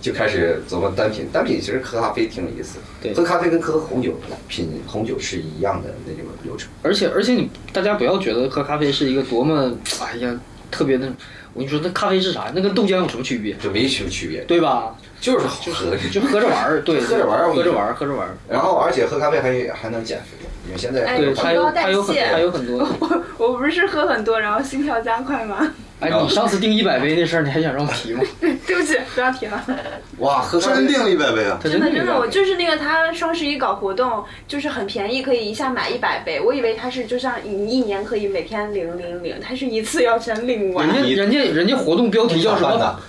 Speaker 1: 就开始琢磨单品，单品其实喝咖啡挺有意思，对，喝咖啡跟喝红酒品红酒是一样的那种流程。
Speaker 3: 而且而且你大家不要觉得喝咖啡是一个多么哎呀特别那种，我跟你说那咖啡是啥？那跟豆浆有什么区别？
Speaker 1: 就没什么区别，
Speaker 3: 对吧？
Speaker 1: 就是好喝，
Speaker 3: 就喝着玩 儿，对，
Speaker 1: 喝着玩儿，
Speaker 3: 喝着玩儿，喝着玩儿。
Speaker 1: 然后而且喝咖啡还还能减肥，因为现在
Speaker 6: 哎
Speaker 1: 喝
Speaker 3: 对
Speaker 1: 咖
Speaker 3: 它
Speaker 1: 啡
Speaker 3: 有它有很
Speaker 6: 高代谢
Speaker 3: 它有很多。
Speaker 6: 我不是喝很多，然后心跳加快吗？
Speaker 3: 哎，你上次订一百杯那事儿，你还想让我提吗？
Speaker 6: 对不起，不要提了。
Speaker 1: 哇，喝
Speaker 15: 真订了一百杯啊！
Speaker 6: 真的真的，我就是那个他双十一搞活动，就是很便宜，可以一下买一百杯。我以为他是就像你一年可以每天领领领，他是一次要全领完。
Speaker 3: 人家人家人家活动标题叫什么？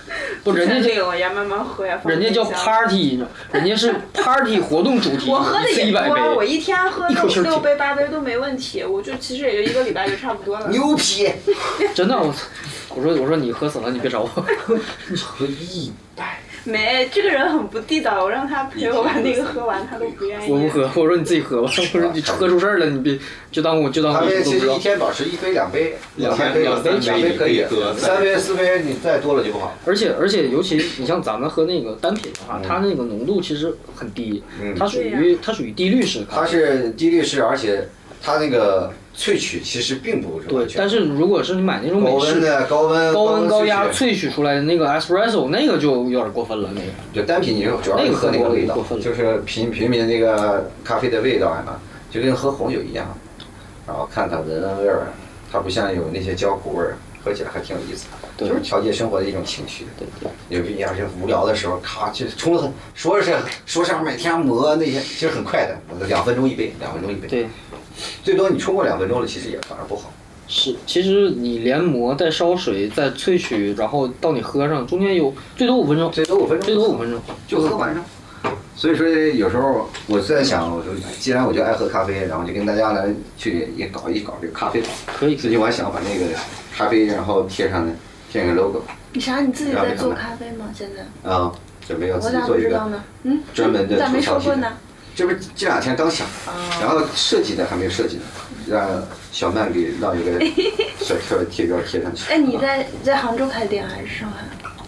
Speaker 3: 不，人家
Speaker 6: 全
Speaker 3: 这
Speaker 6: 领了呀，慢慢喝呀。放
Speaker 3: 人家叫
Speaker 6: 冰箱
Speaker 3: party，人家是 party 活动主题，
Speaker 6: 我喝的
Speaker 3: 一次
Speaker 6: 也
Speaker 3: 一百杯
Speaker 6: 多，我一天喝
Speaker 3: 一口气
Speaker 6: 六
Speaker 3: 儿停
Speaker 6: 六杯八杯都没问题，我就其实也就一个礼拜就差不多了。
Speaker 1: 牛皮！
Speaker 3: 真的，我我说我说你喝死了，你别找 我。
Speaker 1: 喝一，
Speaker 6: 没，这个人很不地道，我让他陪我把那个喝完，他都不愿意。
Speaker 3: 我不喝，我说你自己喝吧，我说你喝出事儿了，你别就当我就当
Speaker 1: 咖
Speaker 3: 我
Speaker 1: 啡
Speaker 3: 都
Speaker 1: 其
Speaker 3: 不知
Speaker 1: 实
Speaker 3: 道
Speaker 1: 一。天保持一杯两杯，
Speaker 3: 两天
Speaker 1: 杯
Speaker 3: 两杯
Speaker 1: 两杯可以，三杯四杯你再多了就不好。
Speaker 3: 而且而且，尤其你像咱们喝那个单品的话，它那个浓度其实很低，它属于它属于低滤式咖
Speaker 1: 它
Speaker 3: 啡。
Speaker 1: 是低滤式，而且它那个萃取其实并不是完
Speaker 3: 对，
Speaker 1: 全
Speaker 3: 但是如果是你买那种美
Speaker 1: 高
Speaker 3: 式
Speaker 1: 温的高温
Speaker 3: 高温高压
Speaker 1: 萃取
Speaker 3: 萃取出来的那个 espresso，那个就有点过分了，那个。
Speaker 1: 就单品你就主要是喝那个味道，就是品品品那个咖啡的味道啊，就跟喝红酒一样，然后看它闻闻味儿，它不像有那些焦糊味儿，喝起来还挺有意思，就是调节生活的一种情绪。对对，有必要就无聊的时候，咔就冲了，说是说是每天磨那些，其实很快的，两分钟一杯，两分钟一杯。
Speaker 3: 对，
Speaker 1: 最多你冲过两分钟了，其实也反而不好。
Speaker 3: 是，其实你连磨带烧水再萃取，然后到你喝上，中间有最多五分钟，
Speaker 1: 最多五分钟，
Speaker 3: 最多五分钟
Speaker 1: 就喝完上。所以说，有时候我在想，我说既然我就爱喝咖啡，然后就跟大家来去也搞一搞这个咖啡吧。
Speaker 3: 可以。
Speaker 1: 最近我还想把那个咖啡，然后贴上贴上个 logo
Speaker 6: 你啥？你自己在做咖啡吗？现在？
Speaker 1: 啊，准备要
Speaker 6: 我
Speaker 1: 自己
Speaker 6: 咋不
Speaker 1: 做一
Speaker 6: 知道
Speaker 1: 个。
Speaker 6: 呢？嗯，
Speaker 1: 专门的
Speaker 6: 咋没
Speaker 1: 吐槽
Speaker 6: 说
Speaker 1: 系列
Speaker 6: 过呢？
Speaker 1: 这不是这两天刚想，
Speaker 6: 啊
Speaker 1: 然后设计的还没有设计呢，让小曼给弄 一个小贴贴标贴上去。
Speaker 6: 哎，你在在杭州开店还是上海？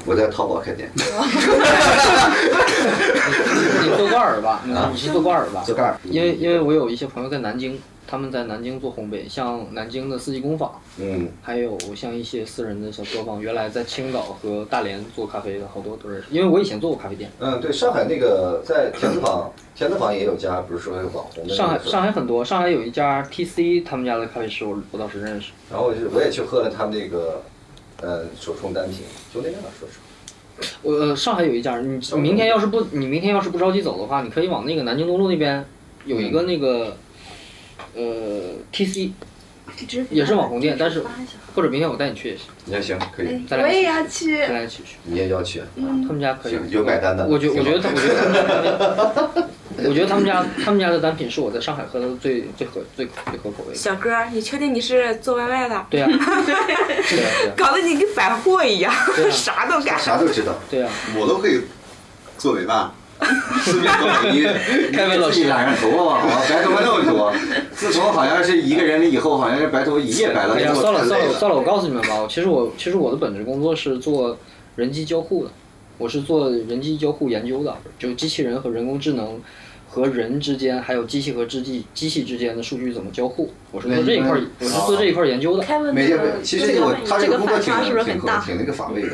Speaker 1: 我在淘宝开店。
Speaker 3: 你做挂耳吧，你是做挂耳吧？
Speaker 1: 做挂耳，
Speaker 3: 因为因为我有一些朋友在南京，他们在南京做烘焙，像南京的四季工坊，
Speaker 9: 呃
Speaker 1: 嗯，
Speaker 3: 还有像一些私人的小作坊，原来在青岛和大连做咖啡的好多都认识，因为我以前做过咖啡店。
Speaker 1: 嗯，对，上海那个在田字坊，田字坊也有家，不是说有网红的那个
Speaker 3: 上海
Speaker 1: 是吧
Speaker 3: 上海很多，上海有一家 TC 他们家的咖啡师，我我当时认识。
Speaker 1: 然后我就我也去喝了他们那个，呃，手冲单品，就那样说实话。
Speaker 3: 我、呃、上海有一家，你明天要是不你明天要是不着急走的话，你可以往那个南京东路那边有一个那个、呃 TC，也是网红店，但是或者明天我带你去也行。
Speaker 1: 也行，可以。
Speaker 3: 咱
Speaker 6: 哎我
Speaker 3: 俩
Speaker 6: 也
Speaker 3: 一起
Speaker 6: 要去。
Speaker 3: 咱俩一起去。
Speaker 1: 你也要去？啊
Speaker 6: 嗯，
Speaker 3: 他们家可以。
Speaker 1: 行，有买单的。
Speaker 3: 我觉我觉得他，
Speaker 1: 挺
Speaker 3: 我
Speaker 1: 好
Speaker 3: 觉得他们家，我觉得他们 家他们家的单品是我在上海喝的最最合最最合口味的。
Speaker 7: 小哥儿，你确定你是做 YY 的？
Speaker 3: 对呀、对呀、对呀、
Speaker 7: 搞得你跟百货一样， 啥都干。
Speaker 1: 啥都知道。
Speaker 3: 对呀、
Speaker 15: 我都可以做美伴，顺便做美音。
Speaker 1: 开门老师自己染上头发吧，白头发那么多。自从好像是一个人了以后，好像是白头发一夜白了。
Speaker 3: 哎呀，算了算了算
Speaker 1: 了。
Speaker 3: 了，我告诉你们吧，我其实我其实我的本职工作是做人机交互的，我是做人机交互研究的，就机器人和人工智能和人之间，还有机器和机器机器之间的数据怎么交互，我是做这一块儿，我是做这一块儿研究的。
Speaker 1: 每天其实我他这个工作挺挺挺挺那个乏味的，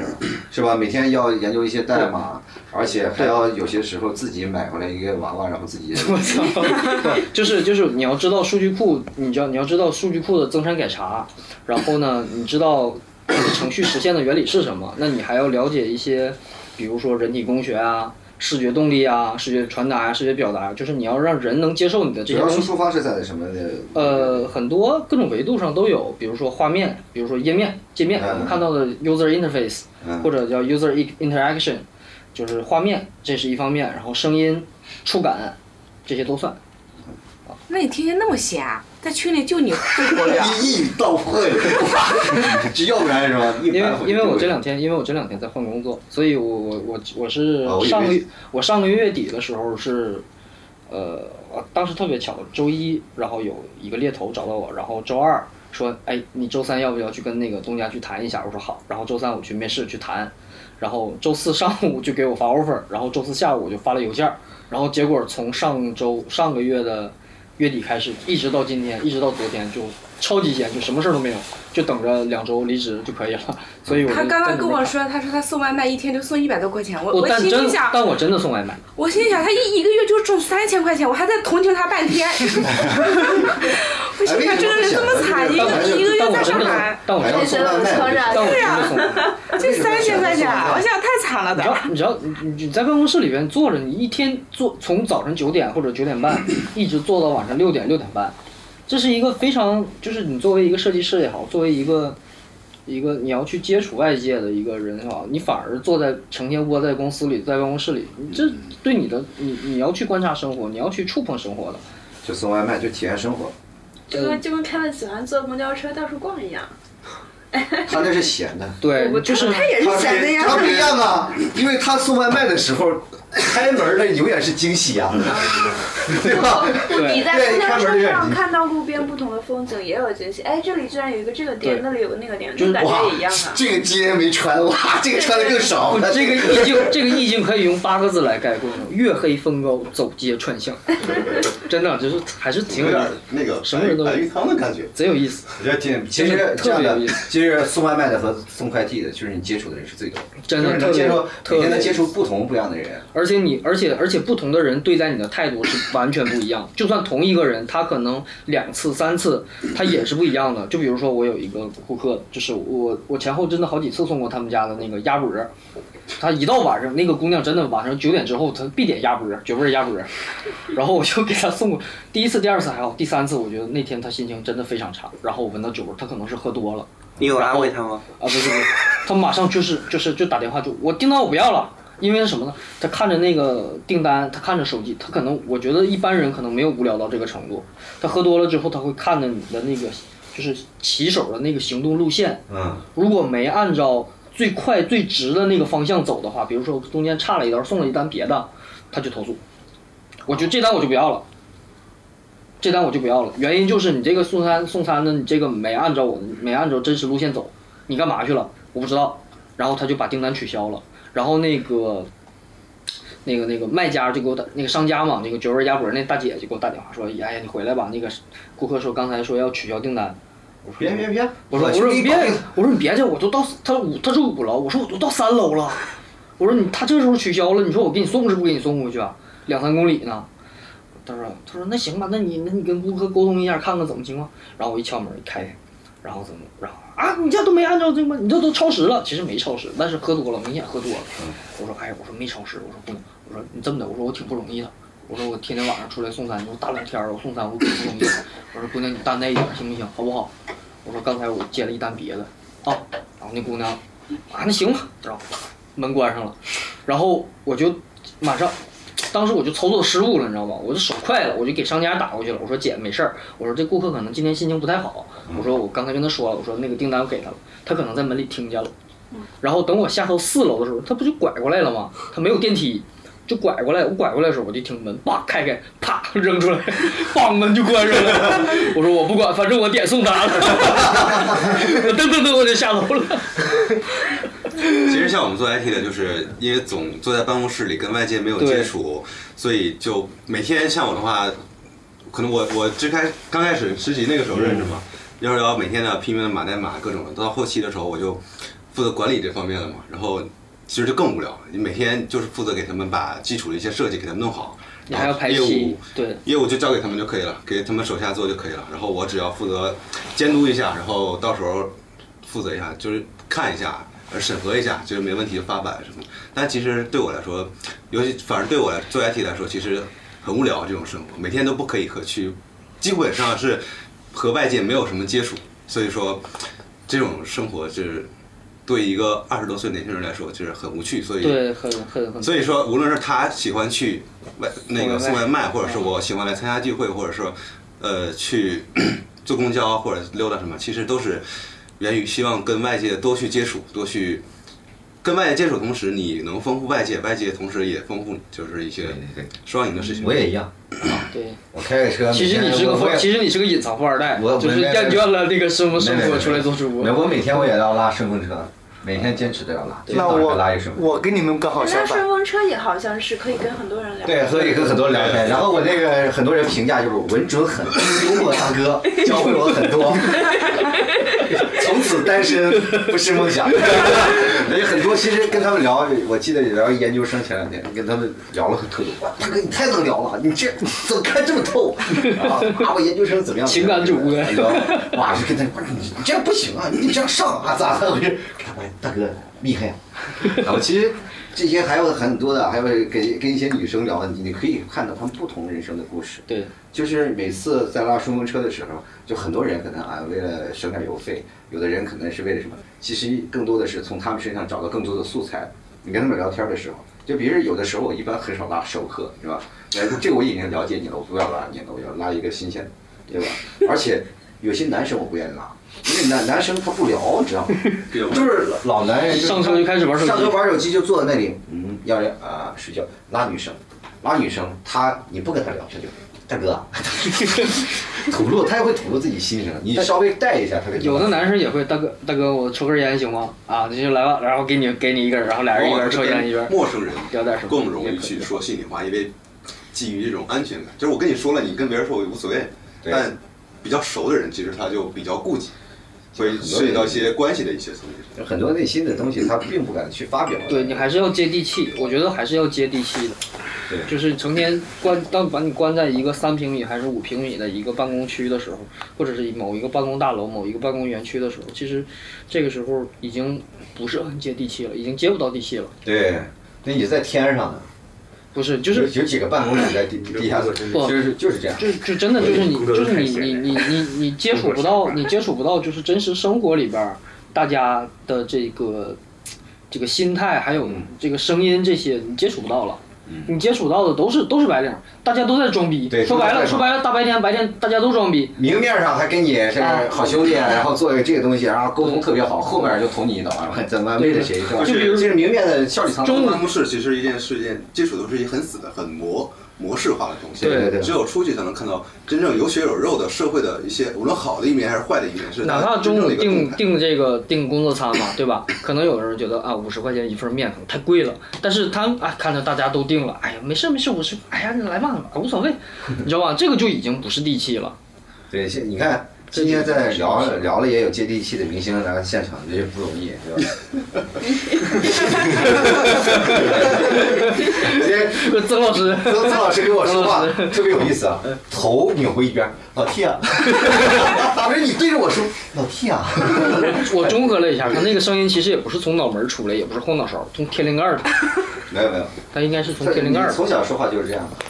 Speaker 1: 是吧？每天要研究一些代码，而且还要有些时候自己买回来一个娃娃，然 后自己
Speaker 3: 就是就是你要知道数据库，你知道你要知道数据库的增删改查，然后呢，你知道程序实现的原理是什么，那你还要了解一些，比如说人体工学啊、视觉动力啊、视觉传达啊、视觉表达，就是你要让人能接受你的这些
Speaker 1: 主要输
Speaker 3: 东西
Speaker 1: 出。方式在什么的？
Speaker 3: 呃，很多各种维度上都有，比如说画面，比如说页面、界面，我们看到的 user interface，、
Speaker 1: 嗯
Speaker 3: 或者叫 user interaction，就是画面，这是一方面，然后声音、触感，这些都算。
Speaker 7: 那你天天那么闲啊，在群里就你最活跃啊。
Speaker 4: 一语道破， 这要不然是吧？
Speaker 3: 因为因为我这两天，因为我这两天在换工作，所以我我我我是
Speaker 4: 哦我以为
Speaker 3: 上个月我上个月底的时候是，呃，我当时特别巧，周一然后有一个猎头找到我，然后周二说，哎，你周三要不要去跟那个东家去谈一下？我说好，然后周三我去面试去谈，然后周四上午就给我发 offer，然后周四下午我就发了邮件儿，然后结果从上周上个月的月底开始，一直到今天，一直到昨天就超级闲，就什么事儿都没有，就等着两周离职就可以了。所以我就
Speaker 7: 他刚
Speaker 3: 在
Speaker 7: 刚
Speaker 3: 里
Speaker 7: 跟
Speaker 3: 面
Speaker 7: 我说，他说他送外卖一天就送一百多块钱，我
Speaker 3: 我
Speaker 7: 我
Speaker 3: 但
Speaker 7: 心
Speaker 3: 真
Speaker 7: 里想，
Speaker 3: 但我真的送外卖，
Speaker 7: 我心想他一一个月就挣三千块钱，我还在同情他半 天。我心想这个人这哎么惨，一个一个月在上海，啊
Speaker 3: 但我真的送外卖，但我
Speaker 7: 对
Speaker 3: 真
Speaker 7: 呀
Speaker 3: 的送外卖。，
Speaker 7: 就三千块钱，我想太惨了
Speaker 3: 你知
Speaker 7: 的
Speaker 3: 道。，你知道，你你在办公室里边坐着，你一天坐从早晨九点或者九点半，一直坐到晚上六点六点半，这是一个非常就是你作为一个设计师也好，作为一个一个你要去接触外界的一个人也好，你反而坐在成天窝在公司里，在办公室里，你这对你的你你要去观察生活，你要去触碰生活的。呃
Speaker 4: 就送外卖，就体验生活。
Speaker 6: 就跟就跟凯文喜欢坐公交车到处逛一样。
Speaker 4: 他那是闲的，
Speaker 3: 对
Speaker 6: 我
Speaker 3: 就是
Speaker 6: 他也是闲的呀
Speaker 4: 他不一样啊，因为他送外卖的时候，开门的永远是惊喜啊， 对吧？
Speaker 6: 嗯我你在
Speaker 4: 对，
Speaker 6: 公交
Speaker 4: 开门
Speaker 6: 车
Speaker 4: 的永远
Speaker 6: 上
Speaker 4: 是惊喜。
Speaker 6: 看到路边不同的风景，也有惊喜。哎，这里居然有一个这个店
Speaker 4: 对，
Speaker 6: 那里有个那个店，
Speaker 4: 就
Speaker 6: 就是感
Speaker 4: 哇
Speaker 6: 觉也一样啊。
Speaker 4: 这个今天没穿，哇，这个穿的更少了。
Speaker 3: 这个意境，这个意境可以用八个字来概括：月黑风高，走街串巷。真的就是还是挺
Speaker 15: 有点
Speaker 3: 意思
Speaker 15: 那个
Speaker 3: 什么人都有
Speaker 15: 白玉汤的感觉，
Speaker 3: 贼有意思。
Speaker 4: 我觉得挺，其
Speaker 3: 真
Speaker 4: 实
Speaker 3: 的
Speaker 4: 这
Speaker 3: 特
Speaker 4: 样
Speaker 3: 别有
Speaker 4: 的
Speaker 3: 意，
Speaker 4: 其实送外卖的和送快递的，就是你接触的人是最多的，
Speaker 3: 真
Speaker 4: 就是
Speaker 3: 的特
Speaker 4: 能
Speaker 3: 别
Speaker 4: 接触，
Speaker 3: 特
Speaker 4: 每
Speaker 3: 别
Speaker 4: 天能接触不同不一样的人。
Speaker 3: 而且你，而且而且不同的人对待你的态度是完全不一样。就算同一个人，他可能两次、三次，他也是不一样的。就比如说，我有一个顾客，就是我我前后真的好几次送过他们家的那个鸭脖儿，他一到晚上，那个姑娘真的晚上九点之后，她必点鸭脖儿，绝味儿鸭脖儿。 然后我就给她送过第一次、第二次还好，第三次我觉得那天她心情真的非常差。然后我闻到酒味儿，她可能是喝多了。
Speaker 18: 你有安慰他吗？
Speaker 3: 啊，不是不是，他马上就是就是就打电话就我订单我不要了，因为是什么呢？他看着那个订单，他看着手机，他可能我觉得一般人可能没有无聊到这个程度，他喝多了之后他会看着你的那个就是骑手的那个行动路线，
Speaker 4: 嗯，
Speaker 3: 如果没按照最快最直的那个方向走的话，比如说中间差了一刀，送了一单别的，他就投诉，我就这单我就不要了。这单我就不要了，原因就是你这个送餐送餐的，你这个没按照我的没按照真实路线走，你干嘛去了？我不知道。然后他就把订单取消了，然后那个那个那个卖家就给我打那个商家嘛，那个绝味鸭脖那大姐就给我打电话说，哎呀，你回来吧，那个顾客说刚才说要取消订单。我说
Speaker 4: 别别别
Speaker 3: 我说
Speaker 4: 我
Speaker 3: 我
Speaker 4: 去
Speaker 3: 说
Speaker 4: 给你
Speaker 3: 你别
Speaker 4: 搞定，
Speaker 3: 我说你别去，我都到他五他住五楼，我说我都到三楼了，我说你他这时候取消了，你说我给你送是不给你送回去啊？两三公里呢。他说他说那行吧，那你那你跟顾客沟通一下，看看怎么情况。然后我一敲门一开开，然后怎么然后啊，你这都没按照这个，你这都超时了。其实没超时，但是喝多了，明显喝多了。我说哎，我说没超时，我说不能，我说你这么的，我说我挺不容易的。我说我天天晚上出来送餐，我大冷天儿我送餐我挺不容易的。我说姑娘你担待一点行不行，好不好？我说刚才我接了一单别的，啊，然后那姑娘啊那行吧，然后啪门关上了，然后我就马上，当时我就操作失误了，你知道吗？我就手快了，我就给商家打过去了，我说姐没事儿，我说这顾客可能今天心情不太好，我说我刚才跟他说了，我说那个订单我给他了，他可能在门里听见了。然后等我下到四楼的时候，他不就拐过来了吗？他没有电梯，就拐过来。我拐过来的时候，我就听门叭开开，啪扔出来，梆门就关上了。我说我不管，反正我点送达了。 我噔噔噔我就下楼了。
Speaker 15: 其实像我们做 IT 的，就是因为总坐在办公室里，跟外界没有接触，所以就每天像我的话，可能我我最开刚开始实习那个时候认识嘛，幺二幺每天的拼命的码代码各种的，到后期的时候我就负责管理这方面了嘛，然后其实就更无聊了，你每天就是负责给他们把基础的一些设计给他们弄好，
Speaker 3: 你还要排
Speaker 15: 业
Speaker 3: 期
Speaker 15: 务，
Speaker 3: 对，
Speaker 15: 业务就交给他们就可以了，给他们手下做就可以了。然后我只要负责监督一下，然后到时候负责一下，就是看一下，呃审核一下，就是没问题就发版什么。但其实对我来说，尤其反正对我来做 IT 来说，其实很无聊这种生活，每天都不可以和去，基本上是和外界没有什么接触，所以说这种生活就是对一个二十多岁年轻人来说就是很无趣，所以
Speaker 3: 对，很很很。
Speaker 15: 所以说，无论是他喜欢去外那个送
Speaker 3: 送外
Speaker 15: 外
Speaker 3: 卖
Speaker 15: 卖，或者是我喜欢来参加聚会，或者说呃去 坐公交或者溜达什么，其实都是源于希望跟外界多去接触，多去跟外界接触，同时你能丰富外界，外界同时也丰富你，就是一些双赢的事情。
Speaker 1: 我也一样，
Speaker 3: 对，
Speaker 1: 我开个车，
Speaker 3: 其实
Speaker 1: 每
Speaker 3: 你
Speaker 1: 天
Speaker 3: 是个
Speaker 1: 我
Speaker 3: 富
Speaker 1: 我也，
Speaker 3: 其实你是个隐藏富二代，
Speaker 1: 我
Speaker 3: 就是厌倦了那个生活生
Speaker 1: 没没
Speaker 3: 活
Speaker 1: 没
Speaker 3: 出来做主播。
Speaker 1: 没我每天我也要拉顺风车，每天坚持都要拉，
Speaker 17: 那
Speaker 1: 今天早上
Speaker 17: 我
Speaker 1: 拉一顺风。
Speaker 17: 我跟你们刚好
Speaker 6: 那
Speaker 17: 相反
Speaker 6: 顺。风车也好像是可以跟很多人聊。
Speaker 1: 对，所以跟很多人聊天，然后我那个很多人评价就是稳 准狠，幽默大哥教会我很多，从此单身不是梦想。 有很多其实跟他们聊，我记得聊研究生前两天跟他们聊了很特别，哇大哥你太能聊了，你这怎 么看这么透 啊？啊，我研究生怎么样？情感主播，哇，就跟他哇你你这样不行啊，你这样上啊咋咋回事？看我大哥厉害啊！然后其实这些还有很多的，还有给跟一些女生聊，你你可以看到她们不同人生的故事。
Speaker 3: 对，
Speaker 1: 就是每次在拉顺风车的时候，就很多人可能啊为了省点油费，有的人可能是为了什么，其实更多的是从他们身上找到更多的素材。你跟他们聊天的时候，就比如有的时候我一般很少拉授课，是吧？哎这个我已经了解你了，我不要拉你了，我要拉一个新鲜的，对吧？而且有些男生我不愿意拉，因为男男生他不聊，你知 道吗？ 就是老男人
Speaker 3: 上车就开始玩手机
Speaker 1: 上车玩手机就坐在那里，嗯，要人啊、睡觉，拉女生，拉女生，他你不跟他聊，他就大哥， 吐露，他也会吐露自己心声，你稍微带一下他就
Speaker 3: 有的男生也会，大哥大哥，我抽根烟行吗？啊，你就来吧，然后给你给你一根，然后俩人一边抽烟一边
Speaker 15: 陌生人
Speaker 3: 聊点什么，
Speaker 15: 更容易去说心里话，因为基于这种安全感，就是我跟你说了，你跟别人说我也无所谓，但比较熟的人其实他就比较顾忌，会涉及到一些关系的一些层面。
Speaker 1: 很多内心的东西他并不敢去发表。
Speaker 3: 对你还是要接地气，我觉得还是要接地气的。
Speaker 1: 对
Speaker 3: 就是成天关，当把你关在一个三平米还是五平米的一个办公区的时候，或者是某一个办公大楼、某一个办公园区的时候，其实这个时候已经不是很接地气了，已经接不到地气了。
Speaker 1: 对，那你在天上呢？
Speaker 3: 不是，就是
Speaker 1: 有有几个办公室在地地下室，就是就是这样。
Speaker 3: 就就真的就是你就是你你你你你接触不到，你接触不到就是真实生活里边儿大家的这个这个心态，还
Speaker 1: 嗯
Speaker 3: 有这个声音这些，你接触不到了。你接触到的都是都是白领，大家都在装逼。
Speaker 1: 对
Speaker 3: 说白
Speaker 1: 都
Speaker 3: 了，
Speaker 1: 在
Speaker 3: 说
Speaker 1: 装
Speaker 3: 白了，大白天白天大家都装逼。
Speaker 1: 明面上还跟你是
Speaker 3: 啊
Speaker 1: 好兄弟， 然后做一个这个东西，然后沟通特别好，后面就捅你一刀，怎么为了谁？是吧？嗯就是明面的效率仓
Speaker 3: 啊
Speaker 15: 中办公室其实一件是一件接触都是一很死的、很模模式化的东西。
Speaker 1: 对对对
Speaker 15: 只有出去才能看到真正有血有肉的社会的一些，无论好的一面还是坏的一面，是
Speaker 3: 哪
Speaker 15: 大家
Speaker 3: 怕中午
Speaker 15: 真正的一个动
Speaker 3: 订
Speaker 15: 态
Speaker 3: 订这个订工作餐嘛，对吧？可能有人觉得啊，五十块钱一份面可能太贵了，但是他啊，看着大家都订了，哎呀，没事没事，五十，哎呀，你来吧，无所谓，你知道吧？这个就已经不是地气了。
Speaker 1: 对，现你看今天在聊聊了也有接地气的明星来现场，这不容易，对吧？
Speaker 3: 曾老师，
Speaker 1: 曾曾老师跟我说话特别有意思啊，头扭回一边，老 T 啊， 不是你对着我说，老 T 啊，
Speaker 3: 我综合了一下，他那个声音其实也不是从脑门儿出来，也不是后脑勺，从天灵盖儿出来，
Speaker 1: 没有没有，
Speaker 3: 他应该是从天灵盖儿
Speaker 1: 你
Speaker 3: 出
Speaker 1: 从
Speaker 3: 来。
Speaker 1: 小说话就是这样的。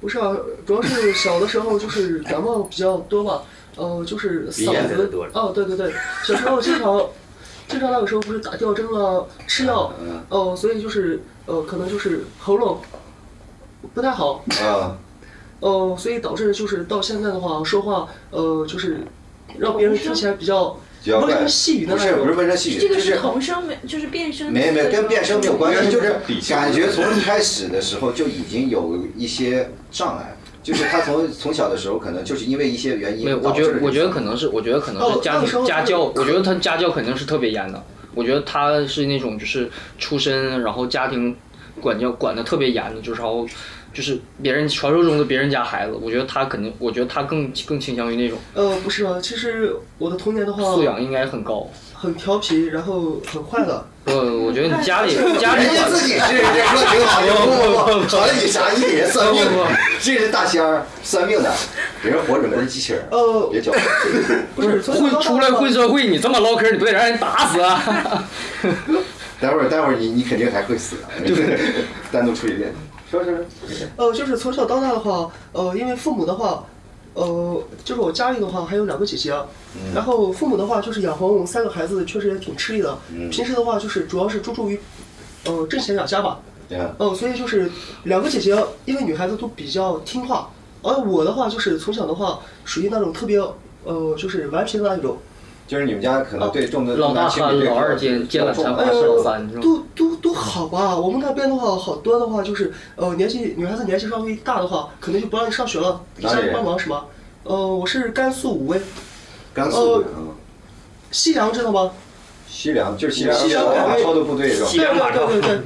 Speaker 2: 不是啊，主要是小的时候就是感冒比较多嘛，呃，就是
Speaker 1: 鼻炎
Speaker 2: 嗓
Speaker 1: 得
Speaker 2: 子
Speaker 1: 多了
Speaker 2: 哦，对对对，小时候经常，经常那个时候不是打吊针啊，吃药，
Speaker 1: 嗯
Speaker 2: 哦、所以就是呃，可能就是喉咙不太好，
Speaker 1: 啊，
Speaker 2: 哦、所以导致就是到现在的话，说话呃，就是让别人听起来比较
Speaker 1: 比较
Speaker 2: 温
Speaker 1: 怪
Speaker 2: 声细语的
Speaker 1: 不
Speaker 2: 那
Speaker 1: 是
Speaker 2: 种，
Speaker 1: 不是温声细语
Speaker 9: 这个
Speaker 1: 就是
Speaker 9: 是童声，没就是变声。
Speaker 1: 没没跟变声没有关系，就是感觉从一开始的时候就已经有一些障碍，就是他从从小的时候可能就是因为一些原因
Speaker 3: 没有，我觉得我觉得可能是，我觉得可能是家庭家教，我觉得他家教肯定是特别严的。我觉得他是那种就是出身，然后家庭管教管的特别严的，就是然后就是别人传说中的别人家孩子。我觉得他肯定，我觉得他更更倾向于那种
Speaker 2: 呃，不是啊，其实我的童年的话，
Speaker 3: 素养应该很高。
Speaker 2: 很调皮，然后很坏的。
Speaker 3: 呃，我觉得你家里家里
Speaker 2: 人家
Speaker 3: 管
Speaker 2: 自己是人家说挺好
Speaker 1: 不不
Speaker 2: 不
Speaker 1: 不，找了你啥意？算命的，这是大仙儿算命的，人活着不是机器人，
Speaker 2: 呃，
Speaker 1: 别叫。
Speaker 3: 不是会出来混社会，你这么唠嗑，你不得让人打死啊？
Speaker 1: 待会儿待会儿你你肯定还会死的，单独出去练。说说说，
Speaker 2: 呃，就是从小到大的话，呃，因为父母的话，呃，就是我家里的话还有两个姐姐，
Speaker 1: 嗯
Speaker 2: 然后父母的话就是养活我们三个孩子，确实也挺吃力的。
Speaker 4: 嗯
Speaker 2: 平时的话就是主要是注重于，呃，挣钱养家吧。
Speaker 4: 对啊，
Speaker 2: 嗯，所以就是两个姐姐，因为女孩子都比较听话，而我的话就是从小的话属于那种特别呃，就是顽皮的那一种。啊
Speaker 1: 就是你们家可能对重的
Speaker 2: 老大
Speaker 1: 轻比
Speaker 2: 喊
Speaker 1: 对
Speaker 2: 老二
Speaker 3: 接接
Speaker 1: 比较重
Speaker 3: 晚餐
Speaker 1: 哎
Speaker 3: 是
Speaker 1: 呦
Speaker 3: 老三是吧
Speaker 2: 都都都好吧，我们那边的话，好多的话就是，呃，年纪女孩子年纪稍微大的话，可能就不让你上学了，
Speaker 1: 哪里
Speaker 2: 家里帮忙什么。呃，我是甘肃武威，
Speaker 1: 甘肃
Speaker 2: 呃西凉知道吗？
Speaker 1: 西凉，就是西凉
Speaker 2: 西凉
Speaker 1: 马超的部队是吧？
Speaker 2: 西凉马超对对对对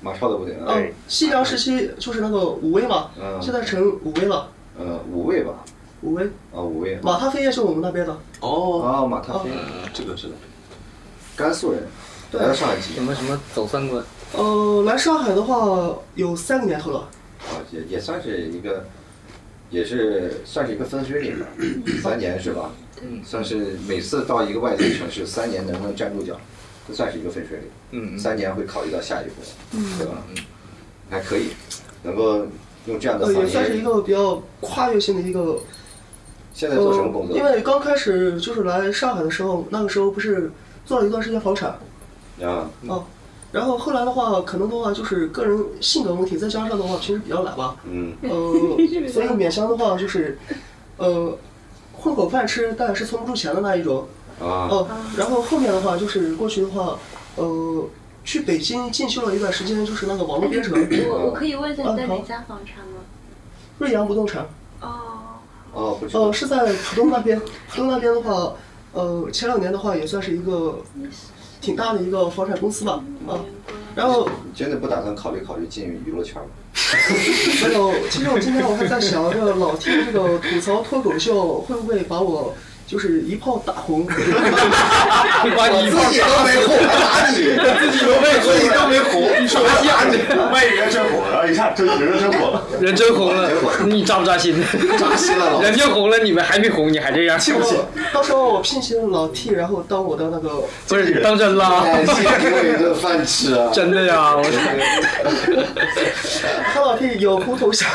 Speaker 1: 马超的部队，
Speaker 2: 嗯，西凉时期就是那个武威嘛，
Speaker 1: 嗯
Speaker 2: 现在成武威了。
Speaker 1: 呃，五位吧，
Speaker 2: 武威，
Speaker 1: 啊，五位，
Speaker 2: 马踏飞也是我们那边的。
Speaker 1: 哦，啊，马踏飞，
Speaker 3: 嗯
Speaker 1: 这个知道，甘肃人，
Speaker 2: 对
Speaker 1: 来到上海几
Speaker 3: 什么什么走三关，
Speaker 2: 呃，来上海的话有三个年头了。
Speaker 1: 啊，也也算是一个，也是算是一个分水岭吧，三年是吧？
Speaker 3: 嗯，
Speaker 1: 算是每次到一个外地城市，三年能不能站住脚，这算是一个分水岭。
Speaker 3: 嗯
Speaker 1: 三年会考虑到下一步，
Speaker 2: 嗯
Speaker 1: 对吧？还可以，能够用这样的
Speaker 2: 呃，也算
Speaker 1: 方
Speaker 2: 是一
Speaker 1: 言。
Speaker 2: 个比较跨越性的一个。
Speaker 1: 现在做什么工作？
Speaker 2: 呃因为刚开始就是来上海的时候，那个时候不是做了一段时间房产，
Speaker 1: 啊，
Speaker 2: 哦，然后后来的话，可能的话就是个人性格问题，再加上的话平时比较懒吧，
Speaker 1: 嗯
Speaker 2: 呃， 所以勉强的话就是，呃，混口饭吃，但是存不住钱的那一种。
Speaker 1: 啊
Speaker 2: 哦、然后后面的话就是过去的话，呃，去北京进修了一段时间，就是那个网络编程。
Speaker 9: 我我可以问一下你在哪
Speaker 2: 啊
Speaker 9: 家房产吗？
Speaker 2: 瑞阳不动产。
Speaker 1: 哦，不
Speaker 2: 呃，是在浦东那边。浦东那边的话，呃，前两年的话也算是一个挺大的一个房产公司吧，
Speaker 9: 嗯
Speaker 2: 啊。然后
Speaker 1: 你真的不打算考虑考虑进娱乐圈吗？
Speaker 2: 没有，其实我今天我还在想，这个老听这个吐槽脱口秀会不会把我就是一炮打红？
Speaker 4: 把你一炮打红自己都没红
Speaker 1: 自己都没红
Speaker 4: 你说我呀 你
Speaker 27: 外人真火了，一下真人真火了。
Speaker 3: 人真红了，你扎不扎心？
Speaker 1: 扎心
Speaker 2: 了老
Speaker 3: 人家红了，你们还没红，你还这样，
Speaker 2: 气不气？到时候我聘请老 T，然后当我的那个
Speaker 3: 不是当真啦
Speaker 2: 哎谢谢
Speaker 1: 给我一顿饭吃啊！
Speaker 3: 真的呀，我
Speaker 2: 他老 T 有空投降。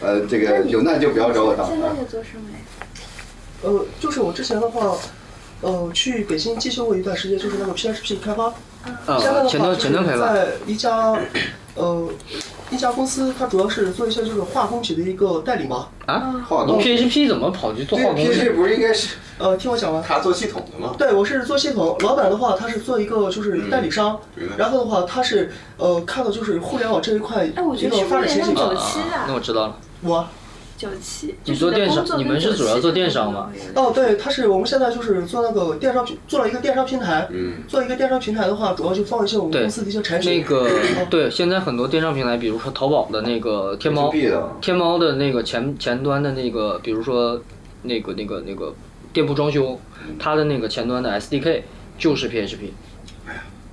Speaker 1: 呃，这个有难就不要找我当
Speaker 9: 现在
Speaker 1: 啊。
Speaker 9: 在做什么呀？
Speaker 2: 呃，就是我之前的话，呃，去北京进修过一段时间，就是那个 PHP 开发。
Speaker 3: 啊
Speaker 2: 现在的话
Speaker 3: 前端
Speaker 2: 就是
Speaker 3: 前端开发
Speaker 2: 在一家，呃，一家公司，它主要是做一些就是化工品的一个代理嘛。
Speaker 3: 啊
Speaker 1: 化
Speaker 3: 你 PHP 怎么跑去做化工去？
Speaker 1: 不是应该是？
Speaker 2: 呃，听我讲完。
Speaker 15: 他做系统的吗？
Speaker 2: 对，我是做系统，老板的话他是做一个就是
Speaker 1: 嗯
Speaker 2: 代理商，
Speaker 15: 明白
Speaker 2: 然后的话他是呃看到就是互联网这一块一个发展前景。
Speaker 1: 啊
Speaker 2: 啊
Speaker 3: 那我知道了，
Speaker 2: 我。
Speaker 9: 九七，
Speaker 3: 你做电商，你们是主要做电商吧？
Speaker 2: 哦，对，它是我们现在就是做那个电商平，做了一个电商平台。
Speaker 3: 嗯
Speaker 2: 做一个电商平台的话，主要就放一些我们
Speaker 3: 对
Speaker 2: 公司的一些产，品。
Speaker 3: 那个对，现在很多电商平台，比如说淘宝的那个天猫
Speaker 1: B2B 的，
Speaker 3: 天猫的那个前前端的那个，比如说那个那个那个店铺装修，它的那个前端的 SDK 就是 PHP。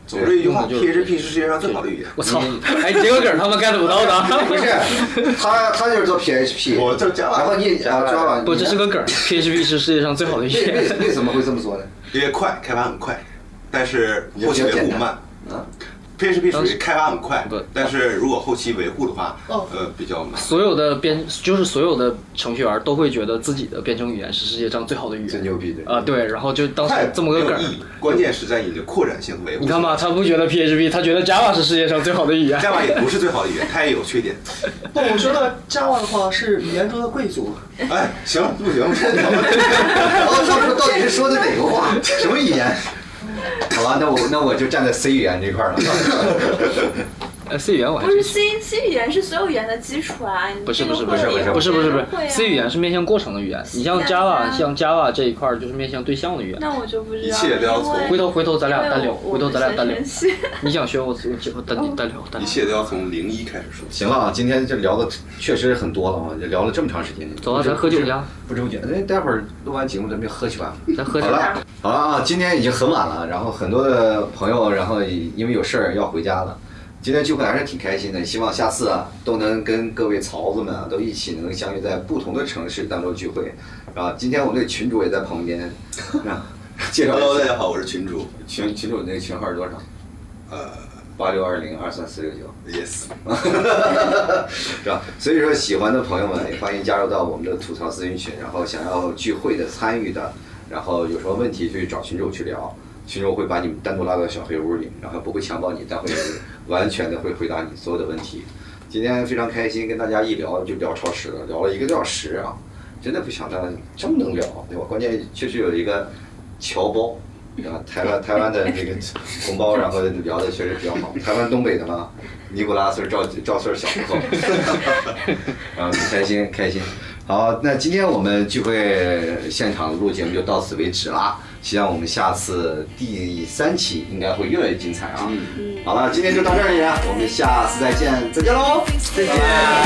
Speaker 15: 总之一句话
Speaker 3: 用的就是
Speaker 15: ，PHP 是世界上最好的语言。
Speaker 3: 我操！哎，结果梗他们 get 不到的。
Speaker 1: 不是，他他就是做 PHP，我
Speaker 15: 就 Java，
Speaker 1: 然后你啊 Java，
Speaker 3: 不，
Speaker 1: 你
Speaker 3: 这是个梗。PHP 是世界上最好的语言。
Speaker 1: 为为为什么会这么说呢？
Speaker 15: 因为快，开发很快，但是后期维护慢。
Speaker 1: 啊
Speaker 15: ，PHP 属于开发很快，但是如果后期维护的话，
Speaker 2: 哦
Speaker 15: 呃，比较慢。
Speaker 3: 所有的编，就是所有的程序员都会觉得自己的编程语言是世界上最好的语言，最
Speaker 1: 牛逼的
Speaker 3: 啊！对，然后就当时
Speaker 15: 快
Speaker 3: 这么个梗
Speaker 15: 没有意义，关键是在你的扩展性和维护
Speaker 3: 你。看吧，他不觉得 PHP，他觉得 Java 是世界上最好的语言。
Speaker 15: Java 也不是最好的语言，它也有缺点。
Speaker 2: 不，我觉得 Java 的话是语言中的贵 族。
Speaker 15: 哎，行了，不行了，
Speaker 1: 哦，那 我到底是说的哪个话？什么语言？好吧，那我那我就站在 C 语言这块儿了。
Speaker 3: 呃，C 语言我还
Speaker 9: 不是 C C 语言是所有语言的基础啊，你
Speaker 3: 不
Speaker 9: 这
Speaker 3: 是不
Speaker 9: 个
Speaker 3: 是不
Speaker 9: 会
Speaker 3: 是不
Speaker 9: 了也
Speaker 3: 是不是不是不是
Speaker 9: 会啊
Speaker 3: C 语言是面向过程的语言，你像
Speaker 9: 那
Speaker 3: Java
Speaker 9: 那
Speaker 3: 像 Java 这一块儿就是面向对象的语言。
Speaker 9: 那我就不知道，因为
Speaker 3: 回头回头咱俩
Speaker 9: 因为
Speaker 3: 单聊，
Speaker 9: 我
Speaker 3: 回头咱俩单聊
Speaker 9: 我们学生。
Speaker 3: 你想学我我我单单聊单聊。
Speaker 15: 一切都要从零一开始说。
Speaker 1: 行了，啊，今天就聊的确实很多了啊，就聊了这么长时间。
Speaker 3: 走啊咱喝酒去啊
Speaker 1: 不纠结，那待会儿录完节目咱们就喝去吧。
Speaker 3: 咱喝
Speaker 1: 好
Speaker 3: 点
Speaker 1: 了，好了啊，今天已经很晚了，然后很多的朋友，然后因为有事儿要回家了。今天聚会还是挺开心的，希望下次啊都能跟各位槽子们啊都一起能相遇在不同的城市当中聚会。啊，今天我们的群主也在 旁边，啊，介绍
Speaker 15: Hello，大家好，我是群主。
Speaker 1: 群群主那个群号是多少？
Speaker 15: 呃，
Speaker 1: 八六二零二三四六九
Speaker 15: ，yes，
Speaker 1: 是吧？所以说，喜欢的朋友们也欢迎加入到我们的吐槽咨询群，然后想要聚会的、参与的，然后有什么问题去找群主去聊，群主会把你们单独拉到小黑屋里，然后不会强暴你，但会完全的会回答你所有的问题。今天非常开心，跟大家一聊就聊超时了，聊了一个多小时啊，真的不想到这么能聊，对吧？关键确实有一个侨胞。啊，台湾台湾的那个同胞，然后聊 的确实比较好。台湾东北的嘛，尼古拉斯赵赵四小朋友， 啊，开心开心。好，那今天我们聚会现场录节目就到此为止啦。希望我们下次第三期应该会越来越精彩啊！好了，今天就到这里了，我们下次再见，再见喽，再见。